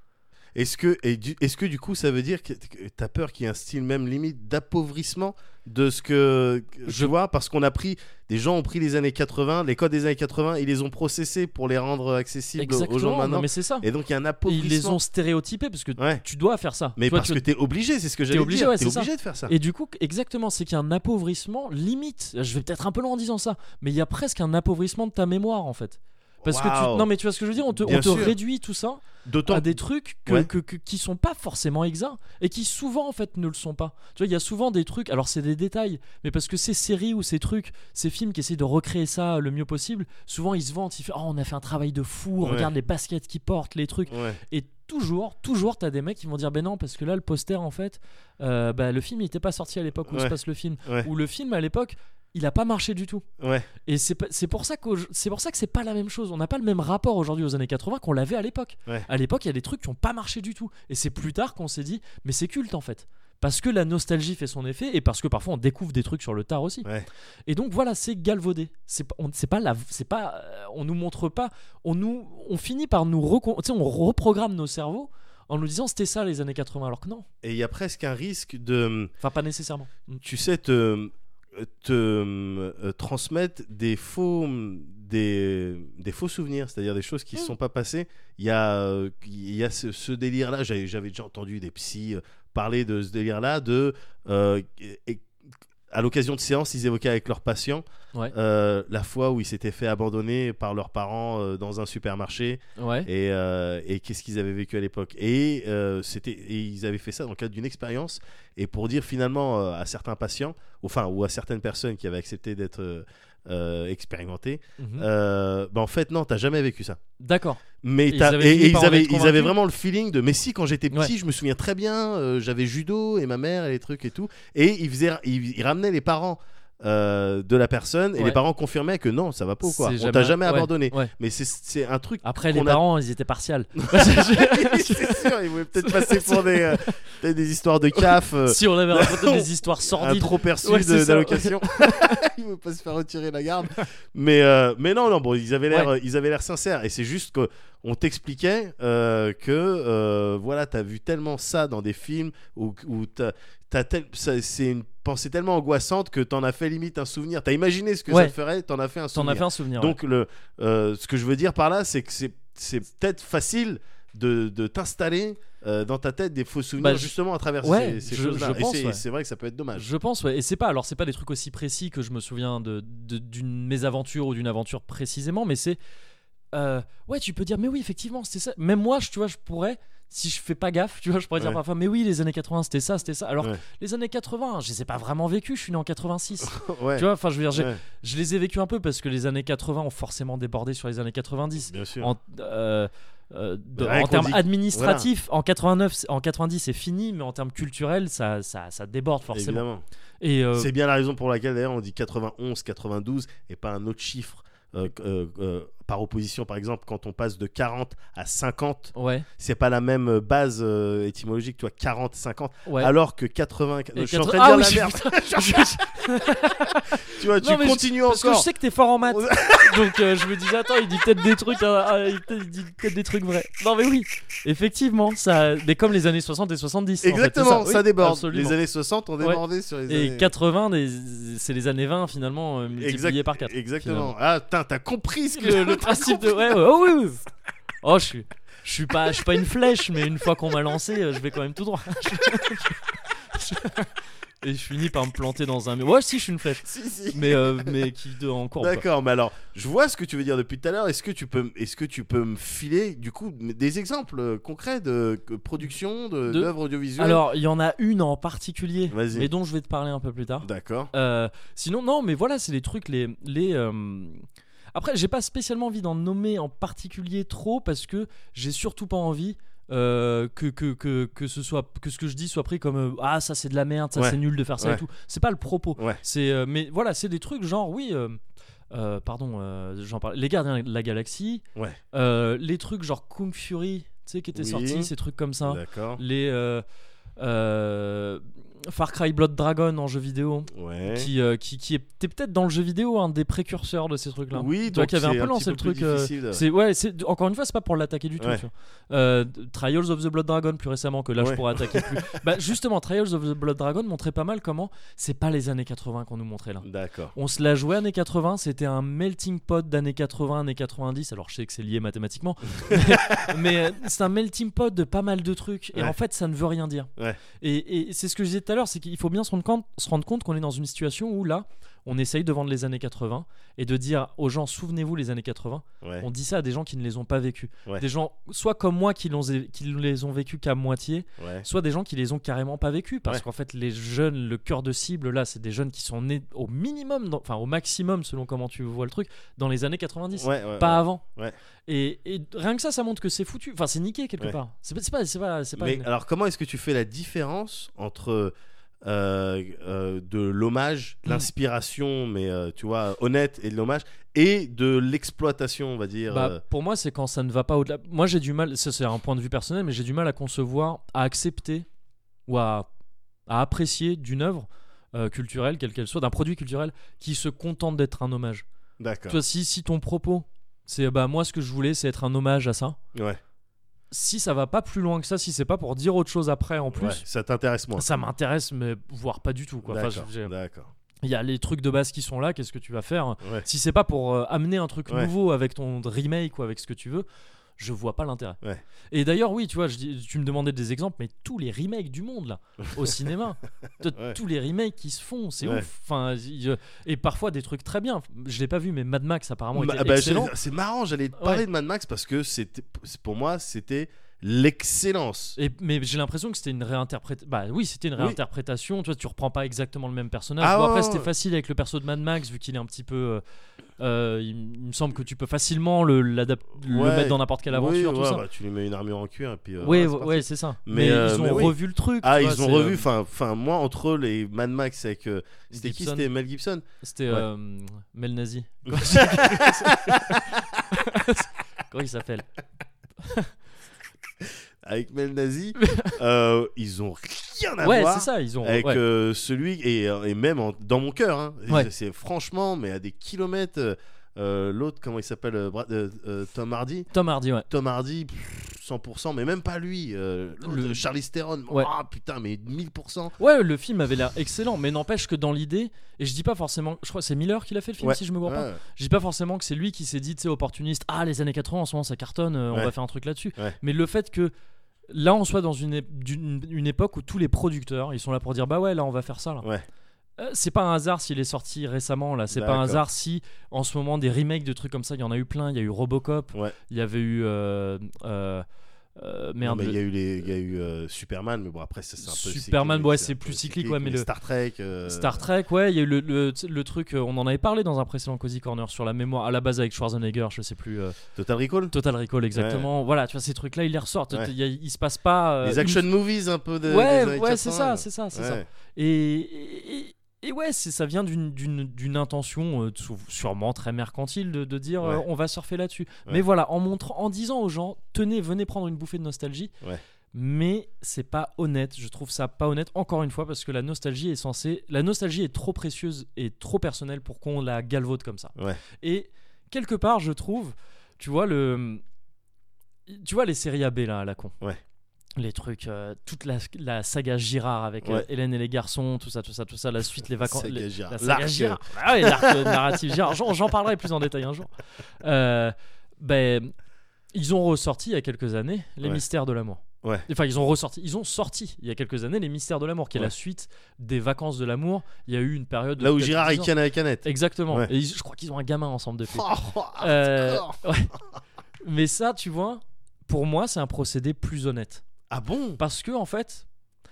S2: Est-ce que, et du- est-ce que du coup ça veut dire que que t'as peur qu'il y ait un style même limite d'appauvrissement de ce que
S1: Je-
S2: je vois parce qu'on a pris des gens ont pris les années 80 les codes des années 80 ils les ont processés pour les rendre accessibles aux gens
S1: Exactement, non,
S2: bah, maintenant
S1: mais c'est ça.
S2: et donc il y a
S1: Et
S2: un
S1: ils les
S2: appauvrissement
S1: ont stéréotypés parce que
S2: ouais
S1: tu dois faire ça.
S2: mais
S1: Toi,
S2: parce
S1: tu-
S2: que t'es obligé c'est ce que j'allais
S1: obligé,
S2: dire
S1: ouais,
S2: t'es
S1: c'est ça.
S2: obligé de faire ça
S1: Et du coup, exactement, c'est qu'il y a un appauvrissement limite. Je vais peut-être un peu loin en disant ça, mais il y a presque un appauvrissement de ta mémoire en fait. Parce que tu...
S2: Waouh.
S1: non mais tu vois ce que je veux dire, on te, on
S2: Bien
S1: te
S2: sûr.
S1: réduit tout ça
S2: d'autant
S1: à des trucs que,
S2: Ouais.
S1: que- que- qui sont pas forcément exacts et qui souvent en fait ne le sont pas. Tu vois, il y a souvent des trucs, alors c'est des détails, mais parce que ces séries ou ces trucs, ces films qui essayent de recréer ça le mieux possible, souvent ils se vantent, ils font Oh, on a fait un travail de fou,
S2: Ouais.
S1: regarde les baskets qu'ils portent, les trucs.
S2: ouais.
S1: Et toujours, toujours, t'as des mecs qui vont dire Ben non, parce que là, le poster en fait, euh, bah, le film il était pas sorti à l'époque où se
S2: Ouais.
S1: passe le film,
S2: Ouais.
S1: ou le film à l'époque. Il a pas marché du tout.
S2: ouais
S1: Et c'est pas- c'est pour ça que c'est pour ça que c'est pas la même chose. On n'a pas le même rapport aujourd'hui aux années 80 qu'on l'avait à l'époque.
S2: Ouais.
S1: À l'époque, il y a des trucs qui ont pas marché du tout. Et c'est plus tard qu'on s'est dit, mais c'est culte en fait. Parce que la nostalgie fait son effet et parce que parfois on découvre des trucs sur le tard aussi.
S2: Ouais.
S1: Et donc voilà, c'est galvaudé. C'est pas, on, c'est pas la, c'est pas, euh, on nous montre pas, on nous, on finit par nous, recon- tu sais, on reprogramme nos cerveaux en nous disant c'était ça les années 80 alors que non.
S2: et il y a presque un risque de
S1: Enfin pas nécessairement. Mm.
S2: tu sais te te euh, transmettre des faux des, des faux souvenirs, c'est-à-dire des choses qui ne
S1: Mm.
S2: sont pas passées. Il y a, euh, il y a ce, ce délire-là, j'avais j'avais déjà entendu des psys euh, parler de ce délire-là, de euh, et- à l'occasion de séances, ils évoquaient avec leurs patients
S1: Ouais.
S2: euh, la fois où ils s'étaient fait abandonner par leurs parents euh, dans un supermarché
S1: Ouais.
S2: et, euh, et qu'est-ce qu'ils avaient vécu à l'époque. Et, euh, c'était- et ils avaient fait ça dans le cadre d'une expérience. Et pour dire finalement euh, à certains patients, enfin, ou à certaines personnes qui avaient accepté d'être euh, euh, expérimentées,
S1: Mhm.
S2: euh, bah en fait, non, t'as jamais vécu ça.
S1: D'accord.
S2: Mais
S1: Et
S2: t'as-
S1: ils avaient
S2: et,
S1: fini
S2: et ils,
S1: par en
S2: avaient,
S1: être
S2: ils avaient
S1: convaincus
S2: vraiment le feeling de mais si quand j'étais petit
S1: Ouais.
S2: je me souviens très bien euh, j'avais judo et ma mère et les trucs et tout et ils faisaient ils, ils ramenaient les parents euh, de la personne et
S1: Ouais.
S2: les parents confirmaient que non, ça va pas ou quoi.
S1: C'est
S2: On t'a jamais
S1: ouais,
S2: abandonné.
S1: ouais.
S2: Mais c'est- c'est un truc.
S1: Après,
S2: qu'on
S1: les
S2: a-
S1: parents, ils étaient partials.
S2: c'est sûr, ils voulaient peut-être passer pour des, euh, peut-être des histoires de CAF, euh,
S1: si on avait raconté
S2: on-
S1: des histoires
S2: un
S1: sordides.
S2: trop perçu
S1: Ouais,
S2: de-
S1: c'est ça,
S2: d'allocation. ils voulaient pas se faire retirer la garde. Mais, euh, mais non, non, bon, ils avaient l'air
S1: Ouais.
S2: euh, ils avaient l'air sincères. Et c'est juste qu'on t'expliquait euh, que euh, voilà, t'as vu tellement ça dans des films où, où t'as- t'as tel- ça- c'est une pensée tellement angoissante que t'en as fait limite un souvenir. T'as imaginé ce que
S1: Ouais.
S2: ça te ferait, t'en as fait un
S1: T'en as
S2: souvenir.
S1: fait un souvenir. ouais.
S2: Donc, le, euh, ce que je veux dire par là, c'est que c'est, c'est peut-être facile de, de t'installer euh, dans ta tête des faux souvenirs,
S1: Bah, je-
S2: justement à travers
S1: ouais,
S2: ces, ces
S1: je-
S2: choses-là.
S1: je
S2: Et
S1: pense,
S2: c'est,
S1: ouais.
S2: c'est vrai que ça peut être dommage.
S1: Je pense, ouais. Et c'est pas, alors c'est pas des trucs aussi précis que je me souviens de, de- d'une mésaventure ou d'une aventure précisément, mais c'est, euh, ouais, tu peux dire, mais oui, effectivement, c'était ça. Même moi, je, tu vois, je pourrais, si je fais pas gaffe, tu vois, je pourrais dire
S2: Ouais.
S1: parfois, mais oui, les années 80, c'était ça, c'était ça. Alors,
S2: Ouais.
S1: les années 80, je les ai pas vraiment vécues, je suis né en 86.
S2: ouais,
S1: tu vois, enfin, je veux dire, j'ai-
S2: ouais,
S1: je les ai vécues un peu parce que les années 80 ont forcément débordé sur les années 90
S2: bien sûr.
S1: en, euh, euh, de-
S2: Rien
S1: en
S2: qu'on
S1: termes
S2: dit-
S1: administratifs, en 89, c'est- en 90 c'est fini, mais en termes culturels, ça, ça, ça déborde forcément.
S2: Évidemment.
S1: Et euh,
S2: C'est bien la raison pour laquelle, d'ailleurs, on dit 91, 92 et pas un autre chiffre. Euh, euh, euh, par opposition, par exemple, quand on passe de 40 à 50,
S1: ouais,
S2: c'est pas la même base euh, étymologique, tu vois, 40, 50,
S1: ouais.
S2: alors que 80.
S1: Et
S2: je suis en
S1: 80
S2: train de dire
S1: Ah oui,
S2: la
S1: je-
S2: merde,
S1: je-
S2: tu vois,
S1: Non,
S2: tu
S1: mais je-
S2: continues
S1: parce que je
S2: encore.
S1: sais que t'es fort en maths, donc euh, je me disais attends, il dit peut-être des trucs, hein, ah, il peut- il dit peut-être des trucs vrais. Non mais oui, effectivement, ça, mais comme les années 60 et 70. en fait, c'est
S2: Exactement,
S1: ça,
S2: ça,
S1: Oui,
S2: déborde.
S1: absolument.
S2: Les années 60 ont
S1: Ouais.
S2: débordé sur les
S1: Et
S2: années
S1: 80, des- c'est les années 20 finalement euh, multiplié
S2: Exact-
S1: par 4.
S2: Exactement. Ah, putain, t'as compris ce que
S1: le, le principe de ouais, ouais. oh oui, oui. oh je suis je suis pas je suis pas une flèche mais une fois qu'on m'a lancé euh, je vais quand même tout droit et je finis par me planter dans un mur ouais si je suis une flèche
S2: Si, si.
S1: mais euh, mais qui de encore
S2: D'accord, mais alors, je vois ce que tu veux dire depuis tout à l'heure. Est-ce que tu peux, m- est-ce que tu peux me filer du coup m- des exemples euh, concrets de que- production
S1: De-
S2: de d'œuvres audiovisuelles
S1: alors il y en a une en particulier
S2: Vas-y.
S1: mais dont je vais te parler un peu plus tard
S2: D'accord.
S1: Euh, sinon, non, mais voilà, c'est les trucs, les. les euh, Après, j'ai pas spécialement envie d'en nommer en particulier trop parce que j'ai surtout pas envie. euh, que, que, que, que ce soit que ce que je dis soit pris comme euh, ah ça c'est de la merde ça
S2: Ouais.
S1: c'est nul de faire ça
S2: Ouais.
S1: et tout c'est pas le propos
S2: Ouais.
S1: c'est euh, mais voilà c'est des trucs genre oui euh, euh, pardon euh, j'en parle les gardiens de la galaxie
S2: Ouais.
S1: Euh, les trucs genre Kung Fury tu sais qui étaient
S2: Oui.
S1: sortis ces trucs comme ça
S2: D'accord.
S1: les euh, euh, Far Cry Blood Dragon en jeu vidéo
S2: Ouais.
S1: qui, euh, qui, qui était peut-être dans le jeu vidéo un des précurseurs de ces trucs-là. hein. tu
S2: Oui,
S1: vois,
S2: donc
S1: qui avait un
S2: c'est
S1: peu lancé
S2: petit
S1: le
S2: plus
S1: truc. euh,
S2: difficile de-
S1: c'est ouais, c'est encore une fois, c'est pas pour l'attaquer du tout.
S2: Ouais.
S1: tu vois. Euh, Trials of the Blood Dragon plus récemment que là je
S2: Ouais.
S1: pourrais attaquer plus. Bah justement, Trials of the Blood Dragon montrait pas mal comment c'est pas les années 80 qu'on nous montrait là.
S2: D'accord.
S1: On se la jouait années 80, c'était un melting pot d'années 80, années 90. Alors je sais que c'est lié mathématiquement, mais, mais, euh, c'est un melting pot de pas mal de trucs. Et
S2: Ouais.
S1: en fait, ça ne veut rien dire.
S2: Ouais.
S1: Et, et c'est ce que je disais tout à l'heure, c'est qu'il faut bien se rendre compte, se rendre compte qu'on est dans une situation où là, on essaye de vendre les années 80 et de dire aux gens, souvenez-vous les années 80.
S2: Ouais.
S1: On dit ça à des gens qui ne les ont pas vécues,
S2: Ouais.
S1: des gens soit comme moi qui, l'ont- qui les ont vécues qu'à moitié,
S2: Ouais.
S1: soit des gens qui les ont carrément pas vécu parce
S2: Ouais.
S1: qu'en fait les jeunes le cœur de cible là c'est des jeunes qui sont nés au minimum dans- enfin au maximum selon comment tu vois le truc dans les années 90
S2: Ouais, ouais,
S1: pas
S2: ouais.
S1: avant
S2: Ouais.
S1: et, et rien que ça ça montre que c'est foutu enfin c'est niqué quelque
S2: Ouais.
S1: part c'est pas c'est pas c'est pas, c'est pas
S2: Mais euh,
S1: une-
S2: alors, comment est-ce que tu fais la différence entre euh, euh, de l'hommage,
S1: Mm.
S2: l'inspiration, mais euh, tu vois, honnête et de l'hommage, et de l'exploitation, on va dire
S1: Bah,
S2: euh,
S1: pour moi c'est quand ça ne va pas au-delà moi j'ai du mal ça c'est un point de vue personnel mais j'ai du mal à concevoir à accepter ou à, à apprécier d'une œuvre euh, culturelle quelle qu'elle soit d'un produit culturel qui se contente d'être un hommage
S2: D'accord.
S1: Toi, si, si ton propos, c'est bah moi ce que je voulais, c'est être un hommage à ça.
S2: Ouais.
S1: Si ça va pas plus loin que ça, si c'est pas pour dire autre chose après en plus,
S2: Ouais, ça t'intéresse moins.
S1: ça m'intéresse, mais voire pas du tout quoi. Enfin,
S2: D'accord,
S1: je- je-
S2: D'accord.
S1: Il y a les trucs de base qui sont là. Qu'est-ce que tu vas faire
S2: Ouais.
S1: Si c'est pas pour euh, amener un truc
S2: Ouais.
S1: nouveau avec ton remake ou avec ce que tu veux. Je vois pas l'intérêt.
S2: Ouais.
S1: Et d'ailleurs, oui, tu vois, je dis- tu me demandais des exemples, mais tous les remakes du monde là, au cinéma, de-
S2: Ouais.
S1: tous les remakes qui se font, c'est
S2: Ouais.
S1: ouf. Enfin, il- et parfois des trucs très bien. Je l'ai pas vu, mais Mad Max apparemment
S2: Ma-
S1: était
S2: bah,
S1: excellent.
S2: j'ai- c'est marrant, j'allais te parler de Mad Max parce que c'était, c'est- pour moi, c'était l'excellence.
S1: Et, mais j'ai l'impression que c'était une réinterprétation. Bah oui, c'était une
S2: Oui.
S1: réinterprétation. Tu vois, tu reprends pas exactement le même personnage.
S2: Ah
S1: Bon,
S2: ouais,
S1: après,
S2: ouais,
S1: c'était
S2: ouais.
S1: facile avec le perso de Mad Max, vu qu'il est un petit peu. euh, euh, il, m- il me semble que tu peux facilement le, l'adap- le
S2: Ouais.
S1: mettre dans n'importe quelle aventure,
S2: Oui,
S1: tout
S2: ouais,
S1: ça.
S2: bah, tu lui mets une armure en cuir et puis. euh,
S1: ouais,
S2: voilà, c'est
S1: ouais,
S2: parti.
S1: ouais, c'est ça.
S2: Mais,
S1: Mais,
S2: euh,
S1: ils ont
S2: mais oui.
S1: revu le truc.
S2: Ah,
S1: tu
S2: ils
S1: vois,
S2: ont
S1: c'est,
S2: revu.
S1: euh,
S2: Enfin, enfin, moi entre les Mad Max avec euh, c'était qui
S1: Gibson.
S2: C'était Mel Gibson.
S1: C'était
S2: Ouais.
S1: euh, Mel Nazi. Comment il s'appelle
S2: Avec Mel Nazi, euh, ils ont rien à
S1: Ouais,
S2: voir.
S1: c'est ça. Ils ont.
S2: Avec
S1: ouais.
S2: euh, celui et, et même en- dans mon cœur, hein.
S1: Ouais.
S2: c'est franchement, mais à des kilomètres. euh, euh, L'autre, comment il s'appelle euh, Brad- euh, euh, Tom Hardy.
S1: Tom Hardy, ouais.
S2: Tom Hardy, pff, 100%, mais même pas lui. euh,
S1: Le-
S2: le... Charlie Theron,
S1: Ouais.
S2: ah putain, mais 1000%.
S1: Ouais, le film avait l'air excellent, mais n'empêche que dans l'idée, et je dis pas forcément, je crois que c'est Miller qui l'a fait le film,
S2: Ouais.
S1: si je me gourre pas.
S2: Ouais.
S1: Je dis pas forcément que c'est lui qui s'est dit, tu sais, opportuniste, ah les années 80 en ce moment ça cartonne, euh, on
S2: Ouais.
S1: va faire un truc là-dessus.
S2: Ouais.
S1: Mais le fait que là on soit dans une, ép- d'une- une époque où tous les producteurs ils sont là pour dire bah ouais là on va faire ça là.
S2: Ouais.
S1: Euh, C'est pas un hasard s'il est sorti récemment là, c'est pas un
S2: D'accord.
S1: hasard si en ce moment des remakes de trucs comme ça, il y en a eu plein, il y a eu Robocop,
S2: Ouais.
S1: il y avait eu euh, euh, euh,
S2: Non,
S1: merde,
S2: mais il y
S1: le-
S2: a eu, les, il y a eu euh, Superman, mais bon, après, ça, c'est un peu.
S1: Superman,
S2: cyclique,
S1: ouais,
S2: un
S1: c'est
S2: peu
S1: plus cyclique, ouais, mais le-
S2: Star Trek. euh,
S1: Star Trek, ouais, il y a eu le, le- le truc, euh, on en avait parlé dans un précédent Cozy Corner sur la mémoire, à la base avec Schwarzenegger, je sais plus, euh,
S2: Total Recall
S1: Total Recall exactement, voilà, tu vois, ces trucs-là, ils les ressortent,
S2: Ouais.
S1: il y a- il se passe pas... euh,
S2: Les
S1: une-
S2: action movies, un peu. De, des
S1: Ouais,
S2: années
S1: ouais, c'est
S2: 80,
S1: ça,
S2: là.
S1: c'est ça, c'est
S2: Ouais.
S1: ça. Et, et, et ouais, c'est- ça vient d'une- d'une d'une intention euh, sou- sûrement très mercantile de, de dire euh,
S2: Ouais.
S1: on va surfer là-dessus.
S2: Ouais.
S1: Mais voilà, en montrant, en disant aux gens, tenez, venez prendre une bouffée de nostalgie.
S2: Ouais.
S1: Mais c'est pas honnête, je trouve ça pas honnête encore une fois parce que la nostalgie est censée, la nostalgie est trop précieuse et trop personnelle pour qu'on la galvaude comme ça.
S2: Ouais.
S1: Et quelque part, je trouve, tu vois le, tu vois les séries AB là à la con les trucs, euh, toute la, la saga Girard avec euh,
S2: Ouais.
S1: Hélène et les garçons, tout ça, tout ça, tout ça, la suite, les vacances.
S2: Saga
S1: les-
S2: Girard.
S1: la saga
S2: L'arc,
S1: Girard. Ah ouais, l'arc euh, narratif Girard. J'en, j'en parlerai plus en détail un jour. Euh, ben, ils ont ressorti il y a quelques années Les
S2: Ouais.
S1: Mystères de l'amour.
S2: Ouais.
S1: Enfin, ils ont ressorti, ils ont sorti il y a quelques années Les Mystères de l'amour, qui est la
S2: Ouais.
S1: suite des Vacances de l'amour. Il y a eu une période. de
S2: Là où
S1: peut-être
S2: Girard
S1: 10
S2: et
S1: ans.
S2: canne à la canette.
S1: Exactement.
S2: Ouais.
S1: Et ils- je crois qu'ils ont un gamin ensemble depuis.
S2: Oh, oh,
S1: Euh,
S2: hardcore.
S1: ouais. Mais ça, tu vois, pour moi, c'est un procédé plus honnête.
S2: Ah bon
S1: Parce que en fait,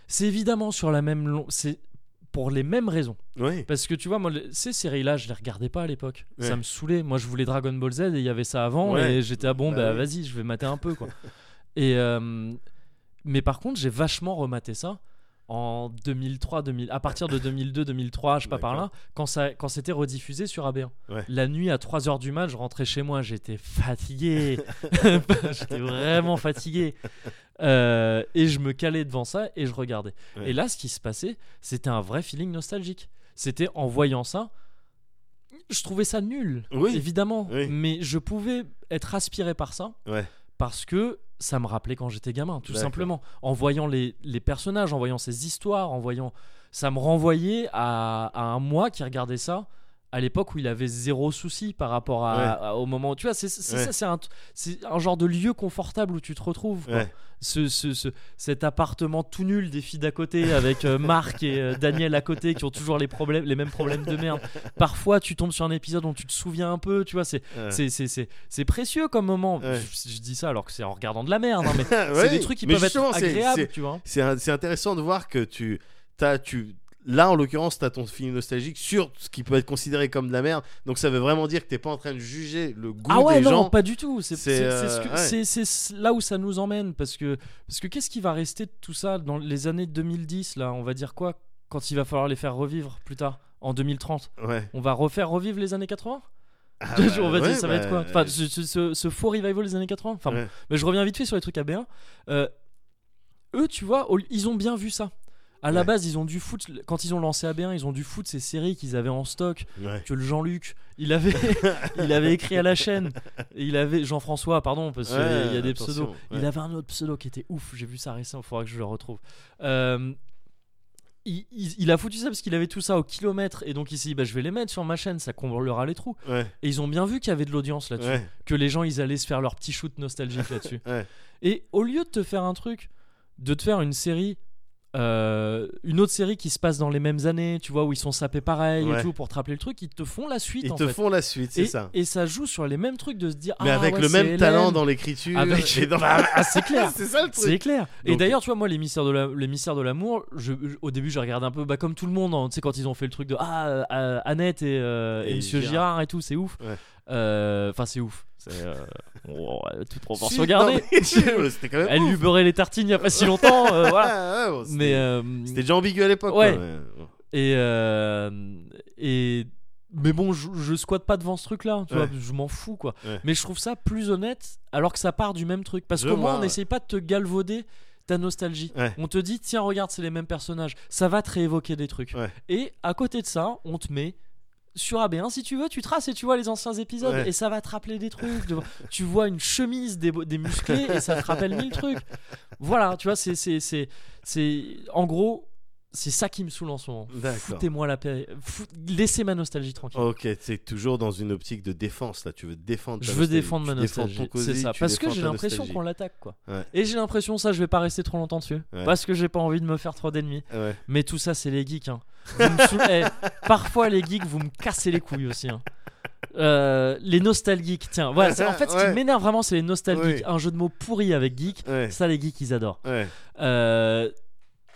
S1: c'est évidemment sur la même long- c'est pour les mêmes raisons.
S2: Oui.
S1: Parce que tu vois, moi, le- ces séries-là, je les regardais pas à l'époque.
S2: Ouais.
S1: Ça me saoulait. Moi, je voulais Dragon Ball Z et il y avait ça avant
S2: Ouais.
S1: et j'étais ah bon, bah,
S2: Bah oui.
S1: vas-y, je vais mater un peu quoi. et euh, mais par contre, j'ai vachement rematé ça en 2003, 2000, à partir de 2002, 2003, je sais pas par là,
S2: D'accord.
S1: quand ça, quand c'était rediffusé sur AB1.
S2: Ouais.
S1: La nuit à 3 h du mat, je rentrais chez moi, j'étais fatigué, j'étais vraiment fatigué, Euh, et je me calais devant ça et je regardais.
S2: Ouais.
S1: Et là, ce qui se passait, c'était un vrai feeling nostalgique. C'était en voyant ça, je trouvais ça nul,
S2: Oui.
S1: évidemment,
S2: Oui.
S1: mais je pouvais être aspiré par ça
S2: Ouais.
S1: parce que ça me rappelait quand j'étais gamin, tout
S2: D'accord.
S1: simplement. En voyant les, les personnages, en voyant ces histoires, en voyant. Ça me renvoyait à, à un moi qui regardait ça à l'époque où il avait zéro souci par rapport à,
S2: Ouais.
S1: à- au moment où. Tu vois, c'est c'est
S2: Ouais.
S1: ça, c'est un, c'est un genre de lieu confortable où tu te retrouves. quoi.
S2: Ouais.
S1: Ce, ce- ce- cet appartement tout nul des filles d'à côté avec euh, Marc et euh, Daniel à côté qui ont toujours les, problèmes, les mêmes problèmes de merde. Parfois, tu tombes sur un épisode dont tu te souviens un peu, tu vois, c'est
S2: Ouais.
S1: c'est- c'est- c'est- c'est précieux comme moment.
S2: Ouais.
S1: Je, je dis ça alors que c'est en regardant de la merde, hein, mais c'est
S2: Ouais,
S1: des trucs qui
S2: mais
S1: peuvent
S2: justement,
S1: être
S2: c'est-
S1: agréables,
S2: c'est-
S1: tu vois.
S2: c'est un- c'est intéressant de voir que tu t'as tu là en l'occurrence t'as ton film nostalgique sur ce qui peut être considéré comme de la merde donc ça veut vraiment dire que t'es pas en train de juger le goût
S1: Ah ouais,
S2: des
S1: non,
S2: gens
S1: pas du tout. C'est
S2: c'est,
S1: c'est- c'est ce que-
S2: euh, ouais.
S1: c'est- c'est ce- là où ça nous emmène parce que parce que qu'est-ce qui va rester de tout ça dans les années 2010 là On va dire quoi quand il va falloir les faire revivre plus tard en 2030
S2: ouais
S1: On va refaire revivre les années 80
S2: Ah
S1: On
S2: bah,
S1: va dire,
S2: ouais,
S1: ça va être quoi
S2: bah,
S1: Enfin, ce, ce- ce- ce faux revival des années 80. Enfin, bon.
S2: Ouais.
S1: mais je reviens vite fait sur les trucs AB1. Euh, eux, tu vois, au- ils ont bien vu ça. À la
S2: Ouais.
S1: base, ils ont dû foutre, quand ils ont lancé AB1, ils ont dû foutre ces séries qu'ils avaient en stock,
S2: ouais.
S1: que le Jean-Luc, il avait, il avait écrit à la chaîne, Et il avait, Jean-François, pardon, parce qu'il
S2: Ouais,
S1: y a des
S2: attention,
S1: pseudos, il
S2: ouais.
S1: avait un autre pseudo qui était ouf, j'ai vu ça récemment, il faudra que je le retrouve. Euh, il, il- il a foutu ça parce qu'il avait tout ça au kilomètre, et donc il s'est dit, bah, je vais les mettre sur ma chaîne, ça comblera les trous.
S2: ouais
S1: Et ils ont bien vu qu'il y avait de l'audience là-dessus
S2: ouais
S1: que les gens ils allaient se faire leur petit shoot nostalgique là-dessus.
S2: Ouais.
S1: Et au lieu de te faire un truc, de te faire une série euh, une autre série qui se passe dans les mêmes années, tu vois, où ils sont sapés pareil
S2: Ouais.
S1: et tout, pour te rappeler le truc, ils te font la suite
S2: Ils
S1: en
S2: te
S1: fait.
S2: font la suite, c'est
S1: et,
S2: ça.
S1: et ça joue sur les mêmes trucs de se dire
S2: Mais
S1: ah,
S2: avec
S1: ouais,
S2: le
S1: c'est
S2: même talent
S1: Hélène.
S2: dans l'écriture
S1: Avec-
S2: et dans la.
S1: Bah, c'est clair
S2: c'est ça le
S1: c'est
S2: truc.
S1: clair. Et
S2: Donc-
S1: d'ailleurs, tu vois, moi, les mystères de la- les mystères de l'amour, je, je- au début, j'ai regardé un peu, bah, comme tout le monde, hein, tu sais, quand ils ont fait le truc de Ah, euh, euh, Annette et, euh, et
S2: Et
S1: Monsieur
S2: Girard.
S1: Girard. et tout, c'est ouf.
S2: Ouais.
S1: Euh, Enfin, c'est ouf. C'est euh, bon, euh, toute
S2: Si,
S1: proportion
S2: non,
S1: gardée.
S2: mais- C'était quand même.
S1: Elle lui beurrait les tartines il n'y a pas si longtemps. euh, voilà.
S2: Ah, ouais, bon, c'était-
S1: Mais. euh,
S2: C'était déjà ambigu à l'époque.
S1: Ouais.
S2: quoi, mais-
S1: et, euh, et. Mais bon, je, je squatte pas devant ce truc-là, tu
S2: Ouais.
S1: vois, je m'en fous quoi.
S2: Ouais.
S1: Mais je trouve ça plus honnête alors que ça part du même truc. Parce
S2: Je
S1: qu'au moins,
S2: vois,
S1: on
S2: ouais.
S1: n'essaye pas de te galvauder ta nostalgie.
S2: Ouais.
S1: On te dit, tiens, regarde, c'est les mêmes personnages. Ça va te réévoquer des trucs.
S2: Ouais.
S1: Et à côté de ça, on te met sur AB1, si tu veux, tu traces et tu vois les anciens épisodes
S2: Ouais.
S1: et ça va te rappeler des trucs. tu vois. tu vois une chemise des, des musclés et ça te rappelle mille trucs. Voilà, tu vois, c'est. c'est, c'est, c'est... En gros, c'est ça qui me saoule en ce moment.
S2: D'accord.
S1: Foutez-moi la paix. Fout- Laissez ma nostalgie tranquille.
S2: Ok, c'est toujours dans une optique de défense là. Oh, Tu veux défendre. ta
S1: Je veux
S2: nostalgie.
S1: défendre ma
S2: Tu défends
S1: nostalgie.
S2: ton
S1: C'est
S2: cosy,
S1: ça.
S2: tu
S1: Parce que
S2: défends
S1: j'ai
S2: ta
S1: l'impression
S2: nostalgie.
S1: qu'on l'attaque, quoi.
S2: Ouais.
S1: Et j'ai l'impression, ça, je vais pas rester trop longtemps dessus.
S2: Ouais.
S1: Parce que j'ai pas envie de me faire trop d'ennemis.
S2: Ouais.
S1: Mais tout ça, c'est les geeks. hein. Vous me saoulez. Eh, parfois, les geeks, vous me cassez les couilles aussi. hein. Euh, les nostalgiques, tiens. Voilà, c'est- en fait, ce qui
S2: Ouais.
S1: m'énerve vraiment, c'est les nostalgiques.
S2: Oui.
S1: Un jeu de mots pourri avec geek.
S2: Ouais.
S1: Ça, les geeks, ils adorent.
S2: Ouais.
S1: Euh,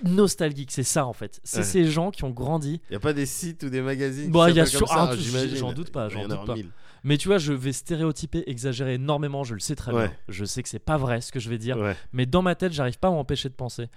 S1: nostalgique, c'est ça en fait. C'est
S2: Ouais.
S1: ces gens qui ont grandi.
S2: Y a pas des sites ou des magazines
S1: Bon,
S2: qui
S1: y a
S2: s'appellent comme
S1: sur-
S2: ça,
S1: ah, tout-
S2: j'imagine.
S1: j'en doute pas,
S2: Il y
S1: j'en
S2: en a
S1: doute pas.
S2: mille.
S1: Mais tu vois, je vais stéréotyper, exagérer énormément. Je le sais très
S2: Ouais.
S1: bien. Je sais que c'est pas vrai ce que je vais dire.
S2: Ouais.
S1: Mais dans ma tête, j'arrive pas à m'empêcher de penser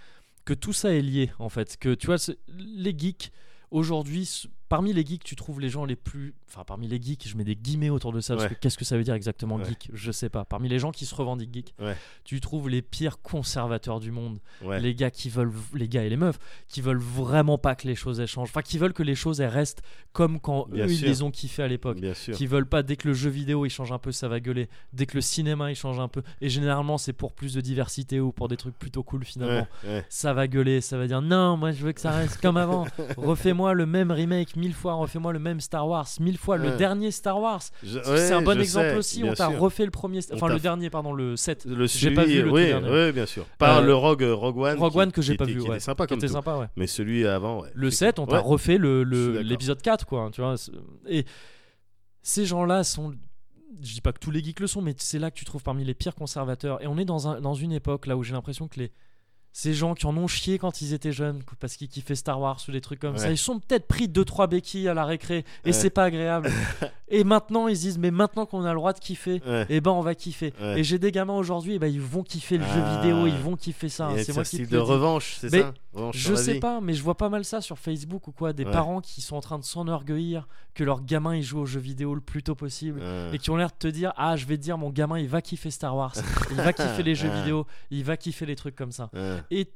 S1: que tout ça est lié en fait. Que tu vois, c'est- les geeks aujourd'hui, s- parmi les geeks, tu trouves les gens les plus. Enfin, parmi les geeks, je mets des guillemets autour de ça parce
S2: Ouais.
S1: que qu'est-ce que ça veut dire exactement
S2: Ouais.
S1: geek Je sais pas. Parmi les gens qui se revendiquent geek,
S2: Ouais.
S1: tu trouves les pires conservateurs du monde,
S2: Ouais.
S1: les gars qui veulent, les gars et les meufs, qui veulent vraiment pas que les choses elles changent. Enfin, qui veulent que les choses elles restent comme quand
S2: Bien
S1: eux ils
S2: sûr.
S1: les ont kiffées à l'époque
S2: Bien sûr.
S1: qui veulent pas dès que le jeu vidéo il change un peu ça va gueuler dès que le cinéma il change un peu et généralement c'est pour plus de diversité ou pour des trucs plutôt cool finalement
S2: Ouais, ouais.
S1: ça va gueuler ça va dire non moi je veux que ça reste comme avant refais-moi le même remake mille fois refais-moi le même Star Wars mille fois le
S2: Ouais.
S1: dernier Star Wars
S2: Je-
S1: c'est un
S2: ouais,
S1: bon
S2: je
S1: exemple
S2: sais,
S1: aussi
S2: bien
S1: on t'a
S2: sûr.
S1: refait le premier
S2: On
S1: enfin
S2: t'a
S1: le
S2: f-
S1: dernier pardon le 7
S2: Le
S1: J'ai
S2: suivi,
S1: pas vu le tout
S2: oui,
S1: dernier.
S2: oui, bien sûr. Par
S1: Euh,
S2: le Rogue, Rogue One.
S1: Rogue
S2: qui-
S1: One que j'ai
S2: qui
S1: pas
S2: était-
S1: vu,
S2: Qui
S1: ouais,
S2: était sympa
S1: qui
S2: comme
S1: était
S2: tout.
S1: sympa ouais
S2: Mais celui avant, ouais.
S1: le 7 on t'a
S2: Ouais.
S1: refait le-
S2: Je suis
S1: le-
S2: d'accord.
S1: l'épisode 4 quoi hein, tu vois c'est- et ces gens là sont je dis pas que tous les geeks le sont mais c'est là que tu trouves parmi les pires conservateurs et on est dans, un, dans une époque là où j'ai l'impression que les ces gens qui en ont chié quand ils étaient jeunes qu- parce qu'ils kiffaient Star Wars ou des trucs comme ça
S2: Ouais.
S1: ils sont peut-être pris 2-3 béquilles à la récré et
S2: Ouais.
S1: c'est pas agréable et maintenant ils se disent mais maintenant qu'on a le droit de kiffer
S2: Ouais.
S1: et ben on va kiffer
S2: Ouais.
S1: et j'ai des gamins aujourd'hui et ben ils vont kiffer le
S2: Ah.
S1: jeu vidéo ils vont kiffer ça hein,
S2: Et
S1: c'est
S2: c'est
S1: moi
S2: un
S1: qui
S2: style
S1: te
S2: de
S1: le dis.
S2: revanche, c'est
S1: Mais
S2: ça Revanche sur
S1: Je
S2: la
S1: sais
S2: vie.
S1: pas, mais je vois pas mal ça sur Facebook ou quoi, des
S2: Ouais.
S1: parents qui sont en train de s'enorgueillir que leur gamin il joue aux jeux vidéo le plus tôt possible
S2: Ouais.
S1: et qui ont l'air de te dire ah je vais te dire mon gamin il va kiffer Star Wars, il va kiffer les jeux
S2: Ah.
S1: vidéo, il va kiffer les trucs comme ça.
S2: Ouais.
S1: Et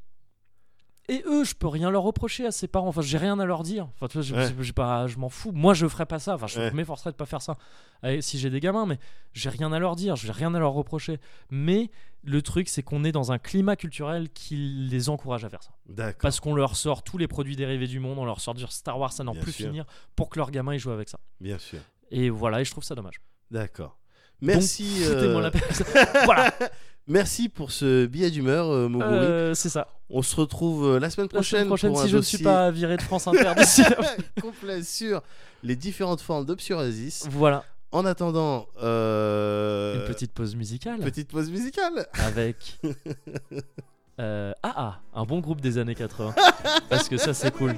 S1: et eux, je peux rien leur reprocher à ses parents. Enfin, j'ai rien à leur dire. Enfin, tu vois, j'ai-
S2: Ouais.
S1: j'ai pas- je m'en fous. Moi, je ferais pas ça. Enfin, je
S2: Ouais.
S1: m'efforcerais de pas faire ça euh, si j'ai des gamins, mais j'ai rien à leur dire. J'ai rien à leur reprocher. Mais le truc, c'est qu'on est dans un climat culturel qui les encourage à faire ça
S2: D'accord.
S1: parce qu'on leur sort tous les produits dérivés du monde, on leur sort du Star Wars à n'en
S2: Bien
S1: plus
S2: sûr.
S1: finir pour que leur gamin il joue avec ça.
S2: Bien sûr.
S1: Et voilà, et je trouve ça dommage.
S2: D'accord. Merci.
S1: Donc,
S2: euh,
S1: foutez-moi la paix. voilà,
S2: Merci pour ce billet d'humeur, euh, Moguri.
S1: euh, c'est ça.
S2: On se retrouve euh, la semaine
S1: La
S2: prochaine.
S1: semaine prochaine,
S2: pour
S1: si
S2: un
S1: je ne
S2: dossier
S1: suis pas viré de France Inter d'ici là.
S2: complet sur les différentes formes d'obscurasis.
S1: Voilà,
S2: En attendant, euh,
S1: une petite pause musicale
S2: petite pause musicale.
S1: avec. euh, ah ah, un bon groupe des années 80. parce que ça, c'est cool.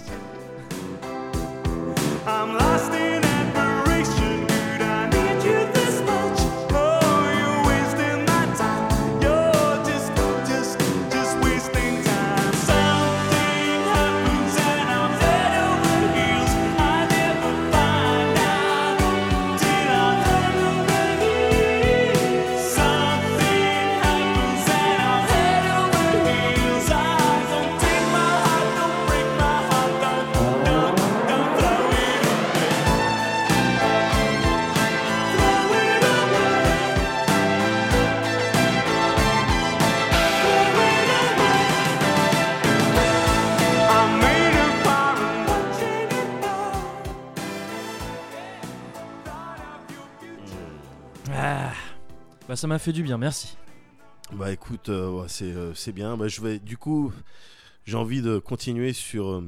S4: I'm lost in admiration. Dude, I need you this much. Oh, you're wasting my time. You're just, just, just wasting time. Something happens and I'm head over heels. I never find out till I'm head over heels. Something happens and I'm head over heels. I don't take my heart, don't break my heart, don't, don't, don't throw it
S1: Ah, bah, ça m'a fait du bien, merci.
S2: Bah écoute, euh, ouais, c'est euh, c'est bien. Bah, je vais du coup, J'ai envie de continuer sur euh,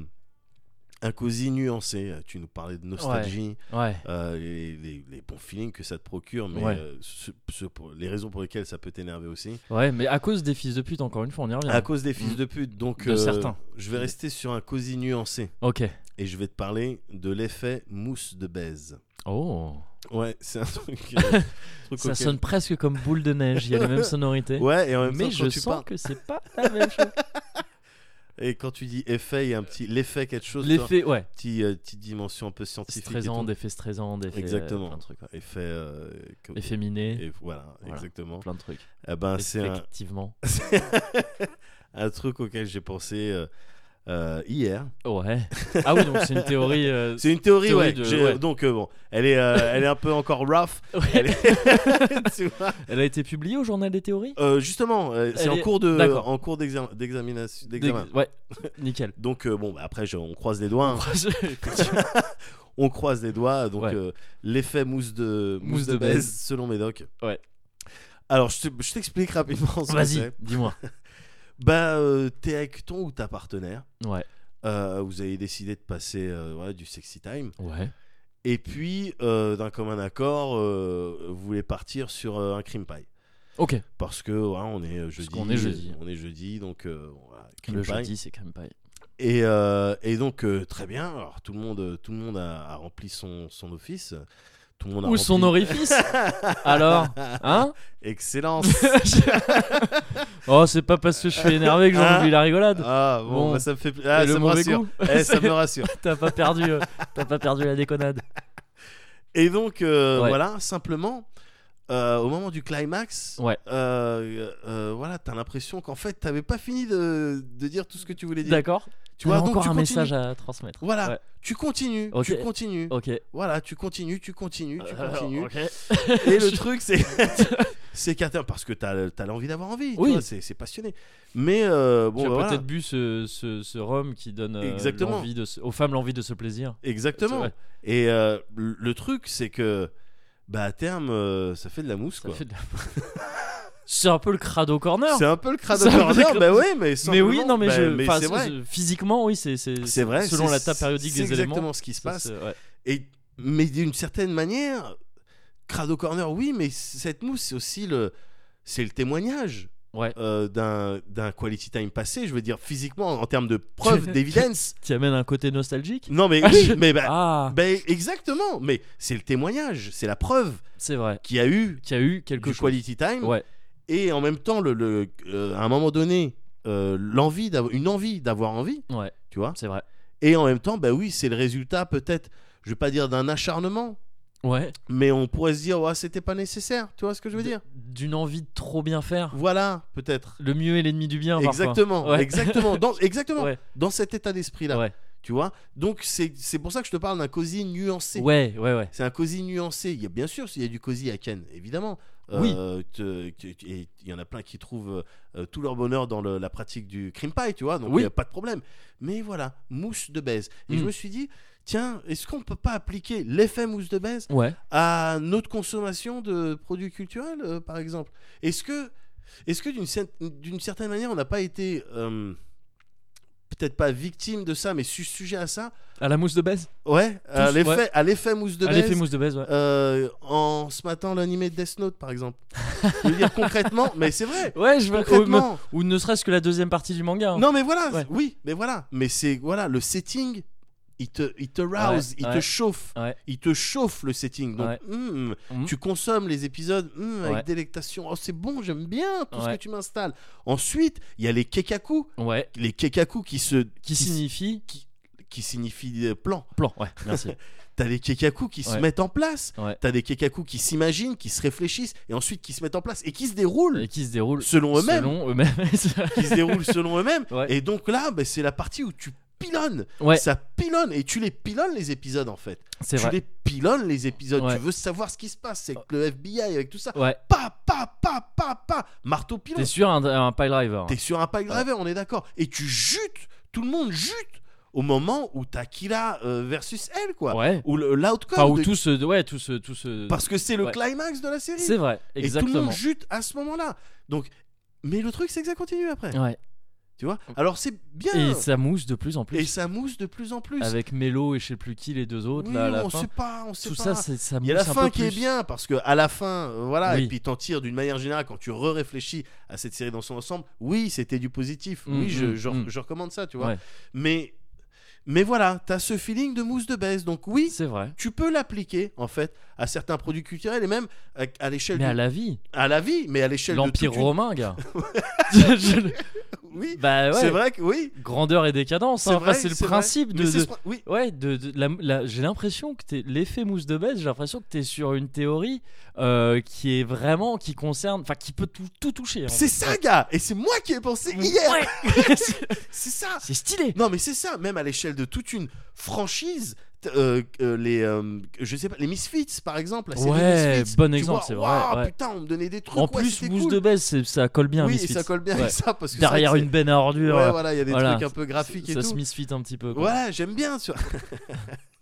S2: un cosy nuancé. Tu nous parlais de nostalgie,
S1: Ouais.
S2: euh, les, les- les bons feelings que ça te procure, mais
S1: Ouais.
S2: euh, ce- ce- pour- les raisons pour lesquelles ça peut t'énerver aussi.
S1: Ouais, mais à cause des fils de pute, encore une fois, on y revient.
S2: À cause des fils de pute, donc
S1: Ah. Mm.
S2: euh,
S1: De certains.
S2: je vais rester sur un cosy nuancé
S1: Ok.
S2: et je vais te parler de l'effet mousse de baise.
S1: Oh.
S2: Ouais, c'est un truc. euh, truc
S1: Ça
S2: auquel-
S1: sonne presque comme boule de neige, il y a les mêmes sonorités.
S2: Ouais, et en même
S1: mais
S2: temps,
S1: je
S2: quand tu
S1: sens
S2: parles-
S1: que c'est pas la même chose.
S2: et quand tu dis effet, il y a un petit l'effet quelque chose, tu vois,
S1: L'effet, ouais.
S2: petit, euh, petite dimension un peu scientifique. et
S1: Stressant,
S2: tout.
S1: d'effet stressant, d'effet.
S2: Exactement.
S1: euh, Plein de trucs. ouais.
S2: Effet. euh, que-
S1: Efféminé,
S2: et voilà,
S1: Voilà.
S2: exactement.
S1: plein de trucs.
S2: Eh ben, c'est un,
S1: Effectivement.
S2: c'est un truc auquel j'ai pensé euh, euh, hier.
S1: Ouais. Ah oui, donc c'est une théorie. euh,
S2: C'est une théorie,
S1: Théorie
S2: ouais,
S1: de-
S2: que j'ai-
S1: ouais.
S2: Donc, euh, bon, elle est, euh, elle est un peu encore rough.
S1: ouais.
S2: Elle est- tu vois
S1: Elle a été publiée au journal des théories
S2: Euh, justement, euh, c'est
S1: Elle
S2: en
S1: est-
S2: cours de,
S1: D'accord.
S2: en cours d'exam- d'examination, d'examen.
S1: Des- Ouais, nickel.
S2: Donc euh, bon, bah, après, je- on croise les doigts. hein.
S1: Effectivement.
S2: on croise les doigts. Donc
S1: Ouais.
S2: euh, l'effet mousse de mousse, de, baise, selon Médoc.
S1: Ouais.
S2: Alors je te- je t'explique rapidement. ce que
S1: Vas-y,
S2: c'est.
S1: dis-moi.
S2: Bah euh, t'es avec ton ou ta partenaire.
S1: Ouais.
S2: Euh, vous avez décidé de passer euh, ouais, du sexy time.
S1: Ouais.
S2: Et puis euh, d'un commun accord, euh, vous voulez partir sur euh, un crime pie.
S1: Ok.
S2: Parce que ouais, on est euh, jeudi.
S1: qu'on est jeudi.
S2: On est jeudi, donc euh, voilà, crime
S1: Le
S2: pie.
S1: jeudi, c'est quand même pas.
S2: Et, euh, et donc euh, très bien. Alors tout le monde, euh, tout le monde a, a rempli son, son office. Tout le monde a
S1: Ou son
S2: rempli-
S1: orifice Alors Hein
S2: Excellence.
S1: Oh, c'est pas parce que je suis énervé que j'en
S2: Ah.
S1: oublie la rigolade.
S2: Ah bon,
S1: Bon.
S2: bah, ça me fait pl- ah,
S1: Et le
S2: ça me
S1: mauvais
S2: rassure.
S1: goût
S2: Eh, ça me rassure.
S1: T'as pas perdu, euh, t'as pas perdu la déconnade.
S2: Et donc euh,
S1: Ouais.
S2: voilà, simplement euh, au moment du climax,
S1: Ouais.
S2: euh, euh, voilà, t'as l'impression qu'en fait t'avais pas fini de, de dire tout ce que tu voulais dire.
S1: D'accord.
S2: Tu vois,
S1: T'as
S2: donc
S1: encore
S2: tu
S1: un
S2: continues.
S1: message à transmettre.
S2: Voilà,
S1: Ouais.
S2: tu continues,
S1: Ok.
S2: tu continues.
S1: Ok.
S2: Voilà, tu continues, tu continues, tu
S1: Euh,
S2: continues.
S1: ok.
S2: Et le truc, c'est. c'est qu'à terme, parce que t'as as, envie d'avoir envie, tu
S1: Oui.
S2: vois, c'est c'est passionné. Mais euh, bon,
S1: tu as
S2: bah, voilà.
S1: peut-être bu ce, ce, ce rhum qui donne euh,
S2: Exactement.
S1: l'envie de se- aux femmes l'envie de se plaisir.
S2: Exactement.
S1: C'est vrai.
S2: Et euh, le le truc, c'est que. Bah, à terme, euh, ça fait de la mousse,
S1: Ça
S2: quoi.
S1: fait de la- C'est un peu le crado corner.
S2: C'est un peu le crado
S1: C'est un peu le
S2: corner,
S1: crado-
S2: bah ouais, mais
S1: Mais oui,
S2: simplement,
S1: non, mais,
S2: bah,
S1: je, enfin,
S2: c'est
S1: c'est-
S2: vrai.
S1: c'est- physiquement, oui, c'est c'est-
S2: C'est vrai.
S1: Selon
S2: c'est-
S1: la tape périodique
S2: c'est
S1: des éléments.
S2: exactement ce qui se
S1: ça
S2: passe.
S1: se- ouais.
S2: Et, mais d'une certaine manière, crado corner, oui, mais cette mousse, c'est aussi le. C'est le témoignage
S1: Ouais.
S2: euh, d'un d'un quality time passé, je veux dire physiquement en termes de preuves, d'évidence.
S1: Qui amène un côté nostalgique.
S2: Non mais oui, mais bah,
S1: Ah,
S2: bah, exactement, mais c'est le témoignage, c'est la preuve
S1: c'est vrai.
S2: qu'il y a eu
S1: Qui a eu quelque
S2: du
S1: chose.
S2: quality time
S1: Ouais.
S2: et en même temps le, le- euh, à un moment donné euh, l'envie d'avoir une envie d'avoir envie,
S1: Ouais,
S2: tu vois.
S1: c'est vrai.
S2: Et en même temps bah oui, c'est le résultat peut-être, je vais pas dire d'un acharnement,
S1: Ouais.
S2: mais on pourrait se dire ouais, c'était pas nécessaire, tu vois ce que je veux dire
S1: D'une envie de trop bien faire.
S2: Voilà, peut-être.
S1: Le mieux est l'ennemi du bien. parfois.
S2: Exactement,
S1: Ouais.
S2: exactement, dans, exactement,
S1: Ouais.
S2: dans cet état d'esprit là,
S1: Ouais.
S2: tu vois. Donc c'est c'est pour ça que je te parle d'un cosy nuancé.
S1: Ouais, ouais, ouais.
S2: C'est un cosy nuancé. Il y a bien sûr, il y a du cosy à Ken, évidemment.
S1: Oui.
S2: Euh, te- que- que- et il y en a plein qui trouvent euh, tout leur bonheur dans le- la pratique du crime pie, tu vois. Donc il
S1: Oui.
S2: n'y a pas de problème. Mais voilà, mousse de baise. Et
S1: Mm.
S2: je me suis dit, tiens, est-ce qu'on peut pas appliquer l'effet mousse de baise
S1: Ouais.
S2: à notre consommation de produits culturels, euh, par exemple Est-ce que, est-ce que d'une cer- d'une certaine manière, on n'a pas été euh, peut-être pas victime de ça, mais su- sujet à ça
S1: À la mousse de baise
S2: Ouais, à
S1: Tous,
S2: l'effet,
S1: ouais.
S2: à l'effet mousse de
S1: À
S2: baise.
S1: l'effet mousse de baise, ouais.
S2: Euh, en ce matin l'animé de Death Note par exemple. Je veux dire concrètement, mais c'est vrai.
S1: Ouais, je veux. Ou, me-
S2: Concrètement.
S1: ou ne serait-ce que la deuxième partie du manga. hein.
S2: Non mais voilà,
S1: Ouais.
S2: oui, mais voilà, mais c'est voilà le setting. Il te, il te rouse,
S1: Ah Ouais,
S2: il te
S1: ouais.
S2: chauffe,
S1: Ouais.
S2: il te chauffe le setting. Donc,
S1: Ouais.
S2: hmm,
S1: Mhm.
S2: tu consommes les épisodes hmm, avec
S1: Ouais.
S2: délectation. Oh, c'est bon, j'aime bien tout ce
S1: Ouais.
S2: que tu m'installes. Ensuite, il y a les kekaku,
S1: Ouais.
S2: les kekaku qui se,
S1: Qui signifie.
S2: qui signifie euh, plan.
S1: Plan, ouais, merci.
S2: T'as les kekaku qui se
S1: Ouais.
S2: mettent en place.
S1: Ouais.
S2: T'as des kekaku qui s'imaginent, qui se réfléchissent et ensuite qui se mettent en place et qui se déroulent.
S1: Et qui se déroule
S2: selon eux-mêmes,
S1: Selon eux-mêmes.
S2: qui se déroulent selon eux-mêmes.
S1: Ouais.
S2: Et donc là, bah, c'est la partie où tu pilonnes,
S1: ouais,
S2: ça pilonne et tu les pilonnes les épisodes en fait.
S1: c'est
S2: Tu
S1: vrai.
S2: les pilonnes les épisodes.
S1: Ouais. Euh.
S2: Tu veux savoir ce qui se passe avec le FBI, avec tout ça.
S1: Ouais,
S2: Pa pa pa pa pa, marteau pilon.
S1: t'es sur un, un pile driver. hein.
S2: T'es sur un pack driver, on est d'accord. Et tu jutes, tout le monde jute au moment où t'as Kira euh, versus elle quoi.
S1: Ouais.
S2: Ou le- l'outcome.
S1: Enfin, ou
S2: de-
S1: tout ce. Ouais, tout ce. Tout ce...
S2: Parce que c'est le
S1: Ouais.
S2: climax de la série.
S1: euh, C'est vrai,
S2: Et tout le
S1: exactement.
S2: monde jute à ce moment-là. Donc, mais le truc c'est que ça continue après.
S1: Ouais.
S2: Tu vois Alors c'est bien.
S1: Et ça mousse de plus en plus.
S2: Et ça mousse de plus en plus.
S1: Avec Mélo et je sais plus qui, les deux autres,
S2: Oui,
S1: là, à la
S2: on
S1: fin.
S2: sait pas, on sait
S1: Tout
S2: pas.
S1: ça, c'est- ça
S2: Il
S1: mousse
S2: y a la
S1: un
S2: fin
S1: peu
S2: qui est
S1: plus.
S2: bien parce que à la fin, euh, voilà, et
S1: Oui.
S2: puis t'en tires d'une manière générale quand tu re-réfléchis à cette série dans son ensemble. Oui, c'était du positif.
S1: Mm,
S2: oui, je,
S1: mm,
S2: je,
S1: mm.
S2: je recommande ça, tu vois.
S1: Ouais.
S2: Mais mais voilà, t'as ce feeling de mousse de baisse. Donc oui,
S1: C'est vrai.
S2: tu peux l'appliquer en fait à certains produits culturels et même à, à l'échelle
S1: Mais
S2: du-
S1: à la vie,
S2: à la vie, mais à l'échelle de
S1: l'Empire
S2: toute une-
S1: romain, gars. Je- je-
S2: Oui,
S1: Bah ouais.
S2: c'est vrai que oui.
S1: Grandeur et décadence, hein. Enfin,
S2: vrai,
S1: c'est le
S2: vrai.
S1: principe
S2: Mais
S1: de-
S2: c'est
S1: de,
S2: ce prin- Oui,
S1: Ouais, de, de- la- la- j'ai l'impression que t'es l'effet mousse de baisse. J'ai l'impression que t'es sur une théorie euh, qui est vraiment qui concerne, enfin qui peut tout, tout toucher. en
S2: c'est
S1: fait.
S2: ça, gars. Et c'est moi qui ai pensé hier.
S1: Ouais. c'est
S2: C'est ça.
S1: c'est stylé.
S2: Non, mais c'est ça. Même à l'échelle de toute une franchise, t- euh, euh, les, euh, je sais pas, les Misfits par exemple. la série
S1: Ouais,
S2: Misfits,
S1: bon
S2: tu
S1: exemple,
S2: vois,
S1: c'est vrai,
S2: waouh,
S1: ouais.
S2: Putain, on me donnait des trucs.
S1: En
S2: ouais,
S1: plus,
S2: c'était
S1: mousse
S2: cool.
S1: de baisse, c'est- ça colle bien.
S2: Oui, et
S1: Misfits.
S2: ça colle bien
S1: Ouais.
S2: avec ça parce que c'est vrai
S1: Derrière
S2: que
S1: une benne à
S2: c'est-
S1: ordures.
S2: Ouais, voilà, il y a des
S1: Voilà.
S2: trucs un peu graphiques et
S1: ça
S2: tout.
S1: se misfit un petit peu. quoi.
S2: Voilà, j'aime bien. tu vois.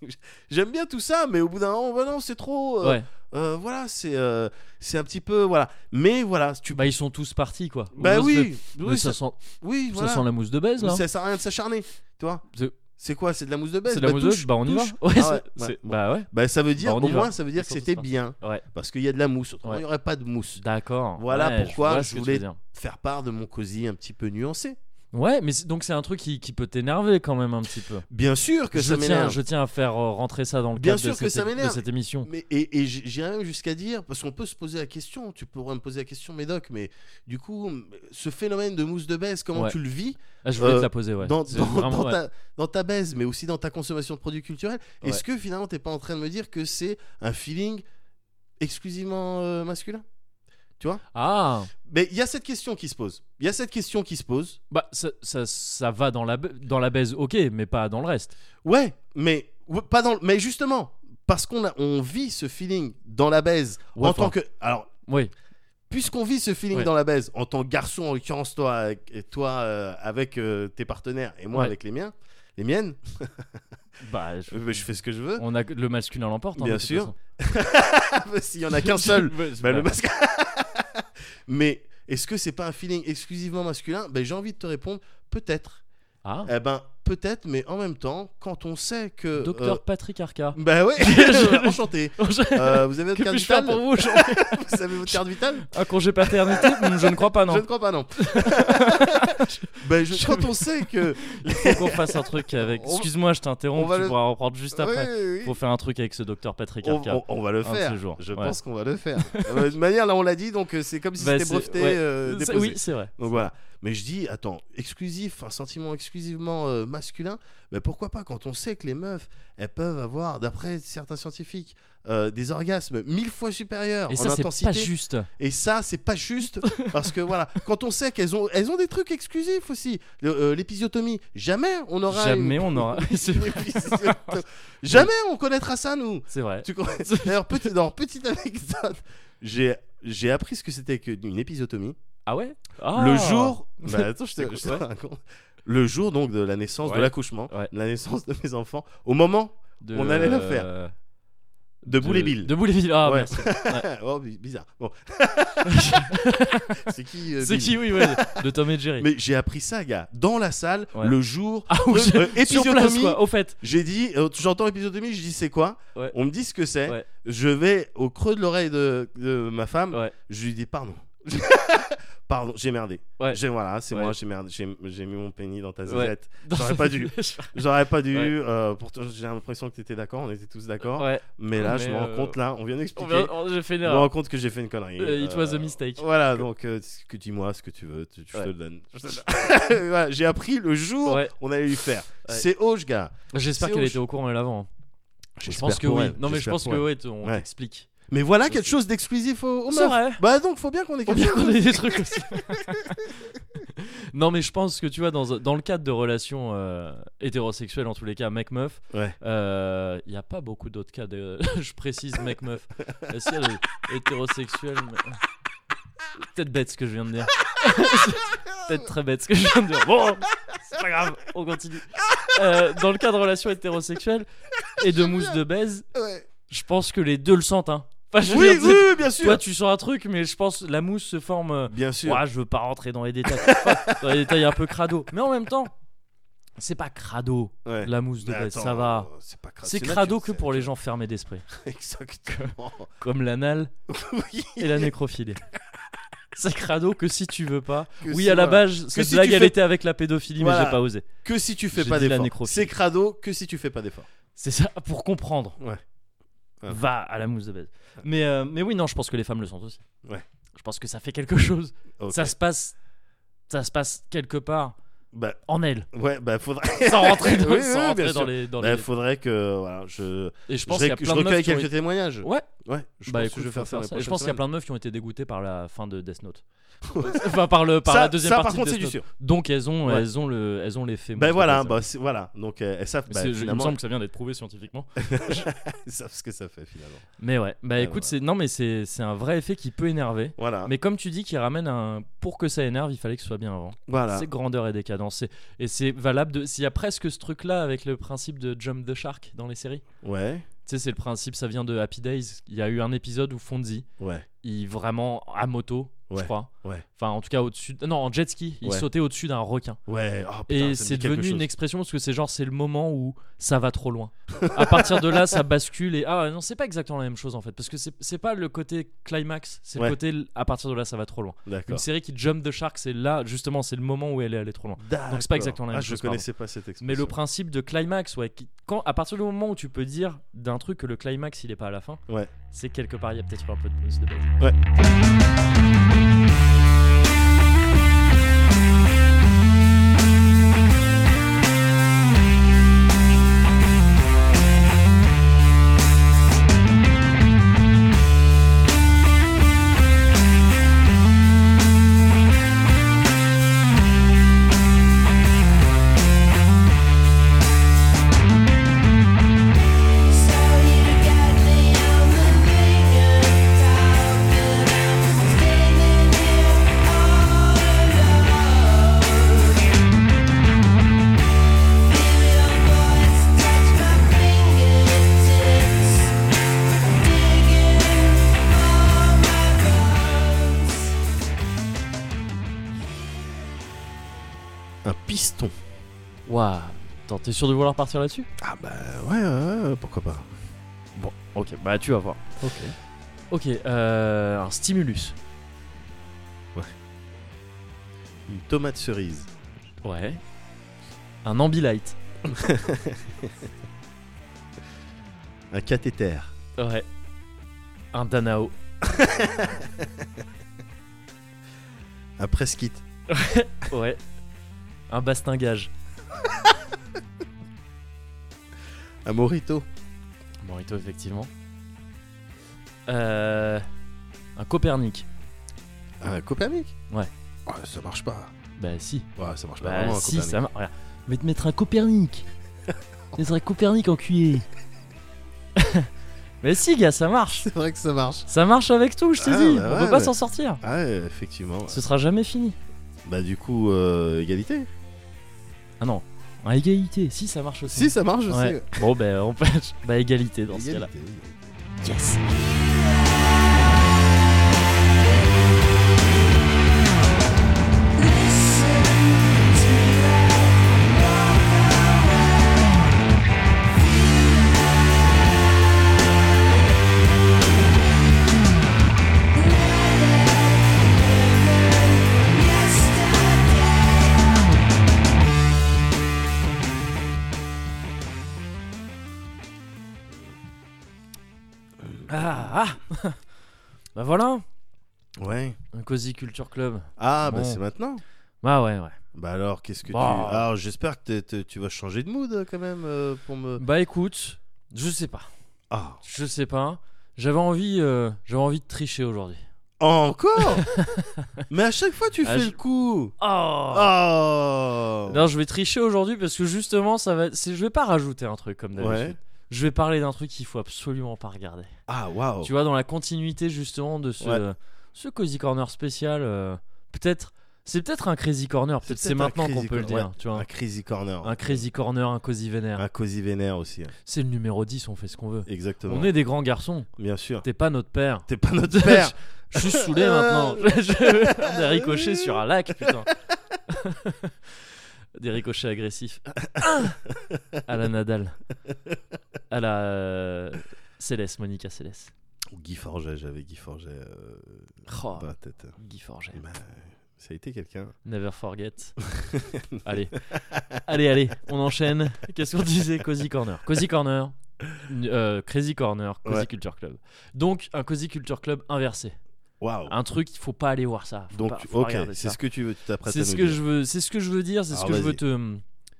S2: j'aime bien tout ça, mais au bout d'un moment, bah non, c'est trop. euh,
S1: Ouais.
S2: euh, voilà, c'est euh, c'est un petit peu voilà. Mais voilà, tu.
S1: Bah ils sont tous partis quoi.
S2: Bah
S1: Au moins,
S2: oui,
S1: ça-
S2: oui,
S1: mais ça, sent,
S2: sent, oui,
S1: ça
S2: voilà.
S1: sent la mousse de hein. baise là.
S2: Ça sert à rien de s'acharner, tu vois.
S1: C'est-
S2: C'est quoi C'est de la mousse de baisse
S1: C'est de la
S2: Bah,
S1: mousse de
S2: touche,
S1: baisse. Bah on y va.
S2: touche.
S1: Ouais,
S2: Ah ouais,
S1: c'est-
S2: ouais,
S1: c'est-
S2: bon.
S1: Bah ouais.
S2: Bah, ça veut dire,
S1: Bah, on
S2: au
S1: y va.
S2: moins, ça veut dire
S1: C'est
S2: que
S1: surtout
S2: c'était
S1: ça.
S2: bien.
S1: Ouais.
S2: Parce qu'il y a de la mousse. Autrement, il
S1: Ouais.
S2: n'y aurait pas de mousse.
S1: D'accord.
S2: Voilà
S1: Ouais,
S2: pourquoi
S1: vois
S2: je
S1: ce que tu
S2: voulais-
S1: veux dire.
S2: Faire part de mon cosy un petit peu nuancé.
S1: Ouais, mais c'est- donc c'est un truc qui, qui peut t'énerver quand même un petit peu.
S2: Bien sûr que
S1: je
S2: ça
S1: tiens,
S2: m'énerve.
S1: je tiens à faire euh, rentrer ça dans le
S2: Bien
S1: cadre
S2: sûr
S1: de,
S2: que
S1: cette,
S2: ça
S1: é- de
S2: m'énerve.
S1: cette émission.
S2: Mais, et et j- j'irais même jusqu'à dire, parce qu'on peut se poser la question, tu pourrais me poser la question, Médoc, mais du coup, ce phénomène de mousse de baisse, comment
S1: Ouais.
S2: tu le vis
S1: Ah, je voulais
S2: Euh,
S1: te la poser, ouais.
S2: dans,
S1: C'est
S2: dans-
S1: vraiment,
S2: dans
S1: ouais.
S2: ta, dans ta baisse, mais aussi dans ta consommation de produits culturels
S1: Ouais.
S2: Est-ce que finalement, t'es pas en train de me dire que c'est un feeling exclusivement euh, masculin
S1: Ah,
S2: Mais il y a cette question qui se pose. Il y a cette question qui se pose.
S1: bah ça, ça, ça va dans la, ba- dans la baise, ok, mais pas dans le reste.
S2: Ouais, mais ou- pas dans. le- Mais justement, parce qu'on a, on vit ce feeling dans la baise
S1: Ouais,
S2: en
S1: enfin,
S2: tant que. Alors,
S1: Oui,
S2: puisqu'on vit ce feeling
S1: Ouais.
S2: dans la baise en tant que garçon, en l'occurrence toi, avec- et toi euh, avec euh, tes partenaires et moi
S1: Ouais.
S2: avec les miens, les miennes,
S1: bah je-
S2: euh, mais je fais ce que je veux.
S1: on a le masculin l'emporte. hein,
S2: Bien
S1: de toute
S2: sûr.
S1: façon.
S2: S'il y en a qu'un seul,
S1: Ouais, c'est
S2: bah, le
S1: vrai.
S2: masque. mais est-ce que c'est pas un feeling exclusivement masculin Ben j'ai envie de te répondre, peut-être.
S1: Ah,
S2: Eh ben peut-être, mais en même temps, quand on sait que.
S1: docteur Patrick Arca.
S2: Ben ouais,
S1: Je-
S2: enchanté.
S1: que
S2: Euh, Euh, vous avez votre carte
S1: puis-je faire
S2: vitale
S1: pour vous Jean
S2: Vous savez votre carte vitale
S1: Un congé paternité Hmm, Je ne crois pas,
S2: Je
S1: non.
S2: ne crois pas, non. Ben, je- quand on sait que.
S1: Faut qu'on fasse un truc avec.
S2: On-
S1: Excuse-moi, je
S2: on
S1: t'interromps,
S2: va
S1: tu
S2: le-
S1: pourras reprendre juste après.
S2: Ouais, oui,
S1: Faut faire un truc avec ce docteur Patrick
S2: on,
S1: Arca.
S2: on- on va le
S1: Un de
S2: faire.
S1: ces jours,
S2: Je
S1: ouais.
S2: pense qu'on va le faire. Euh, de toute manière, là, on l'a dit, donc euh, c'est comme si
S1: Bah,
S2: c'était
S1: c'est-
S2: breveté.
S1: ouais.
S2: euh,
S1: C'est-
S2: déposé.
S1: oui, c'est vrai.
S2: Donc voilà. Mais je dis, attends, exclusif, un sentiment exclusivement euh, masculin, mais pourquoi pas quand on sait que les meufs, elles peuvent avoir, d'après certains scientifiques, euh, des orgasmes mille fois supérieurs
S1: Et
S2: en
S1: ça, c'est
S2: intensité.
S1: pas juste.
S2: Et ça, c'est pas juste parce que voilà, quand on sait qu'elles ont, elles ont des trucs exclusifs aussi. Le- euh, L'épisiotomie, jamais on aura.
S1: Jamais
S2: une-
S1: on aura. C'est
S2: une épisiotomie. jamais on connaîtra ça nous.
S1: c'est vrai.
S2: Tu comprends D'ailleurs, petit, non, petite anecdote, j'ai j'ai appris ce que c'était qu'une épisiotomie
S1: Ah ouais Ah.
S2: le jour. Bah, attends, je te,
S1: Écoute,
S2: je te
S1: ouais.
S2: raconte. Le jour donc de la naissance,
S1: Ouais.
S2: de l'accouchement,
S1: Ouais.
S2: de la naissance de mes enfants, au moment
S1: De-
S2: on allait le faire.
S1: euh,
S2: de Boulébile.
S1: De Bouléville. Ah,
S2: Ouais.
S1: merci.
S2: oh, bi- bizarre. Bon. c'est qui euh,
S1: C'est
S2: Bill
S1: qui, oui, ouais, de Tom et Jerry.
S2: Mais j'ai appris ça, gars, dans la salle,
S1: Ouais.
S2: le jour.
S1: Ah, oui,
S2: de- euh,
S1: Sur place, quoi, au fait.
S2: J'ai dit, euh, j'entends épisiotomie, je dis c'est quoi
S1: Ouais.
S2: On me dit ce que c'est.
S1: Ouais.
S2: Je vais au creux de l'oreille de, de ma femme.
S1: Ouais.
S2: Je lui dis pardon. pardon, j'ai merdé.
S1: Ouais.
S2: J'ai- Voilà, c'est
S1: Ouais.
S2: moi, j'ai merdé. J'ai j'ai mis mon pénis dans ta
S1: Ouais.
S2: zizette. J'aurais pas dû. J'aurais pas dû.
S1: Ouais.
S2: euh, pourtant, j'ai l'impression que t'étais d'accord. On était tous d'accord.
S1: ouais.
S2: Mais là, je
S1: Mais,
S2: me rends
S1: euh,
S2: compte là, on vient
S1: On
S2: d'expliquer.
S1: vient- on- J'ai fait une
S2: Je me rends
S1: erreur.
S2: compte que j'ai fait une connerie.
S1: Euh, It
S2: Euh,
S1: was a mistake.
S2: Voilà, donc euh, ce que dis-moi ce que tu veux, tu- je te
S1: Ouais.
S2: le donne. Je te le donne. Voilà, j'ai appris le jour
S1: Ouais.
S2: on allait lui faire.
S1: Ouais.
S2: C'est hoche, gars.
S1: J'espère
S2: c'est
S1: qu'elle
S2: où,
S1: était au courant elle avant. Je
S2: J'espère
S1: pense que
S2: pour
S1: oui.
S2: elle,
S1: Non, mais je
S2: j'espère
S1: pense
S2: pour
S1: que
S2: elle.
S1: ouais, t- on
S2: Ouais.
S1: t'explique.
S2: Mais voilà quelque chose d'exclusif au, au
S1: C'est
S2: meuf.
S1: vrai.
S2: Bah donc faut bien qu'on ait
S1: Faut
S2: quelque
S1: bien
S2: chose.
S1: qu'on ait des trucs aussi. non, mais je pense que tu vois, dans, dans le cadre de relations euh, hétérosexuelles, en tous les cas, mec-meuf, il
S2: Ouais.
S1: n'y a pas beaucoup d'autres cas. De... je précise mec-meuf. La seule hétérosexuelle. mais- Peut-être bête ce que je viens de dire. Peut-être très bête ce que je viens de dire. Bon, c'est pas grave, on continue. Euh, dans le cas de relations hétérosexuelles et de mousse de baise,
S2: Ouais.
S1: je pense que les deux le sentent. Hein. Enfin, je veux
S2: Oui,
S1: dire, tu-
S2: oui, bien sûr.
S1: Toi, tu sens un truc, mais je pense la mousse se forme. euh,
S2: Bien sûr.
S1: Ouah, je veux pas rentrer dans les détails. Enfin, dans les détails un peu crado. Mais en même temps, c'est pas crado
S2: Ouais.
S1: la mousse de
S2: Mais
S1: bête,
S2: attends,
S1: ça va.
S2: euh, C'est pas crado.
S1: C'est
S2: nature,
S1: crado que
S2: c'est-
S1: pour les gens fermés d'esprit,
S2: Exactement.
S1: comme l'anal
S2: oui.
S1: et la nécrophilie. C'est crado que si tu veux pas.
S2: Que
S1: oui,
S2: si,
S1: à la
S2: voilà.
S1: base, cette
S2: si tu
S1: blague, elle
S2: fais-
S1: était avec la pédophilie, mais
S2: Voilà.
S1: j'ai pas osé.
S2: Que si tu fais
S1: J'ai
S2: pas
S1: dit la
S2: d'efforts.
S1: nécrophilie.
S2: C'est crado que si tu fais pas d'efforts.
S1: C'est ça, pour comprendre.
S2: Ouais. Ouais.
S1: Va à la mousse de bête. Mais, euh, mais oui, non, je pense que les femmes le sont aussi.
S2: Ouais.
S1: Je pense que ça fait quelque chose.
S2: Ok.
S1: Ça se passe. Ça se passe quelque part
S2: Bah,
S1: en elles.
S2: ouais, bah faudrait.
S1: Sans rentrer dans,
S2: Oui,
S1: sans
S2: oui,
S1: rentrer
S2: bien sûr.
S1: dans les. Dans
S2: Bah,
S1: les...
S2: faudrait que voilà, je
S1: Et je pense
S2: je,
S1: qu'il y a
S2: rec- je
S1: plein de meufs.
S2: recueille
S1: qui ont
S2: quelques
S1: été-
S2: témoignages.
S1: Ouais,
S2: Ouais, je
S1: bah
S2: pense
S1: écoute,
S2: que je vais
S1: faut
S2: faire ça.
S1: faire
S2: la
S1: ça. Et Je
S2: prochaine
S1: pense qu'il y a
S2: semaine.
S1: plein de meufs qui ont été dégoûtées par la fin de Death Note. enfin, par, le, par
S2: ça,
S1: la deuxième
S2: ça,
S1: partie
S2: par contre,
S1: de
S2: c'est
S1: Death
S2: du
S1: Note.
S2: sûr.
S1: Donc elles ont,
S2: Ouais.
S1: elles ont le, elles ont l'effet.
S2: Ben
S1: monstre,
S2: voilà,
S1: ça.
S2: bah, c'est- voilà. Donc euh, elles savent,
S1: Mais
S2: bah,
S1: c'est- je- il me
S2: finalement,
S1: semble que ça vient d'être prouvé scientifiquement.
S2: elles savent ce que ça fait finalement.
S1: Mais ouais, bah
S2: Ouais,
S1: écoute,
S2: voilà.
S1: c'est non mais c'est c'est un vrai effet qui peut énerver.
S2: Voilà.
S1: Mais comme tu dis qu'il ramène un pour que ça énerve, il fallait que ce soit bien avant.
S2: voilà.
S1: C'est grandeur et décadence C'est- et c'est valable de s'il y a presque ce truc là avec le principe de jump the shark dans les séries.
S2: Ouais,
S1: Tu sais c'est le principe ça vient de Happy Days, il y a eu un épisode où Fonzie,
S2: ouais,
S1: il vraiment à moto, je
S2: Ouais,
S1: crois.
S2: ouais.
S1: Enfin en tout cas au-dessus non, en jet ski, il
S2: Ouais.
S1: sautait au-dessus d'un requin.
S2: ouais. Oh, putain,
S1: Et
S2: ça me
S1: c'est
S2: dit quelque
S1: devenu une
S2: chose.
S1: expression parce que c'est genre c'est le moment où ça va trop loin. à partir de là, ça bascule et ah non, c'est pas exactement la même chose en fait parce que c'est c'est pas le côté climax, c'est
S2: Ouais.
S1: le côté l- à partir de là ça va trop loin. Une
S2: D'accord.
S1: série qui jump the shark, c'est là justement c'est le moment où elle est allée trop loin.
S2: Donc
S1: c'est pas exactement la même
S2: ah,
S1: chose,
S2: Je connaissais pas cette expression.
S1: Mais le principe de climax, ouais, qui- quand à partir du moment où tu peux dire d'un truc que le climax il est pas à la fin,
S2: Ouais.
S1: c'est quelque part il y a peut-être eu un peu de mousse de base.
S2: Un piston.
S1: Waouh, Attends, t'es sûr de vouloir partir là-dessus
S2: Ah bah ouais, ouais, ouais, pourquoi pas.
S1: Bon, ok, bah tu vas voir.
S2: Ok.
S1: Ok, euh, un stimulus.
S2: Une tomate cerise.
S1: Ouais. Un ambilight.
S2: Un cathéter.
S1: Ouais. Un Danao.
S2: Un presquite.
S1: Ouais. Un bastingage.
S2: Un morito.
S1: Morito, effectivement. Euh, un Copernic.
S2: Un Copernic.
S1: Ouais.
S2: Ouais, ça marche pas.
S1: Bah si.
S2: Ouais, ça marche pas
S1: Bah
S2: vraiment. un
S1: si,
S2: Copernic.
S1: ça marche. Regarde. Je vais te mettre un Copernic. Je vais te mettre un Copernic en cuillé. Mais si, gars, ça marche.
S2: C'est vrai que ça marche.
S1: Ça marche avec tout, je t'ai
S2: Ah,
S1: dit.
S2: bah
S1: On
S2: ouais,
S1: peut pas
S2: mais-
S1: s'en sortir.
S2: Ah, ouais, effectivement. ouais.
S1: Ce sera jamais fini.
S2: Bah du coup, euh, égalité.
S1: Ah non. Un égalité. Si, ça marche aussi.
S2: Si, ça marche, je
S1: Ouais.
S2: sais.
S1: Bon, bah, on peut. Bah, égalité dans ce cas-là.
S2: Égalité.
S1: Yes. Ah, ah. Bah voilà,
S2: Ouais.
S1: un Cozy Culture Club.
S2: Ah, bah
S1: Bon.
S2: c'est maintenant.
S1: Bah ouais, ouais.
S2: Bah alors, qu'est-ce que
S1: Bah.
S2: tu. Alors, j'espère que t'es- t'es- tu vas changer de mood euh, quand même euh, pour me.
S1: Bah écoute, je sais pas.
S2: Ah,
S1: Je sais pas. J'avais envie, euh, j'avais envie de tricher aujourd'hui.
S2: encore Mais à chaque fois, tu
S1: Ah,
S2: fais
S1: je-
S2: le coup.
S1: Oh,
S2: Oh
S1: Non, je vais tricher aujourd'hui parce que justement, ça va. être- c'est- Je vais pas rajouter un truc comme d'habitude.
S2: Ouais.
S1: Je vais parler d'un truc qu'il faut absolument pas regarder.
S2: Ah, waouh.
S1: Tu vois, dans la continuité justement de ce,
S2: Ouais.
S1: ce Cozy Corner spécial, euh, peut-être C'est peut-être un crazy corner, peut-être c'est
S2: peut-être un
S1: maintenant qu'on
S2: crazy
S1: peut le
S2: corner,
S1: dire, tu vois.
S2: Un Crazy Corner.
S1: Un crazy corner, un cosy vénère.
S2: Un Cozy Vénère aussi. hein.
S1: C'est le numéro 10, on fait ce qu'on veut.
S2: Exactement.
S1: On est des grands garçons.
S2: Bien sûr.
S1: T'es pas notre père.
S2: T'es pas notre père.
S1: Je suis saoulé maintenant. Je- je- des ricochets sur un lac, putain. des ricochets agressifs. à la Nadal. À la euh, Céleste, Monica Céleste.
S2: Guy Forget, j'avais Guy Forget euh,
S1: Oh,
S2: dans la tête.
S1: Guy Forget.
S2: Bah, ça a été quelqu'un.
S1: Never forget. allez, allez, allez, on enchaîne. Qu'est-ce qu'on disait Cozy Corner. Cozy Corner, euh, Crazy Corner, Cozy
S2: Ouais.
S1: Culture Club. Donc, un Cozy Culture Club inversé.
S2: Waouh.
S1: Un truc, il faut pas aller voir ça. Ah, Faut
S2: Donc,
S1: pas- faut pas
S2: ok,
S1: regarder
S2: c'est
S1: ça.
S2: ce que tu veux, tu t'apprêtes à
S1: C'est
S2: nous
S1: ce que
S2: dire.
S1: je veux, c'est ce que je veux dire, c'est ce
S2: Alors,
S1: que je veux
S2: vas-y.
S1: te.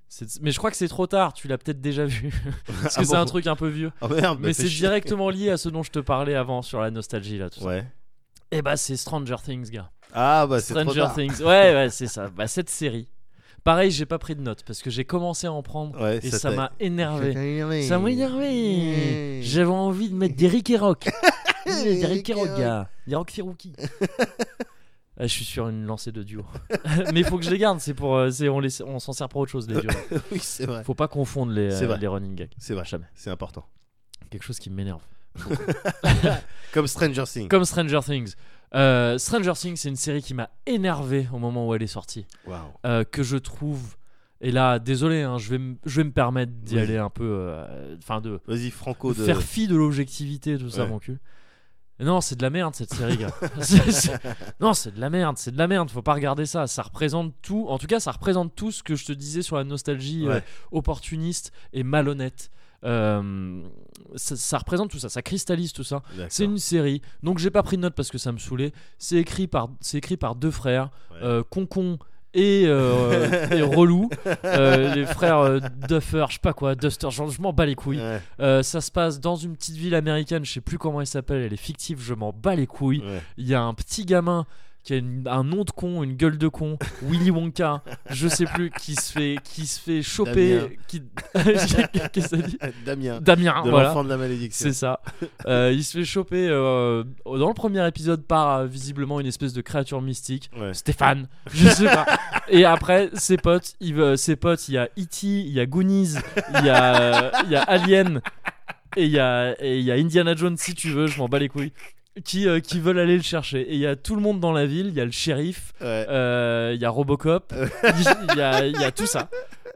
S1: c'est- Mais je crois que c'est trop tard. Tu l'as peut-être déjà vu parce que
S2: Ah
S1: c'est
S2: bon
S1: un truc un peu vieux.
S2: Ah merde, bah,
S1: Mais c'est
S2: fais chier.
S1: directement lié à ce dont je te parlais avant sur la nostalgie là. Tout ça.
S2: Ouais.
S1: Et bah c'est Stranger Things, gars.
S2: Ah bah c'est trop
S1: Stranger
S2: tard.
S1: Things. Ouais, ouais, c'est ça. Bah cette série. Pareil, j'ai pas pris de notes parce que j'ai commencé à en prendre
S2: Ouais,
S1: et ça
S2: t'a-
S1: m'a énervé.
S2: énervé.
S1: Ça m'a énervé.
S2: Ouais.
S1: J'avais envie de mettre des Rick et Rock. Mmh, des Rick et Rock, gars. Des Rock Firouki. Ah, je suis sur une lancée de duo. Mais il faut que je les garde. C'est pour, euh, c'est- on les- on s'en sert pour autre chose, les duos.
S2: oui, c'est vrai.
S1: Faut pas confondre les,
S2: C'est
S1: euh,
S2: vrai.
S1: les running gags.
S2: C'est vrai.
S1: Jamais.
S2: C'est important.
S1: Quelque chose qui m'énerve.
S2: Comme Stranger Things.
S1: Comme Stranger Things. Euh, Stranger Things, c'est une série qui m'a énervé au moment où elle est sortie.
S2: Waouh.
S1: euh, que je trouve. Et là, désolé, hein, je, vais me- je vais me permettre d'y
S2: Oui.
S1: aller un peu. euh, Enfin, de,
S2: Vas-y, Franco
S1: de
S2: de
S1: faire fi de l'objectivité, tout ça,
S2: Ouais.
S1: mon cul. Non, c'est de la merde cette série, gars. C'est- c'est- Non, c'est de la merde, c'est de la merde, faut pas regarder ça. Ça représente tout, en tout cas, ça représente tout ce que je te disais sur la nostalgie euh,
S2: Ouais.
S1: opportuniste et malhonnête. Euh, ça, ça représente tout ça, ça cristallise tout ça.
S2: D'accord.
S1: C'est une série, donc j'ai pas pris de notes parce que ça me saoulait. C'est écrit par, c'est écrit par deux frères,
S2: Ouais.
S1: euh, Concon et, euh, et Relou, euh, les frères euh, Duffer, je sais pas quoi, Duster, je je m'en bats les couilles.
S2: Ouais,
S1: Euh, ça se passe dans une petite ville américaine, je sais plus comment elle s'appelle, elle est fictive, je m'en bats les couilles.
S2: ouais.
S1: Il y a un petit gamin qui a une- un nom de con, une gueule de con, Willy Wonka, je sais plus, qui se fait, qui se fait
S2: Damien.
S1: choper. Qui... Qu'est-ce que ça dit
S2: Damien.
S1: Damien,
S2: de
S1: voilà.
S2: l'enfant de la malédiction.
S1: C'est ça. Euh, il se fait choper euh, dans le premier épisode par euh, visiblement une espèce de créature mystique.
S2: Ouais.
S1: Stéphane, je sais pas. Et après, ses potes, il, veut- ses potes, il y a E.T., il y a Goonies, il y a, euh, il y a Alien, et il y a, et il y a Indiana Jones, si tu veux, je m'en bats les couilles, qui, euh, qui veulent aller le chercher. Et il y a tout le monde dans la ville, il y a le shérif,
S2: Ouais.
S1: euh, il y a Robocop, il y a, il y a tout ça.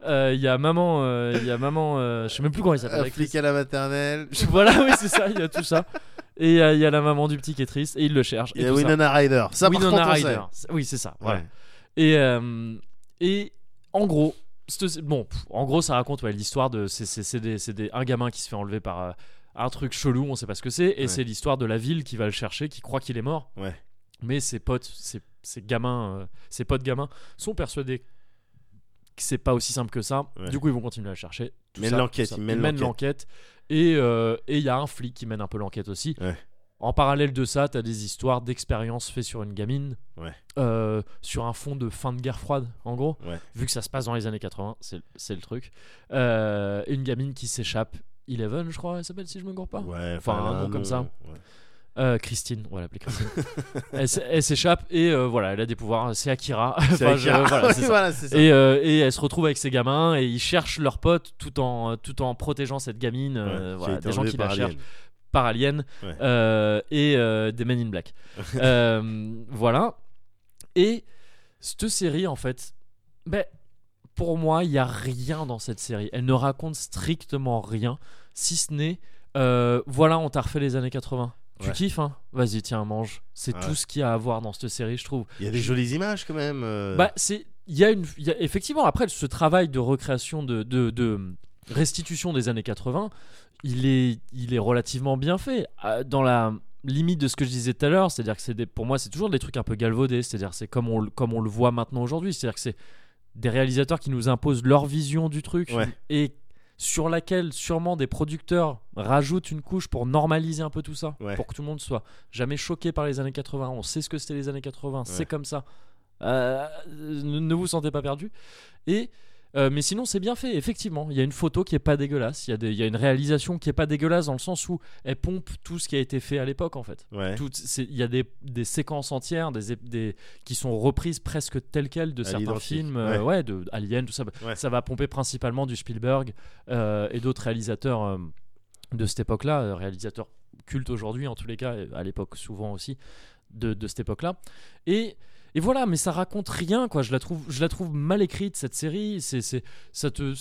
S1: Euh, Il y a maman, euh, il y a maman, euh, je sais même plus comment il s'appelle.
S2: Un flic à la maternelle.
S1: Je- Voilà, oui, c'est ça, il y a tout ça. Et il y, a- il y a la maman du petit qui est triste, et il le cherche.
S2: Il
S1: et
S2: y a
S1: tout ça.
S2: Winona Ryder. Ça, par
S1: Winona
S2: contre, on sait.
S1: Ryder. C'est- Oui, c'est ça. Voilà.
S2: Ouais.
S1: Et, euh, et en gros, c'te- bon, pff, en gros, ça raconte ouais, l'histoire de. C'est c'est- c'est des- c'est des- un gamin qui se fait enlever par euh, un truc chelou, on sait pas ce que c'est, et
S2: Ouais.
S1: c'est l'histoire de la ville qui va le chercher, qui croit qu'il est mort.
S2: Ouais.
S1: Mais ses potes, ses, ses gamins, euh, ses potes gamins sont persuadés que c'est pas aussi simple que ça.
S2: Ouais.
S1: Du coup, ils vont continuer à le chercher. Tout
S2: Mène
S1: ça,
S2: l'enquête,
S1: tout ça.
S2: ils mènent
S1: mènent l'enquête. Et euh, et il y a un flic qui mène un peu l'enquête aussi.
S2: Ouais.
S1: En parallèle de ça, t'as des histoires d'expériences faites sur une gamine euh, sur un fond de fin de guerre froide, en gros.
S2: Ouais.
S1: Vu que ça se passe dans les années 80, c'est c'est le truc. Euh, une gamine qui s'échappe, Eleven, je crois, elle s'appelle, si je me gourre pas.
S2: Ouais,
S1: Enfin,
S2: voilà,
S1: un nom comme ça.
S2: ouais.
S1: Euh, Christine, on va l'appeler Christine. elle s- elle s'échappe et euh, voilà, elle a des pouvoirs. C'est Akira.
S2: C'est
S1: Enfin, je-
S2: Akira.
S1: voilà,
S2: Oui,
S1: c'est ça.
S2: voilà, c'est ça.
S1: Et, euh, et elle se retrouve avec ses gamins et ils cherchent leurs potes tout en, tout en protégeant cette gamine,
S2: Ouais,
S1: euh,
S2: qui
S1: voilà,
S2: a été
S1: des gens
S2: enlevé
S1: qui
S2: par
S1: la
S2: Alien.
S1: cherchent par Alien
S2: Ouais.
S1: euh, et euh, des Men in Black. Euh, voilà. Et cette série, en fait, ben, pour moi, il n'y a rien dans cette série. Elle ne raconte strictement rien, si ce n'est, euh, voilà, on t'a refait les années 80. Tu
S2: Ouais.
S1: kiffes, hein Vas-y, tiens, mange. C'est
S2: Ah
S1: tout
S2: ouais.
S1: ce qu'il y a à voir dans cette série, je trouve.
S2: Il y a des jolies images quand même. euh,
S1: Bah, c'est. Il y a une. il y a- effectivement, après, ce travail de recréation, de, de, de restitution des années 80, il est, il est relativement bien fait. Euh, Dans la limite de ce que je disais tout à l'heure, c'est-à-dire que c'est des- pour moi, c'est toujours des trucs un peu galvaudés. C'est-à-dire c'est comme on, le- comme on le voit maintenant aujourd'hui. C'est-à-dire que c'est des réalisateurs qui nous imposent leur vision du truc
S2: Ouais.
S1: et sur laquelle sûrement des producteurs rajoutent une couche pour normaliser un peu tout ça,
S2: Ouais.
S1: pour que tout le monde soit jamais choqué par les années 80. On sait ce que c'était les années 80,
S2: Ouais.
S1: c'est comme ça. Euh, ne ne vous sentez pas perdu. Et Euh, mais sinon, c'est bien fait, effectivement. Il y a une photo qui est pas dégueulasse. Il y, a des- il y a une réalisation qui est pas dégueulasse dans le sens où elle pompe tout ce qui a été fait à l'époque, en fait.
S2: Ouais.
S1: Toutes ces- Il y a des, des séquences entières des, ép- des- qui sont reprises presque telles quelles de
S2: À
S1: certains
S2: l'identique,
S1: films, euh,
S2: ouais.
S1: ouais, de Alien, tout ça.
S2: Ouais.
S1: Ça va pomper principalement du Spielberg euh, et d'autres réalisateurs euh, de cette époque-là, euh, réalisateurs cultes aujourd'hui en tous les cas, et à l'époque souvent aussi, de, de cette époque-là. Et, et voilà, mais ça raconte rien, quoi. Je la trouve, je la trouve mal écrite, cette série. C'est, c'est, ça, te,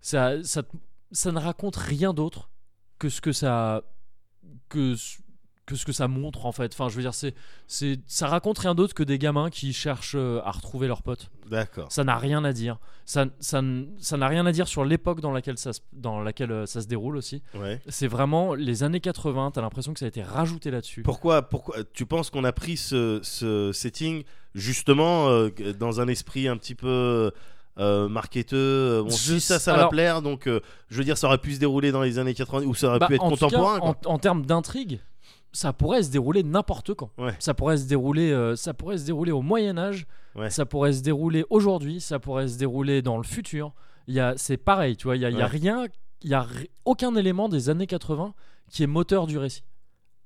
S1: ça, ça, te- ça ne raconte rien d'autre que ce que ça que ce- que ce que ça montre en fait. Enfin, je veux dire, c'est c'est ça raconte rien d'autre que des gamins qui cherchent euh, à retrouver leurs potes.
S2: D'accord.
S1: Ça n'a rien à dire. Ça ça n- ça n'a rien à dire sur l'époque dans laquelle ça se- dans laquelle euh, ça se déroule aussi.
S2: Ouais.
S1: C'est vraiment les années 80. T'as l'impression que ça a été rajouté là-dessus.
S2: Pourquoi, pourquoi tu penses qu'on a pris ce, ce setting justement euh, dans un esprit un petit peu euh, marketeux euh, On se
S1: Je-
S2: dit ça, ça va
S1: alors-
S2: plaire, donc euh, je veux dire, ça aurait pu se dérouler dans les années 80 ou ça aurait
S1: Bah,
S2: pu être
S1: en tout cas,
S2: contemporain. quoi.
S1: en, en termes d'intrigue, ça pourrait se dérouler n'importe quand.
S2: Ouais.
S1: Ça pourrait se dérouler, euh, ça pourrait se dérouler au Moyen Âge.
S2: Ouais.
S1: Ça pourrait se dérouler aujourd'hui. Ça pourrait se dérouler dans le futur. Il y a, c'est pareil, tu vois. Il y a, il y a
S2: Ouais.
S1: rien, il y a ri- aucun élément des années 80 qui est moteur du récit.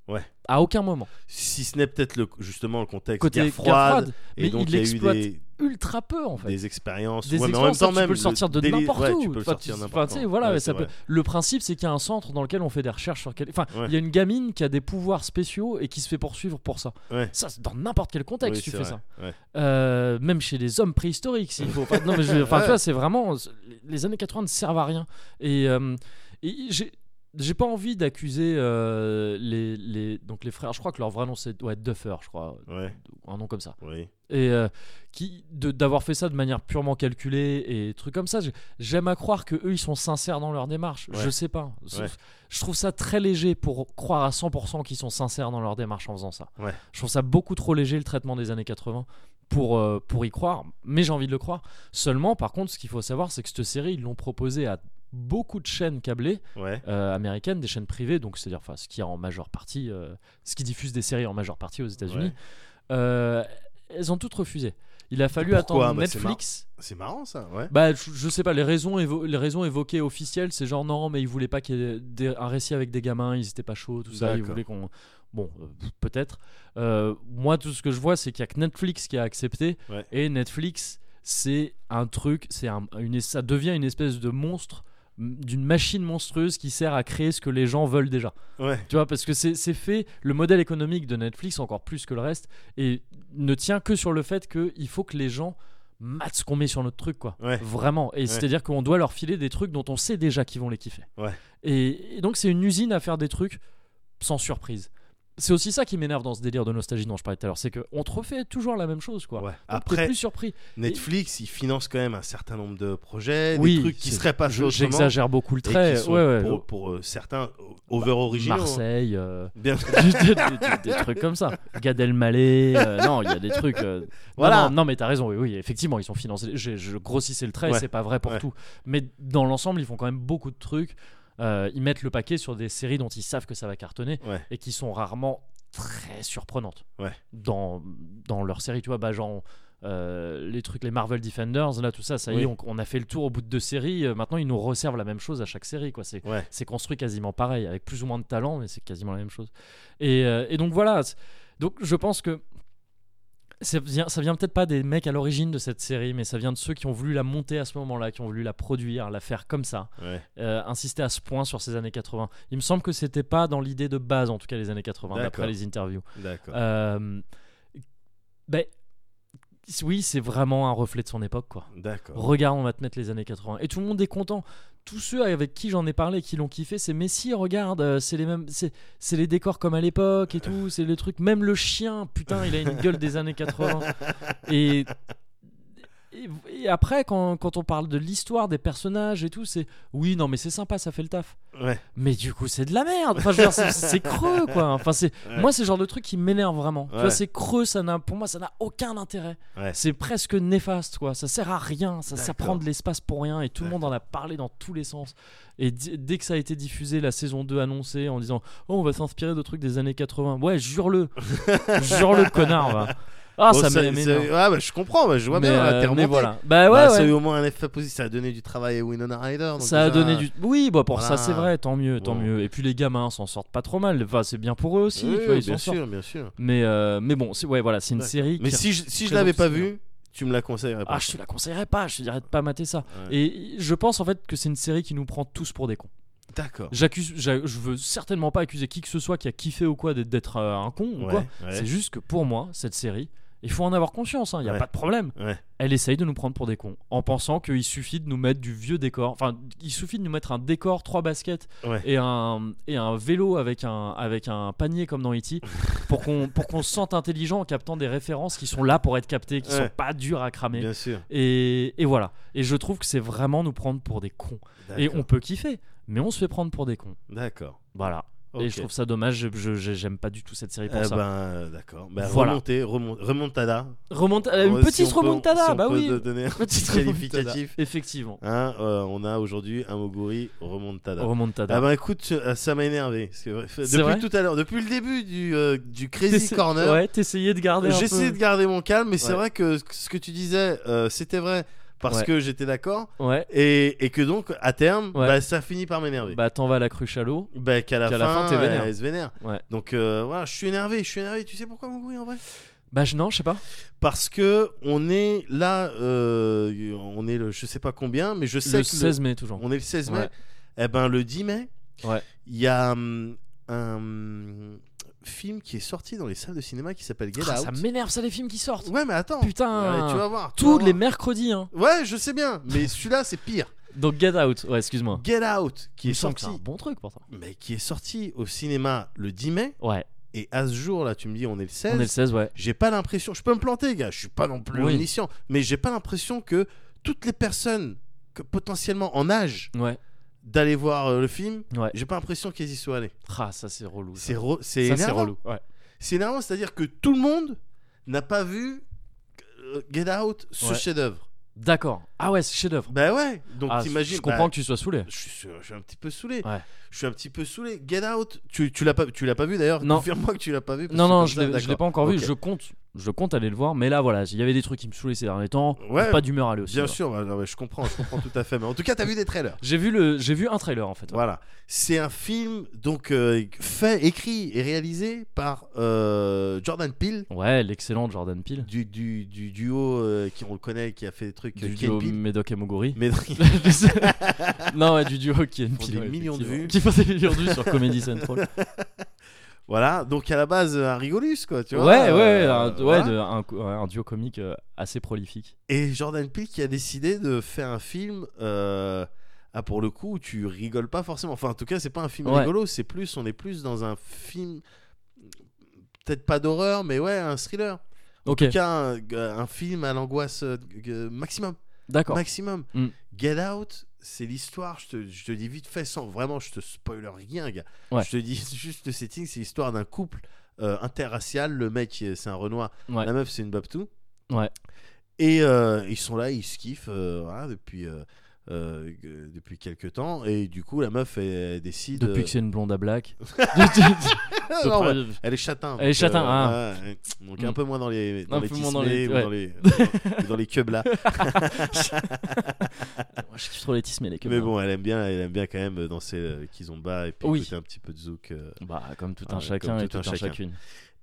S2: Ouais.
S1: À aucun moment.
S2: Si ce n'est peut-être le, justement le contexte
S1: Côté
S2: guerre froide,
S1: guerre froide,
S2: et
S1: mais
S2: donc
S1: il
S2: il, y a eu
S1: l'exploite
S2: des,
S1: ultra peu en fait.
S2: des expériences.
S1: des
S2: Ouais, mais en même
S1: expériences, ça,
S2: temps, même
S1: tu peux le sortir de
S2: délire-
S1: n'importe
S2: ouais,
S1: où.
S2: tu peux le
S1: Enfin,
S2: sortir
S1: tu-
S2: n'importe
S1: enfin, tu sais,
S2: où.
S1: voilà,
S2: Ouais,
S1: ça
S2: c'est
S1: peut-
S2: vrai.
S1: Le principe, c'est qu'il y a un centre dans lequel on fait des recherches sur quel. Enfin,
S2: Ouais.
S1: il y a une gamine qui a des pouvoirs spéciaux et qui se fait poursuivre pour ça.
S2: Ouais.
S1: Ça, c'est dans n'importe quel contexte,
S2: Oui,
S1: tu
S2: c'est
S1: fais
S2: vrai.
S1: ça.
S2: Ouais.
S1: Euh, même chez les hommes préhistoriques, s'il faut. Enfin, non, mais je- enfin, tu
S2: Ouais.
S1: vois, c'est vraiment. Les années 80 ne servent à rien. Et, euh, et j'ai. J'ai pas envie d'accuser euh, les, les, donc les frères, je crois que leur vrai nom c'est ouais, Duffer, je crois,
S2: Ouais,
S1: un nom comme ça
S2: oui.
S1: et euh, qui de- d'avoir fait ça de manière purement calculée et trucs comme ça J'ai- j'aime à croire que eux ils sont sincères dans leur démarche
S2: Ouais.
S1: je sais pas Sauf-
S2: Ouais.
S1: je trouve ça très léger pour croire à 100% qu'ils sont sincères dans leur démarche en faisant ça
S2: Ouais.
S1: je trouve ça beaucoup trop léger le traitement des années 80 pour, euh, pour y croire mais j'ai envie de le croire seulement par contre ce qu'il faut savoir c'est que cette série ils l'ont proposée à beaucoup de chaînes câblées
S2: Ouais.
S1: euh, américaines, des chaînes privées, donc c'est-à-dire enfin, ce qui a en majeure partie, euh, ce qui diffuse des séries en majeure partie aux États-Unis,
S2: Ouais.
S1: euh, elles ont toutes refusé. Il a fallu
S2: Pourquoi
S1: attendre
S2: Bah, c'est
S1: Netflix.
S2: C'est marrant ça, ouais.
S1: Bah, je, je sais pas, les raisons, évo- les raisons évoquées officielles, c'est genre non, mais ils voulaient pas qu'il y ait des- un récit avec des gamins, ils étaient pas chauds, tout ça, ils
S2: D'accord.
S1: voulaient qu'on. Bon, euh, peut-être. Euh, moi, tout ce que je vois, c'est qu'il y a que Netflix qui a accepté,
S2: Ouais.
S1: et Netflix, c'est un truc, c'est un- une, ça devient une espèce de monstre, m- d'une machine monstrueuse qui sert à créer ce que les gens veulent déjà.
S2: Ouais.
S1: Tu vois, parce que c'est c'est fait, le modèle économique de Netflix, encore plus que le reste, et ne tient que sur le fait qu'il faut que les gens matent ce qu'on met sur notre truc, quoi.
S2: Ouais.
S1: Vraiment. Et c'est-à-dire qu'on doit leur filer des trucs dont on sait déjà qu'ils vont les kiffer.
S2: Ouais.
S1: Et, et donc, c'est une usine à faire des trucs sans surprise. C'est aussi ça qui m'énerve dans ce délire de nostalgie dont je parlais tout à l'heure, c'est qu'on te refait toujours la même chose, quoi.
S2: Ouais.
S1: Donc, t'es
S2: Après,
S1: plus surpris.
S2: Netflix, ils financent quand même un certain nombre de projets,
S1: Oui,
S2: des trucs qui
S1: c'est-
S2: seraient pas
S1: Je-
S2: chauds autrement,
S1: J'exagère beaucoup le
S2: et qui
S1: trait.
S2: sont
S1: ouais, ouais.
S2: pour, pour, euh, certains over originaux. hein.
S1: Marseille. euh,
S2: Bien-
S1: des, des- des- des trucs comme ça. Gad Elmaleh, euh, non, il y a des trucs. euh, non, Non,
S2: Voilà.
S1: non, mais t'as raison. Oui, oui, effectivement, ils sont financés. Je, je grossissais le trait.
S2: Ouais.
S1: C'est pas vrai pour
S2: Ouais.
S1: tout. Mais dans l'ensemble, ils font quand même beaucoup de trucs. Euh, ils mettent le paquet sur des séries dont ils savent que ça va cartonner
S2: Ouais.
S1: et qui sont rarement très surprenantes
S2: Ouais.
S1: dans dans leur série. Tu vois, bah genre. euh, les trucs, les Marvel Defenders, là tout ça, ça y est,
S2: Oui.
S1: on, on a fait le tour au bout de deux séries. euh, maintenant, ils nous resservent la même chose à chaque série, quoi. C'est
S2: Ouais.
S1: c'est construit quasiment pareil, avec plus ou moins de talent, mais c'est quasiment la même chose. Et, euh, et donc voilà, C'est- donc je pense que ça vient, ça vient peut-être pas des mecs à l'origine de cette série, mais ça vient de ceux qui ont voulu la monter à ce moment-là, qui ont voulu la produire, la faire comme ça,
S2: Ouais.
S1: euh, insister à ce point sur ces années 80. Il me semble que c'était pas dans l'idée de base, en tout cas les années 80, d'après
S2: D'accord.
S1: les interviews.
S2: D'accord.
S1: Euh, ben, oui, c'est vraiment un reflet de son époque, quoi.
S2: D'accord.
S1: Regarde, on va te mettre les années 80. Et tout le monde est content. Tous ceux avec qui j'en ai parlé qui l'ont kiffé, c'est mais si, regarde, euh, c'est les mêmes, c'est, c'est les décors comme à l'époque et tout, c'est le truc. Même le chien, putain, il a une gueule des années 80. Et, et, et après, quand, quand on parle de l'histoire des personnages et tout, c'est oui, non, mais c'est sympa, ça fait le taf.
S2: Ouais.
S1: Mais du coup, c'est de la merde. Enfin, je veux dire, c'est, c'est creux, quoi. Enfin, c'est,
S2: Ouais.
S1: moi, c'est le genre de truc qui m'énerve vraiment. Tu vois,
S2: Ouais.
S1: c'est creux, ça n'a, pour moi, ça n'a aucun intérêt.
S2: Ouais.
S1: C'est presque néfaste, quoi. Ça sert à rien. Ça, ça
S2: D'accord.
S1: prend de l'espace pour rien. Et tout le monde en a parlé dans tous les sens. Et di- dès que ça a été diffusé, la saison 2 annoncée, en disant Oh, on va s'inspirer de trucs des années 80. Ouais, jure-le. jure-le, connard, va. Ah,
S2: Bon,
S1: ça
S2: ça-
S1: m'a- mais
S2: ça-
S1: non.
S2: ouais, bah, je comprends, bah, je vois
S1: mais,
S2: bien,
S1: euh,
S2: là, t'es
S1: mais
S2: remonté.
S1: voilà. Bah ouais,
S2: Bah,
S1: ouais.
S2: Ça a eu au moins un effet positif, ça a donné du travail à Winona Ryder. donc
S1: Ça a
S2: déjà,
S1: donné du. Oui, bah pour
S2: voilà.
S1: ça c'est vrai, tant mieux, tant
S2: Bon.
S1: mieux. Et puis les gamins s'en sortent pas trop mal. Enfin, c'est bien pour eux aussi,
S2: Oui,
S1: tu vois, ils
S2: bien
S1: s'en sortent.
S2: sûr, bien sûr.
S1: Mais euh, mais bon, c'est ouais, voilà, c'est une
S2: Ouais.
S1: série.
S2: Mais
S1: qui-
S2: si je, si je
S1: très
S2: l'avais pas
S1: obscure.
S2: vu, tu me la conseillerais pas.
S1: ah, je te la conseillerais pas. Je te dirais de pas mater ça.
S2: Ouais.
S1: Et je pense en fait que c'est une série qui nous prend tous pour des cons.
S2: D'accord.
S1: J'accuse, j'a- je veux certainement pas accuser qui que ce soit qui a kiffé ou quoi d'être- d'être euh, un con ou
S2: Ouais,
S1: quoi.
S2: ouais.
S1: C'est juste que pour moi, cette série, il faut en avoir conscience, hein, il n'y a
S2: Ouais.
S1: pas de problème.
S2: Ouais.
S1: Elle essaye de nous prendre pour des cons en pensant qu'il suffit de nous mettre du vieux décor. Enfin, il suffit de nous mettre un décor, trois baskets
S2: Ouais.
S1: et, un, et un vélo avec un, avec un panier comme dans E.T. pour qu'on pour qu'on se sente intelligent en captant des références qui sont là pour être captées, qui
S2: Ouais.
S1: sont pas dures à cramer.
S2: Bien sûr.
S1: Et, et voilà. Et je trouve que c'est vraiment nous prendre pour des cons. Et on peut kiffer, mais on se fait prendre pour des cons.
S2: D'accord.
S1: Voilà. Et
S2: Ok.
S1: je trouve ça dommage, je- je- je- j'aime pas du tout cette série pour
S2: Eh
S1: ça.
S2: ben, euh, d'accord. Bah,
S1: Voilà.
S2: Remontez, remon- remontada.
S1: Remonte, euh, une
S2: Ouais,
S1: petite
S2: Ah, si on peut-
S1: remontada,
S2: si on
S1: bah
S2: peut
S1: oui.
S2: de- donner un
S1: Petite
S2: petit qualificatif.
S1: Effectivement.
S2: Hein, euh, on a aujourd'hui un Moguri remontada.
S1: Remontada.
S2: Ah bah écoute, euh, ça m'a énervé. parce que, euh,
S1: C'est
S2: depuis
S1: vrai
S2: tout à l'heure, depuis le début du, euh, du Crazy
S1: T'essa-
S2: Corner,
S1: Ouais, t'essayais de garder. un
S2: j'essayais
S1: peu-
S2: de garder mon calme, mais c'est
S1: Ouais.
S2: vrai que ce- ce que tu disais, euh, c'était vrai. Parce
S1: Ouais.
S2: que j'étais d'accord.
S1: Ouais.
S2: Et, et que donc, à terme,
S1: Ouais.
S2: bah, ça finit par m'énerver. Bah,
S1: Bah t'en vas à la cruche à l'eau.
S2: qu'à la,
S1: qu'à la fin, t'es vénère.
S2: elle se vénère.
S1: Ouais.
S2: Donc euh, voilà, je suis énervé, je suis énervé. Tu sais pourquoi, Moguri, en vrai
S1: Bah je non, je sais pas.
S2: Parce que on est là, euh, on est le je sais pas combien, mais je sais
S1: Le
S2: que
S1: 16 mai toujours.
S2: on est le 16 mai.
S1: Ouais.
S2: Eh ben le 10 mai,
S1: Ouais.
S2: il y a hum, un hum, film qui est sorti dans les salles de cinéma qui s'appelle Get
S1: Ah,
S2: Out.
S1: ça m'énerve ça les films qui sortent.
S2: Ouais, mais attends.
S1: Putain.
S2: Ouais, tu vas voir. tu
S1: Tous
S2: vas
S1: les
S2: voir.
S1: mercredis hein.
S2: Ouais, je sais bien, mais celui-là c'est pire.
S1: Donc Get Out. Ouais, excuse-moi.
S2: Get Out qui
S1: Il
S2: est
S1: me semble que
S2: sorti,
S1: c'est un bon truc pourtant.
S2: mais qui est sorti au cinéma le 10 mai
S1: Ouais.
S2: et à ce jour là, tu me dis on est le 16.
S1: On est le 16 ouais.
S2: J'ai pas l'impression, je peux me planter, gars, je suis pas non plus
S1: Oui.
S2: omniscient, mais j'ai pas l'impression que toutes les personnes que potentiellement en âge
S1: Ouais.
S2: d'aller voir euh, le film,
S1: Ouais.
S2: j'ai pas l'impression qu'elles y soient allées.
S1: Ah ça c'est relou. ça.
S2: C'est ro- c'est
S1: Ça, c'est
S2: énervant.
S1: relou. Ouais.
S2: C'est énervant, c'est-à-dire que tout le monde n'a pas vu euh, Get Out, ce
S1: Ouais.
S2: chef-d'œuvre.
S1: D'accord. Ah ouais, c'est chef-d'œuvre.
S2: Bah ouais, donc
S1: Ah,
S2: t'imagines.
S1: Je comprends
S2: bah,
S1: que tu sois saoulé.
S2: je suis, sûr- je suis un petit peu saoulé.
S1: Ouais.
S2: Je suis un petit peu saoulé. Get Out, tu, tu l'as pas, tu l'as pas vu d'ailleurs.
S1: Non.
S2: Confirme-moi que tu l'as pas vu. parce
S1: Non,
S2: que
S1: non,
S2: comme
S1: je
S2: ça,
S1: l'ai- je l'ai
S2: d'accord.
S1: pas encore
S2: Ok.
S1: vu. Je compte, je compte aller le voir. Mais là, voilà, il y avait des trucs qui me saoulaient ces derniers temps.
S2: Ouais.
S1: Pas d'humeur à aller aussi.
S2: Bien
S1: voilà.
S2: sûr, bah, non, mais je comprends, je comprends tout à fait. Mais en tout cas, t'as vu des trailers.
S1: J'ai vu le, j'ai vu un trailer en fait. ouais.
S2: Voilà. C'est un film donc euh, fait, écrit et réalisé par euh, Jordan Peele.
S1: Ouais, l'excellent Jordan Peele.
S2: du, du, du duo euh, qui on le connaît qui a fait des trucs euh,
S1: Du
S2: Ken
S1: duo
S2: Peele.
S1: Médoc et Mogori.
S2: mais
S1: non, ouais, du duo qui est
S2: font des millions de vues.
S1: Qui font des millions de vues sur Comedy Central.
S2: voilà donc à la base un rigolus quoi tu
S1: ouais,
S2: vois
S1: ouais,
S2: euh,
S1: un, ouais,
S2: voilà.
S1: de- un, co- ouais, un duo comique euh, assez prolifique.
S2: et Jordan Peele qui a décidé de faire un film euh, ah, pour le coup où tu rigoles pas forcément enfin en tout cas c'est pas un film
S1: Ouais.
S2: rigolo c'est plus on est plus dans un film peut-être pas d'horreur mais ouais un thriller
S1: Ok,
S2: en tout cas un, euh, un film à l'angoisse euh, euh, maximum
S1: d'accord.
S2: maximum.
S1: Mm.
S2: Get Out, c'est l'histoire, je te, je te dis vite fait, sans vraiment, je te spoiler rien, gars.
S1: Ouais.
S2: Je te dis juste le setting, c'est l'histoire d'un couple euh, interracial. Le mec, euh, c'est un Renoir,
S1: Ouais.
S2: la meuf, c'est une Babtou.
S1: Ouais.
S2: Et euh, ils sont là, ils se kiffent euh, voilà, depuis, euh, euh, euh, depuis quelques temps. Et du coup, la meuf, elle, elle décide.
S1: Depuis
S2: euh,
S1: que c'est une blonde à black.
S2: Ah, non, ouais, Elle est châtain.
S1: Elle est châtain,
S2: euh, ouais, ouais. donc un
S1: Mm.
S2: peu moins dans les dans
S1: Un
S2: les
S1: peu moins dans les-
S2: tismés ou
S1: ouais.
S2: dans les dans- dans les queubs là.
S1: Moi, je kiffe trop les tisses, mais les
S2: Mais
S1: queues,
S2: bon, elle aime bien, elle aime bien quand même danser euh, kizomba et puis
S1: Oui.
S2: écouter un petit peu de zouk. euh.
S1: hein. Bah, comme tout
S2: Ah,
S1: un
S2: comme
S1: chacun et
S2: tout
S1: tout
S2: un
S1: un
S2: chacun.
S1: chacune.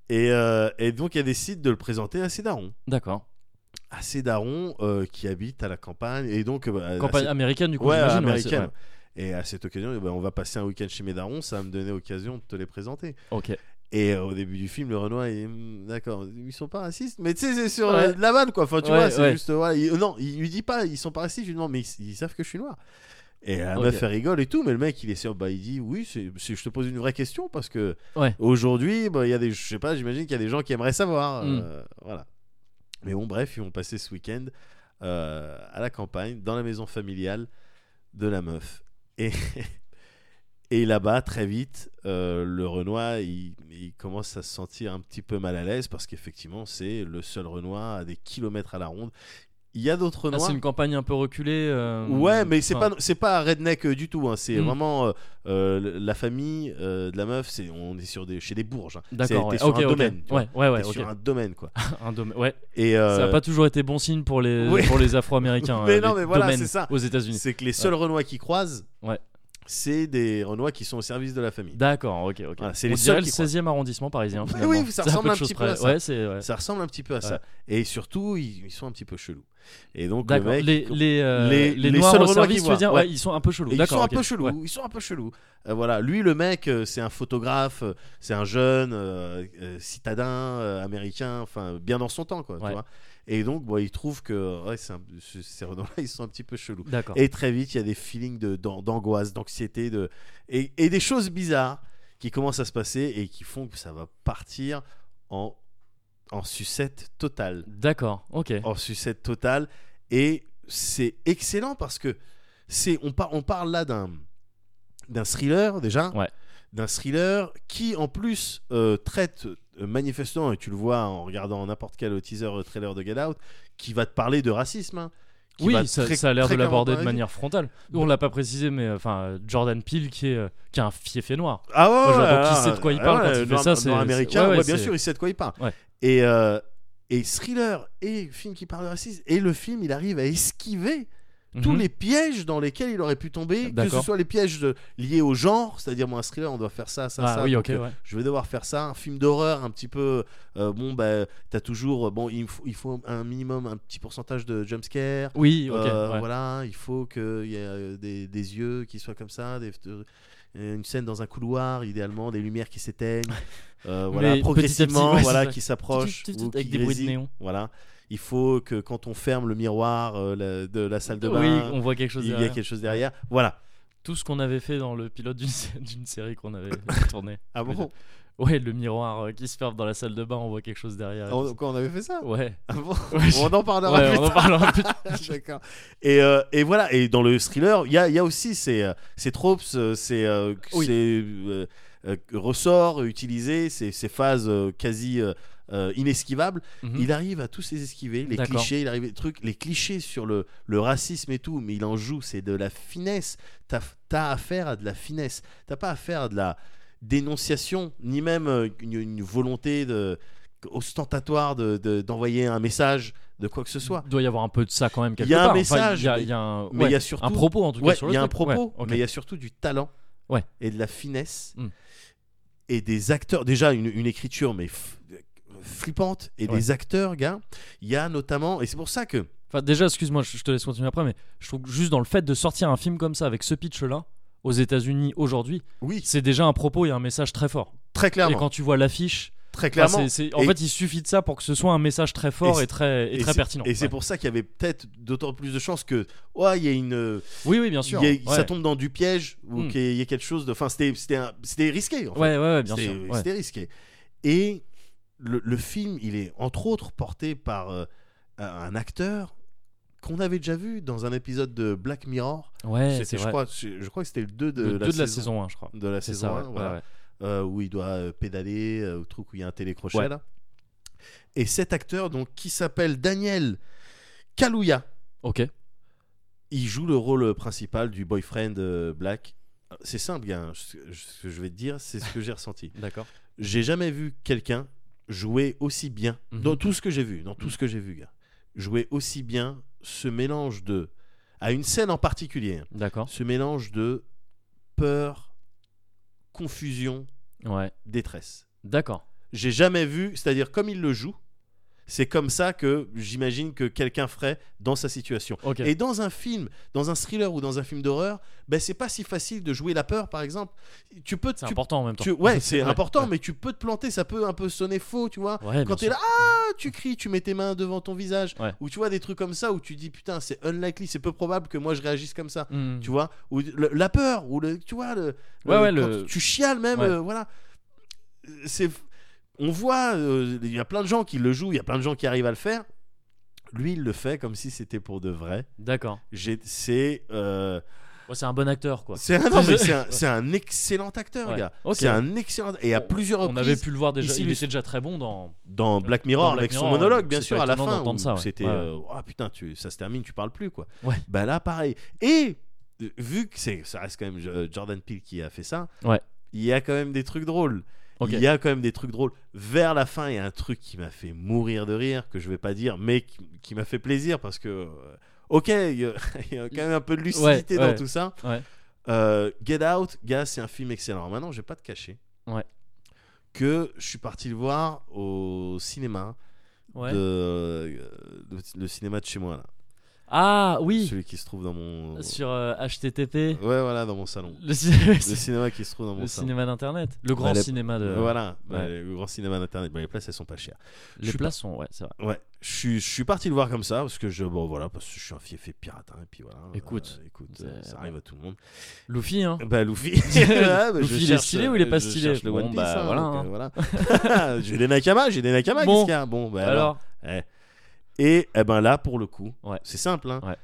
S2: Et, euh, et donc elle décide de le présenter à ses darons,
S1: D'accord.
S2: à ses darons euh, qui habitent à la campagne et donc euh, à-
S1: Campagne
S2: à cette-
S1: américaine, du coup,
S2: ouais,
S1: j'imagine. ouais, c'est-
S2: américaine. Et à cette occasion, eh ben, on va passer un week-end chez mes darons, ça va me donner occasion de te les présenter.
S1: ouais. Ok. Ah,
S2: Et euh, au début du film, le Renoir, il est, Hmm, d'accord, ils sont pas racistes, mais tu sais, c'est sur
S1: Ouais.
S2: la, la vanne quoi. Enfin, tu
S1: Ouais,
S2: vois, c'est
S1: ouais.
S2: juste, voilà, il- non, il lui dit pas, ils sont pas racistes, je lui demande, mais ils, ils savent que je suis noir. Et la
S1: Ok.
S2: meuf, elle rigole et tout, mais le mec, il est sûr, bah, il dit, oui, c'est, c'est- je te pose une vraie question parce que
S1: Ouais.
S2: aujourd'hui, bah, il y a des, je sais pas, j'imagine qu'il y a des gens qui aimeraient savoir.
S1: Mm.
S2: euh, voilà. Mais bon, bref, ils vont passer ce week-end euh, à la campagne, dans la maison familiale de la meuf. Et, et là-bas, très vite, euh, le Renoir, il, il commence à se sentir un petit peu mal à l'aise parce qu'effectivement, c'est le seul Renoir à des kilomètres à la ronde. Il y a d'autres
S1: Ah,
S2: noirs.
S1: c'est une campagne un peu reculée. euh,
S2: Ouais, mais c'est
S1: enfin,
S2: pas c'est pas redneck euh, du tout. hein. C'est
S1: Mm.
S2: vraiment euh, euh, la famille euh, de la meuf. C'est on est sur des chez des bourges. hein.
S1: D'accord.
S2: C'est-
S1: Ouais.
S2: T'es sur
S1: ok,
S2: un
S1: ok.
S2: domaine. tu vois.
S1: Ouais, ouais, ouais.
S2: T'es
S1: ok.
S2: sur un domaine quoi.
S1: Un domaine. Ouais.
S2: Et euh,
S1: Ça n'a pas toujours été bon signe pour les
S2: oui.
S1: pour les Afro-Américains.
S2: Mais
S1: euh,
S2: non,
S1: les
S2: mais voilà,
S1: domaines
S2: c'est ça.
S1: Aux États-Unis.
S2: c'est que les seuls Renois qui croisent,
S1: Ouais.
S2: c'est des Renois qui sont au service de la famille.
S1: D'accord. Ok, ok.
S2: Voilà, c'est
S1: On
S2: les
S1: dirait
S2: seuls
S1: le
S2: qui croient.
S1: 16e arrondissement parisien.
S2: Oui,
S1: finalement.
S2: oui,
S1: C'est
S2: ça ressemble
S1: peu
S2: un
S1: de
S2: petit
S1: choses
S2: peu à
S1: près.
S2: ça.
S1: Ouais, c'est. ouais.
S2: Ça ressemble un petit peu à ça. Et surtout, ils, ils sont un petit peu chelous. Et donc le
S1: D'accord.
S2: mec,
S1: les, les, euh,
S2: les- les
S1: noirs
S2: seuls
S1: au
S2: Renois
S1: service,
S2: qui
S1: tu veux
S2: voient,
S1: dire,
S2: ouais.
S1: ouais, ils sont un peu chelous.
S2: Et ils
S1: D'accord,
S2: sont un
S1: ok.
S2: peu chelous,
S1: Ouais.
S2: ils sont un peu chelous. Euh, voilà, lui le mec, euh, c'est un photographe, euh, c'est un jeune euh, euh, citadin euh, américain, enfin bien dans son temps quoi, tu
S1: Ouais.
S2: vois. Et donc bon, il trouve que ouais, c'est un- ce- ces Renois ils sont un petit peu chelous.
S1: D'accord.
S2: Et très vite, il y a des feelings de- d'an- d'angoisse, d'anxiété, de et, et des choses bizarres qui commencent à se passer et qui font que ça va partir en en sucette totale
S1: D'accord. Ok.
S2: en sucette totale. Et c'est excellent parce que c'est on, par- on parle là d'un d'un thriller déjà,
S1: Ouais.
S2: d'un thriller qui en plus euh, traite euh, manifestement et tu le vois en regardant n'importe quel teaser euh, trailer de Get Out, qui va te parler de racisme. hein, qui
S1: Oui,
S2: va
S1: ça,
S2: très-
S1: ça a l'air
S2: très
S1: de l'aborder de
S2: clairement parler.
S1: manière frontale. On l'a pas précisé, mais euh, enfin euh, Jordan Peele qui est euh, qui est un fiefé noir.
S2: Ah ouais,
S1: Genre,
S2: ouais,
S1: donc, il
S2: ouais,
S1: sait de quoi il
S2: ouais,
S1: parle
S2: ouais,
S1: quand il fait
S2: noir-
S1: ça, c'est-
S2: noir
S1: c'est-
S2: américain,
S1: ouais,
S2: ouais,
S1: ouais,
S2: bien
S1: c'est-
S2: sûr, il sait de quoi il parle.
S1: Ouais.
S2: Et, euh, et thriller et film qui parle de racisme. Et le film, il arrive à esquiver tous
S1: Mhm.
S2: les pièges dans lesquels il aurait pu tomber, que ce
S1: D'accord.
S2: soit les pièges de- liés au genre, c'est-à-dire moi un thriller on doit faire ça, ça,
S1: Ah
S2: ça.
S1: oui,
S2: donc,
S1: ok,
S2: euh,
S1: ouais.
S2: Je vais devoir faire ça, un film d'horreur un petit peu. euh, bon bah t'as toujours euh, bon il faut, il faut un minimum un petit pourcentage de jumpscare.
S1: Oui, ok.
S2: Euh,
S1: ouais.
S2: Voilà, il faut qu'il y ait euh, des, des yeux qui soient comme ça, des- euh, une scène dans un couloir, idéalement des lumières qui s'éteignent, euh,
S1: Mais
S2: voilà,
S1: petit à petit,
S2: progressivement,
S1: ouais, c'est
S2: voilà,
S1: ça.
S2: qui s'approchent,
S1: Tut, tut, tut,
S2: ou qui
S1: avec des bruits de
S2: grésillent.
S1: néon.
S2: Voilà, il faut que quand on ferme le miroir euh, la- de la salle de bain,
S1: Oui, on voit quelque chose
S2: il y a
S1: derrière.
S2: quelque chose derrière. Voilà.
S1: Tout ce qu'on avait fait dans le pilote d'une sé- d'une série qu'on avait tournée.
S2: Ah
S1: bon
S2: bon
S1: Ouais, le miroir euh, qui se ferme dans la salle de bain, on voit quelque chose derrière. et
S2: Ah, on, on avait fait ça
S1: tout. Ouais.
S2: Ah bon
S1: Ouais, je-
S2: On en parlera
S1: Ouais,
S2: plus
S1: on en
S2: tard.
S1: parlera plus tard.
S2: D'accord. Et, euh, et voilà, et dans le thriller, il y a, il y a aussi ces, euh, ces tropes, euh, ces, euh,
S1: Oui.
S2: ces, euh, euh, ressorts utilisés, ces, ces phases euh, quasi euh, euh, inesquivables.
S1: Mhm.
S2: Il arrive à tous les esquiver, les
S1: D'accord.
S2: clichés, il arrive les trucs, les clichés sur le, le racisme et tout, mais il en joue, c'est de la finesse. T'as as affaire à de la finesse, t'as pas affaire à de la dénonciation, ni même euh, une, une volonté de ostentatoire de- de- d'envoyer un message de quoi que ce soit.
S1: Il doit y avoir un peu de ça quand même. quelque
S2: y a un
S1: part. Enfin,
S2: message,
S1: il y a-
S2: mais-
S1: il y a un
S2: mais
S1: Mhm. ouais,
S2: il y a surtout
S1: un propos en tout
S2: Ouais,
S1: cas sur
S2: il
S1: le
S2: y a un
S1: truc.
S2: propos,
S1: Ouais, ok.
S2: mais il y a surtout du talent
S1: Ouais.
S2: et de la finesse
S1: Mm.
S2: et des acteurs. Déjà, une, une écriture, mais f- flippante, et
S1: Ouais.
S2: des acteurs, gars. Il y a notamment, et c'est pour ça que.
S1: Enfin, déjà, excuse-moi, je je te laisse continuer après, mais je trouve que juste dans le fait de sortir un film comme ça avec ce pitch-là aux États-Unis aujourd'hui,
S2: Oui,
S1: c'est déjà un propos et un message très fort.
S2: très clairement.
S1: Et quand tu vois l'affiche,
S2: très
S1: enfin,
S2: clairement.
S1: c'est- c'est- en
S2: Et-
S1: fait, il suffit de ça pour que ce soit un message très fort
S2: Et
S1: et, très, et très
S2: c'est-
S1: pertinent.
S2: Et c'est
S1: Ouais.
S2: pour ça qu'il y avait peut-être d'autant plus de chances que. Ouais, il y a une.
S1: Oui, oui, bien sûr. hein.
S2: il y a-
S1: ouais.
S2: Ça tombe dans du piège ou
S1: Mm.
S2: qu'il y ait quelque chose de. Enfin, c'était- c'était un- c'était risqué. En fait.
S1: Ouais, ouais, ouais, bien
S2: C'était
S1: sûr. ouais.
S2: c'était risqué. Et le, le film, il est entre autres porté par euh, un acteur qu'on avait déjà vu dans un épisode de Black Mirror.
S1: Ouais,
S2: C'était,
S1: Eh, c'est
S2: je,
S1: vrai.
S2: crois, je, je crois que c'était le 2 de,
S1: Le deux
S2: la,
S1: de
S2: saison,
S1: la saison 1, je crois.
S2: de la
S1: C'est
S2: saison
S1: ça, ouais,
S2: un, voilà.
S1: ouais, ouais.
S2: Euh, où il doit euh, pédaler euh, au truc où il y a un télécrochet.
S1: Ouais.
S2: Là. Et cet acteur, donc, qui s'appelle Daniel Kaluuya,
S1: Ok.
S2: il joue le rôle principal du boyfriend euh, Black. C'est simple, gars, hein, ce que- ce que je vais te dire, c'est ce que j'ai ressenti.
S1: D'accord.
S2: j'ai jamais vu quelqu'un jouer aussi bien
S1: Mhm.
S2: dans tout ce que j'ai vu, dans tout ce que j'ai vu, gars, jouer aussi bien ce mélange de à une scène en particulier, hein,
S1: D'accord.
S2: ce mélange de peur, confusion,
S1: Ouais.
S2: détresse.
S1: D'accord.
S2: J'ai jamais vu, c'est-à-dire comme il le joue, c'est comme ça que j'imagine que quelqu'un ferait dans sa situation.
S1: Ok.
S2: Et dans un film, dans un thriller ou dans un film d'horreur, ben c'est pas si facile de jouer la peur, par exemple. Tu peux,
S1: C'est
S2: tu
S1: important en même temps.
S2: tu- ouais, c'est important, mais tu peux te planter, ça peut un peu sonner faux, tu vois.
S1: Ouais, bien
S2: Quand t'es
S1: sûr.
S2: là, ah, tu cries, tu mets tes mains devant ton visage,
S1: Ouais.
S2: ou tu vois des trucs comme ça où tu dis putain, c'est unlikely, c'est peu probable que moi je réagisse comme ça,
S1: Hmm.
S2: tu vois, ou le- la peur, ou le, tu vois, le,
S1: Ouais, ouais,
S2: quand
S1: le-
S2: tu chiales même,
S1: Ouais.
S2: euh, voilà. C'est, on voit, euh, il y a plein de gens qui le jouent, il y a plein de gens qui arrivent à le faire. Lui, il le fait comme si c'était pour de vrai.
S1: D'accord.
S2: J'ai- C'est, euh,
S1: Ouais, c'est un bon acteur, quoi.
S2: C'est un, non, mais c'est un- c'est un excellent acteur,
S1: Ouais.
S2: gars.
S1: Ok.
S2: C'est un excellent. Et à
S1: On-
S2: plusieurs
S1: On
S2: reprises,
S1: avait pu le voir déjà.
S2: Oh, ici,
S1: Il
S2: le-
S1: était déjà très bon dans.
S2: dans Black Mirror,
S1: Black
S2: avec son
S1: Mirror,
S2: monologue,
S1: donc
S2: bien
S1: c'est
S2: sûr,
S1: pas
S2: à la
S1: étonnant
S2: fin,
S1: d'entendre
S2: où
S1: ça, ouais.
S2: c'était
S1: Ouais.
S2: euh, oh, putain, tu, ça se termine, tu parles plus, quoi.
S1: Ouais.
S2: Bah là, pareil. Et euh, vu que c'est, ça reste quand même euh, Jordan Peele qui a fait ça,
S1: Ouais.
S2: il y a quand même des trucs drôles.
S1: Ok.
S2: Il y a quand même des trucs drôles. Vers la fin, il y a un truc qui m'a fait mourir de rire, que je vais pas dire, mais qui, qui m'a fait plaisir parce que, euh, ok, il y, a- il y a quand même un peu de lucidité
S1: Ouais,
S2: dans
S1: ouais.
S2: tout ça.
S1: Ouais.
S2: Euh, Get Out, gars, c'est un film excellent. Alors Maintenant, je vais pas te cacher
S1: Ouais.
S2: que je suis parti le voir au cinéma
S1: Ouais.
S2: de euh, le, le cinéma de chez moi là.
S1: Ah oui,
S2: Celui qui se trouve dans mon
S1: sur euh, HTTP.
S2: Ouais voilà dans mon salon.
S1: Le, ciné-
S2: Le cinéma qui se trouve dans mon
S1: le
S2: salon.
S1: cinéma d'internet. Le grand
S2: Bah, les-
S1: cinéma de.
S2: Voilà, bah,
S1: ouais.
S2: le grand cinéma d'internet. Bah, les places elles sont pas chères. je
S1: Les
S2: suis
S1: places sont. Ouais, c'est vrai.
S2: Ouais, je suis, je suis parti le voir comme ça parce que je bon voilà parce que je suis un fiefé pirate hein, et puis voilà.
S1: Écoute,
S2: euh, écoute,
S1: c'est-
S2: euh, ça arrive à tout le monde.
S1: Luffy, hein.
S2: Bah Luffy. bah,
S1: Luffy,
S2: je
S1: il est
S2: cherche-
S1: stylé ou il est pas
S2: je
S1: stylé
S2: cherche le
S1: Bon,
S2: One Piece,
S1: bah,
S2: hein,
S1: voilà,
S2: donc, euh, voilà. j'ai des Nakama, j'ai des Nakama
S1: Bon.
S2: qu'est-ce qu'il y a Bon bah alors.
S1: Alors,
S2: Et eh ben là, pour le coup,
S1: Ouais.
S2: c'est simple. hein.
S1: Ouais.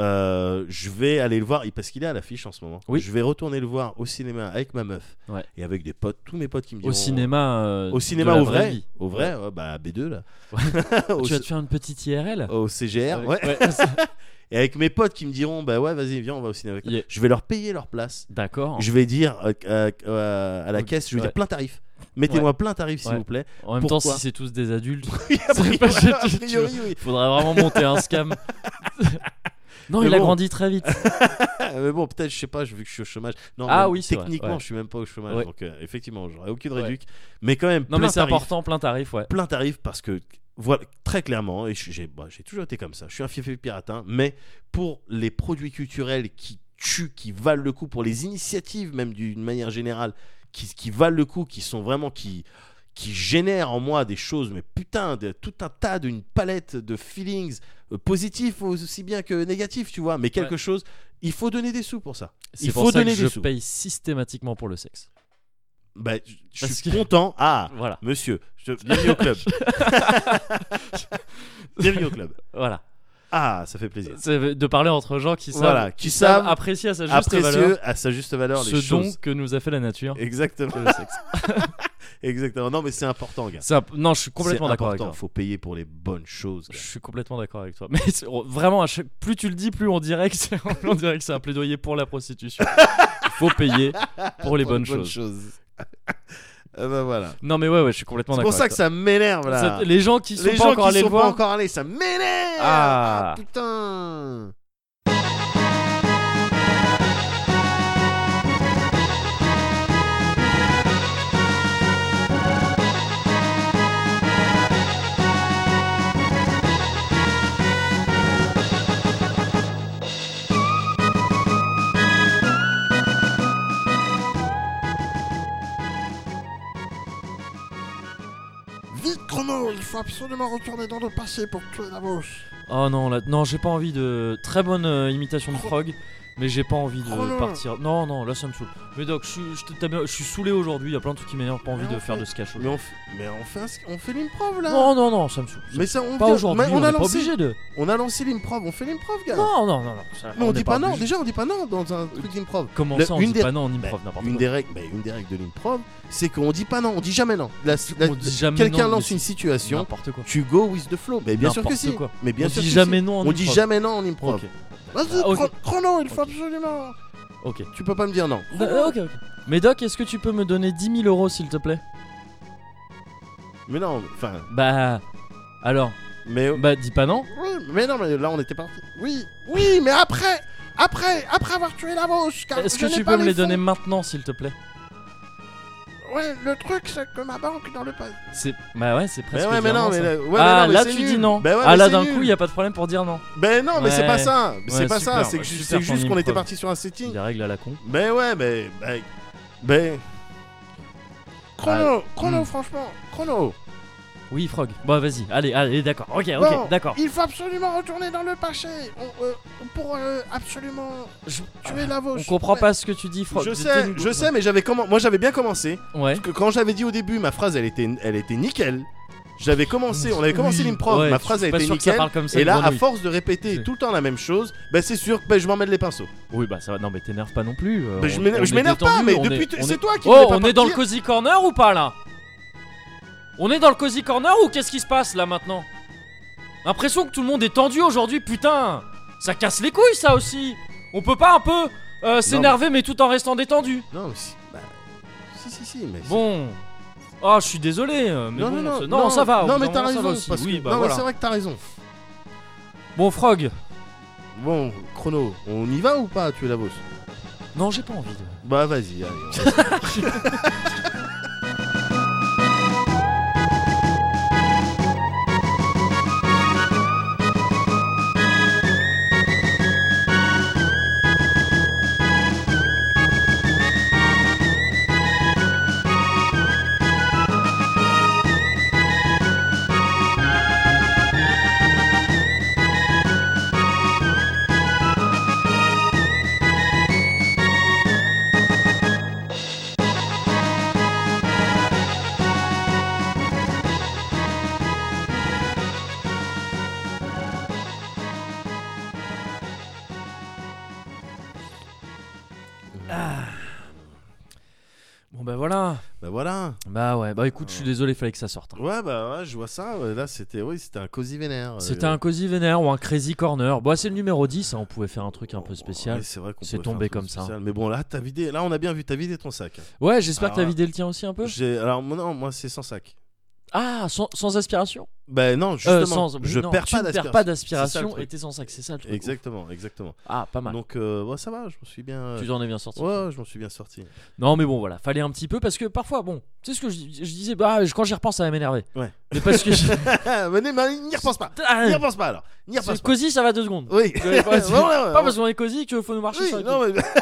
S2: Euh, je vais aller le voir il- parce qu'il est à l'affiche en ce moment.
S1: Oui.
S2: Je vais retourner le voir au cinéma avec ma meuf
S1: Ouais.
S2: et avec des potes, tous mes potes qui me diront.
S1: au cinéma. euh,
S2: Au cinéma,
S1: de la
S2: au
S1: vraie
S2: vrai.
S1: vie.
S2: Au vrai, ouais, bah à B2 là. au,
S1: Tu vas te faire une petite IRL
S2: au CGR,
S1: Avec-
S2: ouais. Et avec mes potes qui me diront, bah ouais, vas-y, viens, on va au cinéma. avec toi.
S1: Yeah.
S2: Je vais leur payer leur place.
S1: D'accord.
S2: Je vais dire euh, euh, euh, à la
S1: Ok,
S2: caisse, je vais
S1: ouais.
S2: dire plein tarif. Mettez-moi plein tarif s'il
S1: Ouais.
S2: vous plaît.
S1: En même temps,
S2: Pourquoi
S1: si c'est tous des adultes,
S2: A priori,
S1: pas- tu-
S2: a
S1: tu-
S2: priori, oui.
S1: faudrait vraiment monter un scam. non,
S2: Mais
S1: il a
S2: bon.
S1: grandi très vite.
S2: Ah, mais bon, peut-être, je sais pas, vu que je suis au chômage. Non,
S1: Ah
S2: même
S1: oui, c'est vrai,
S2: techniquement,
S1: ouais.
S2: je suis même pas au chômage.
S1: Ouais.
S2: Donc, euh, effectivement, j'aurais aucune
S1: Ouais.
S2: réduc. Mais quand même,
S1: Non,
S2: plein
S1: mais c'est
S2: tarif.
S1: important, plein tarif, ouais.
S2: Plein tarif parce que, voilà, très clairement, et je- j'ai bah, j'ai toujours été comme ça. Je suis un fief piratin, mais pour les produits culturels qui tuent, qui valent le coup, pour les initiatives, même d'une manière générale, qui, qui valent le coup, qui sont vraiment. qui qui génèrent en moi des choses, mais putain, de- tout un tas d'une palette de feelings euh, positifs aussi bien que négatifs, tu vois, mais quelque chose, il faut donner des sous pour ça.
S1: C'est
S2: Il
S1: pour
S2: faut
S1: ça
S2: donner
S1: que
S2: des
S1: je
S2: sous.
S1: paye systématiquement pour le sexe.
S2: Bah, je- je
S1: Parce
S2: suis
S1: que-
S2: content. Ah,
S1: Voilà.
S2: monsieur, je... bienvenue au club. bienvenue au club.
S1: Voilà.
S2: Ah, ça fait plaisir.
S1: C'est de parler entre gens qui savent,
S2: Voilà, qui savent
S1: apprécier à sa juste valeur
S2: Apprécieux à sa juste valeur les
S1: ce don
S2: choses.
S1: que nous a fait la nature.
S2: Exactement. Le sexe. Exactement. Non, mais c'est important, gars.
S1: C'est un- Non, je suis complètement
S2: C'est
S1: d'accord avec
S2: important.
S1: toi.
S2: Faut payer pour les bonnes choses.
S1: Je
S2: gars.
S1: suis complètement d'accord avec toi. Mais c'est- oh, vraiment, à chaque- plus tu le dis, plus on dirait que c'est on dirait que c'est un plaidoyer pour la prostitution. Il faut payer pour les bonnes choses.
S2: Ah bah voilà.
S1: Non, mais ouais, ouais, je suis complètement
S2: C'est
S1: d'accord.
S2: pour ça
S1: avec
S2: que ça m'énerve
S1: toi.
S2: là.
S1: Ça- Les gens qui sont
S2: Les
S1: pas
S2: gens
S1: encore
S2: qui
S1: allés
S2: sont
S1: le
S2: pas
S1: voir.
S2: encore allés, ça m'énerve.
S1: Ah.
S2: putain.
S5: Vite, Chrono, il faut absolument retourner dans le passé pour tuer Davos.
S1: Oh non, là, non, j'ai pas envie de. Très bonne euh, imitation de Frog, mais j'ai pas envie de
S5: Oh non.
S1: partir. Non, non, là ça me saoule. Mais Doc, je, suis- je te- t'as bien- je suis saoulé aujourd'hui, il y a plein de trucs qui m'énervent, pas envie
S2: Mais
S1: de
S2: on
S1: faire
S2: fait-
S1: de ce cachot.
S2: Mais on, f- mais on fait, un sc- on fait l'improv là.
S1: Non, non, non, ça me saoule.
S2: Mais ça, on
S1: pas
S2: vient-
S1: aujourd'hui,
S2: mais
S1: on,
S2: on, a
S1: est pas
S2: lancé,
S1: obligé de.
S2: on a lancé l'improv, on fait l'improv, gars.
S1: Non, non, non, non. ça-
S2: mais on,
S1: n'est
S2: dit pas non.
S1: obligé.
S2: Déjà, on dit pas non dans un truc d'improv.
S1: Comment
S2: Le-
S1: ça, on
S2: une
S1: dit
S2: des-
S1: pas non en
S2: Bah,
S1: improv, n'importe
S2: une
S1: quoi.
S2: des règles, bah, une des règles de l'improv, c'est qu'on dit pas non. On dit jamais non. La- la-
S1: On dit jamais
S2: Quelqu'un
S1: non, mais
S2: lance
S1: c'est-
S2: une situation,
S1: N'importe quoi.
S2: tu go with the flow. Mais bien sûr que
S1: N'importe
S2: si.
S1: quoi.
S2: Mais bien
S1: on
S2: sûr
S1: dit
S2: que
S1: jamais
S2: si.
S1: non en
S2: On dit
S1: improv.
S2: jamais non en improv.
S1: Ok,
S2: Vas-y,
S1: Ah, ok.
S2: Chron- Chrono, il faut
S1: Ok.
S2: absolument.
S1: ok.
S2: Tu peux pas me dire non.
S1: Bah, ok, ok. Mais Doc, est-ce que tu peux me donner 10 000 euros s'il te plaît
S2: Mais non, enfin,
S1: Bah. Alors
S2: mais
S1: Bah, dis pas non
S2: oui, mais non, mais là on était parti.
S5: Oui, oui, mais après, après, après avoir tué Davos, car
S1: Est-ce
S5: je
S1: que
S5: n'ai
S1: tu
S5: pas
S1: peux me les
S5: fonds.
S1: donner maintenant s'il te plaît
S5: Ouais, le truc, c'est que ma banque dans le passé.
S1: C'est bah ouais, c'est
S2: Mais
S1: presque
S2: ouais, mais
S1: virement,
S2: non,
S1: ça.
S2: mais là, ouais, mais
S1: ah
S2: non, mais
S1: là
S2: c'est
S1: tu
S2: nul.
S1: dis non.
S2: Bah ouais,
S1: ah
S2: mais
S1: là
S2: c'est
S1: d'un
S2: nul.
S1: coup, il y a pas de problème pour dire non.
S2: Ben non, mais c'est pas
S1: Ouais.
S2: ça. c'est
S1: Ouais,
S2: pas
S1: super.
S2: ça. C'est que ju-
S1: Super
S2: c'est
S1: ton
S2: juste qu'on était
S1: improv.
S2: parti sur un setting.
S1: Des règles à la con.
S2: Ben ouais, mais. Ben. ben-
S5: Chrono, Chrono,
S1: hmm.
S5: franchement,
S2: bah, Chrono.
S1: Oui, Frog. Bon, vas-y. Allez, allez, d'accord. OK, OK,
S5: Bon,
S1: d'accord.
S5: il faut absolument retourner dans le passé on- euh, pour euh, absolument
S1: Je-
S5: tuer Davos.
S1: On comprend
S5: Ouais.
S1: pas ce que tu dis, Frog.
S2: Ah, Je
S1: T'es
S2: sais,
S1: une-
S2: je sais, mais j'avais comment Moi, j'avais bien commencé.
S1: Ouais.
S2: Parce que quand j'avais dit au début, ma phrase, elle était, elle était nickel. J'avais commencé, on avait commencé
S1: Oui,
S2: l'improv,
S1: ouais,
S2: ma
S1: je
S2: phrase a
S1: suis pas
S2: été
S1: sûr que ça
S2: nickel.
S1: parle comme ça,
S2: et
S1: une
S2: là, à
S1: grenouille.
S2: force de répéter
S1: C'est-
S2: tout le temps la même chose, bah c'est sûr que bah, je m'en mêle les pinceaux.
S1: Oui, bah ça va. Non, mais t'énerve pas non plus. euh,
S2: Bah, je
S1: on-
S2: m'énerve-
S1: on
S2: je
S1: est
S2: m'énerve pas,
S1: détendu,
S2: mais
S1: on est-
S2: depuis, t-
S1: on
S2: c'est
S1: est-
S2: toi qui
S1: Oh,
S2: voulais pas
S1: on est dans le
S2: partir.
S1: cozy corner ou pas là On est dans le cozy corner ou qu'est-ce qui se passe là maintenant L'impression que tout le monde est tendu aujourd'hui, putain Ça casse les couilles ça aussi On peut pas un peu euh, s'énerver mais... tout en restant détendu
S2: Non, mais si, bah, si, si, si, mais.
S1: Bon. Ah, je suis désolé, euh, mais
S2: non,
S1: bon,
S2: non, non,
S1: c'est- ça va. au
S2: Non,
S1: bout
S2: mais
S1: d'un
S2: t'as
S1: moment, ça va
S2: raison.
S1: aussi.
S2: parce que-
S1: Oui, bah
S2: non, mais
S1: voilà.
S2: c'est vrai que t'as raison.
S1: Bon, Frog.
S2: Bon, chrono, on y va ou pas, tu es la bosse
S1: Non, j'ai pas envie. de-
S2: Bah vas-y, allez.
S1: Bon, bah voilà.
S2: Bah voilà.
S1: Bah ouais, bah écoute, je suis désolé, fallait que ça sorte. hein.
S2: Ouais, bah ouais, je vois ça. ouais, Là, c'était oui, c'était un cosy vénère. euh,
S1: C'était un Cozy Vénère ou un Crazy Corner. Bon, c'est le numéro 10, hein, on pouvait faire un truc un peu spécial.
S2: Ouais, c'est vrai qu'on
S1: C'est
S2: pourrait faire
S1: tombé
S2: un truc
S1: comme ça. hein.
S2: spécial. Mais bon, là, t'as vidé. Là, on a bien vu, t'as vidé ton sac.
S1: Ouais, j'espère que t'as
S2: Ah.
S1: vidé le tien aussi un peu.
S2: J'ai. Alors moi, non, moi c'est sans sac.
S1: Ah, sans, sans aspiration
S2: Bah non, justement.
S1: Euh, sans-
S2: je
S1: non,
S2: perds
S1: tu
S2: pas
S1: ne perds pas
S2: d'aspiration. C'est ça, le
S1: d'aspiration
S2: truc.
S1: et t'es sans sac, c'est ça le truc.
S2: Exactement, exactement.
S1: Ah, pas mal.
S2: Donc euh, ouais, ça va, je m'en suis bien. euh,
S1: Tu t'en es bien sorti.
S2: Ouais, ouais, je m'en suis bien sorti.
S1: Non, mais bon, voilà, fallait un petit peu parce que parfois, bon, tu sais ce que je, je disais, bah je- quand j'y repense, ça va m'énerver.
S2: Ouais.
S1: Mais parce que. je- Ah,
S2: Venez, mais n'y repense pas. N'y repense pas alors. N'y repense
S1: C'est
S2: pas.
S1: Cozy, ça va deux secondes.
S2: Oui.
S1: Ouais,
S2: Ouais,
S1: c'est-
S2: ouais, ouais,
S1: Pas
S2: ouais.
S1: parce qu'on est Cozy qu'il faut nous marcher
S2: Oui,
S1: sur les pieds.
S2: non, mais...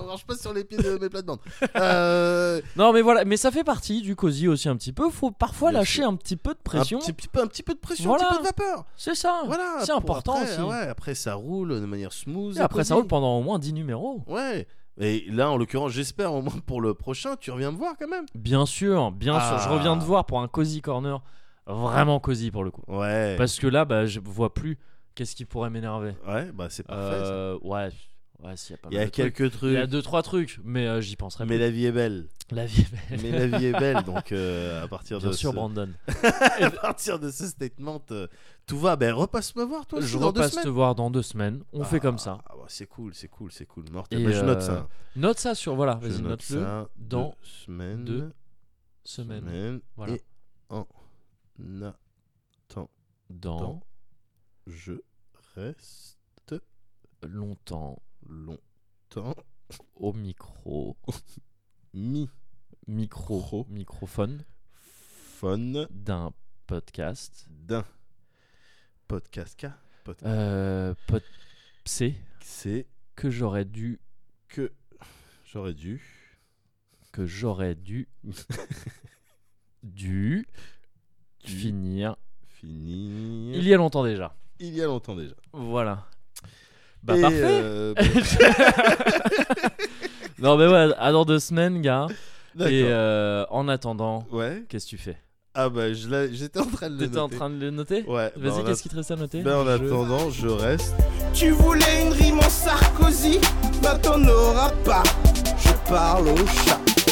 S2: On marche pas sur les pieds de mes plates-bandes. Euh,
S1: Non mais voilà, mais ça fait partie du cosy aussi un petit peu. Faut parfois
S2: Bien
S1: lâcher
S2: sûr.
S1: un petit peu de pression.
S2: Un petit, peu, un petit peu de pression, un
S1: Voilà.
S2: petit peu de vapeur.
S1: C'est ça.
S2: Voilà.
S1: C'est
S2: pour
S1: important
S2: après,
S1: aussi.
S2: Ouais, après, ça roule de manière smooth.
S1: Et après ça
S2: cosy.
S1: roule pendant au moins 10 numéros.
S2: Ouais. Et là, en l'occurrence, j'espère au moins pour le prochain, tu reviens me voir quand même.
S1: Bien sûr, bien
S2: Ah.
S1: sûr. Je reviens te voir pour un cosy corner vraiment cosy pour le coup.
S2: Ouais.
S1: Parce que là, bah, je vois plus qu'est-ce qui pourrait m'énerver.
S2: Ouais, bah c'est parfait. ça.
S1: Euh, ouais, ouais, s'il y a pas
S2: Il y
S1: mal
S2: a
S1: de trucs.
S2: quelques
S1: Il
S2: trucs.
S1: y a deux trois trucs, mais euh, j'y penserai.
S2: Mais
S1: plus.
S2: la vie est belle.
S1: La vie.
S2: Mais la vie est belle, donc euh, à partir
S1: Bien
S2: de
S1: sûr,
S2: ce...
S1: Brandon.
S2: à partir de ce statement, euh, tout va. Ben repasse me voir toi.
S1: Je
S2: dans deux
S1: repasse te
S2: semaines.
S1: voir dans deux semaines. On fait comme ça.
S2: Ah, bah, c'est cool, c'est cool, c'est cool. Mortel.
S1: Et,
S2: Ben, je note
S1: euh,
S2: ça.
S1: Note ça sur voilà.
S2: Je
S1: Vas-y,
S2: note
S1: note-le.
S2: ça.
S1: dans
S2: deux semaines,
S1: deux Semaine.
S2: semaines
S1: Voilà.
S2: et en
S1: Dans
S2: attendant, je reste
S1: longtemps
S2: longtemps
S1: au micro.
S2: mi
S1: micro,
S2: Micro.
S1: microphone
S2: fun
S1: d'un podcast.
S2: d'un podcast K. Podcast.
S1: Euh, pod- c'est
S2: C'est
S1: que j'aurais dû
S2: que j'aurais dû
S1: que j'aurais dû dû finir
S2: finir
S1: il y a longtemps déjà.
S2: il y a longtemps déjà.
S1: Voilà. Bah
S2: Et,
S1: parfait.
S2: euh, bah,
S1: Non mais ouais, à dans deux semaines, gars.
S2: D'accord.
S1: Et euh, en attendant,
S2: Ouais.
S1: qu'est-ce que tu fais
S2: Ah bah je l'ai- j'étais en train de le
S1: T'étais en
S2: noter.
S1: train de le noter
S2: Ouais. bah,
S1: Vas-y,
S2: en
S1: qu'est-ce qui te reste à
S2: att-
S1: noter
S2: bah, en attendant, je reste.
S6: Tu voulais une rime en Sarkozy, bah t'en auras pas. Je parle au chat.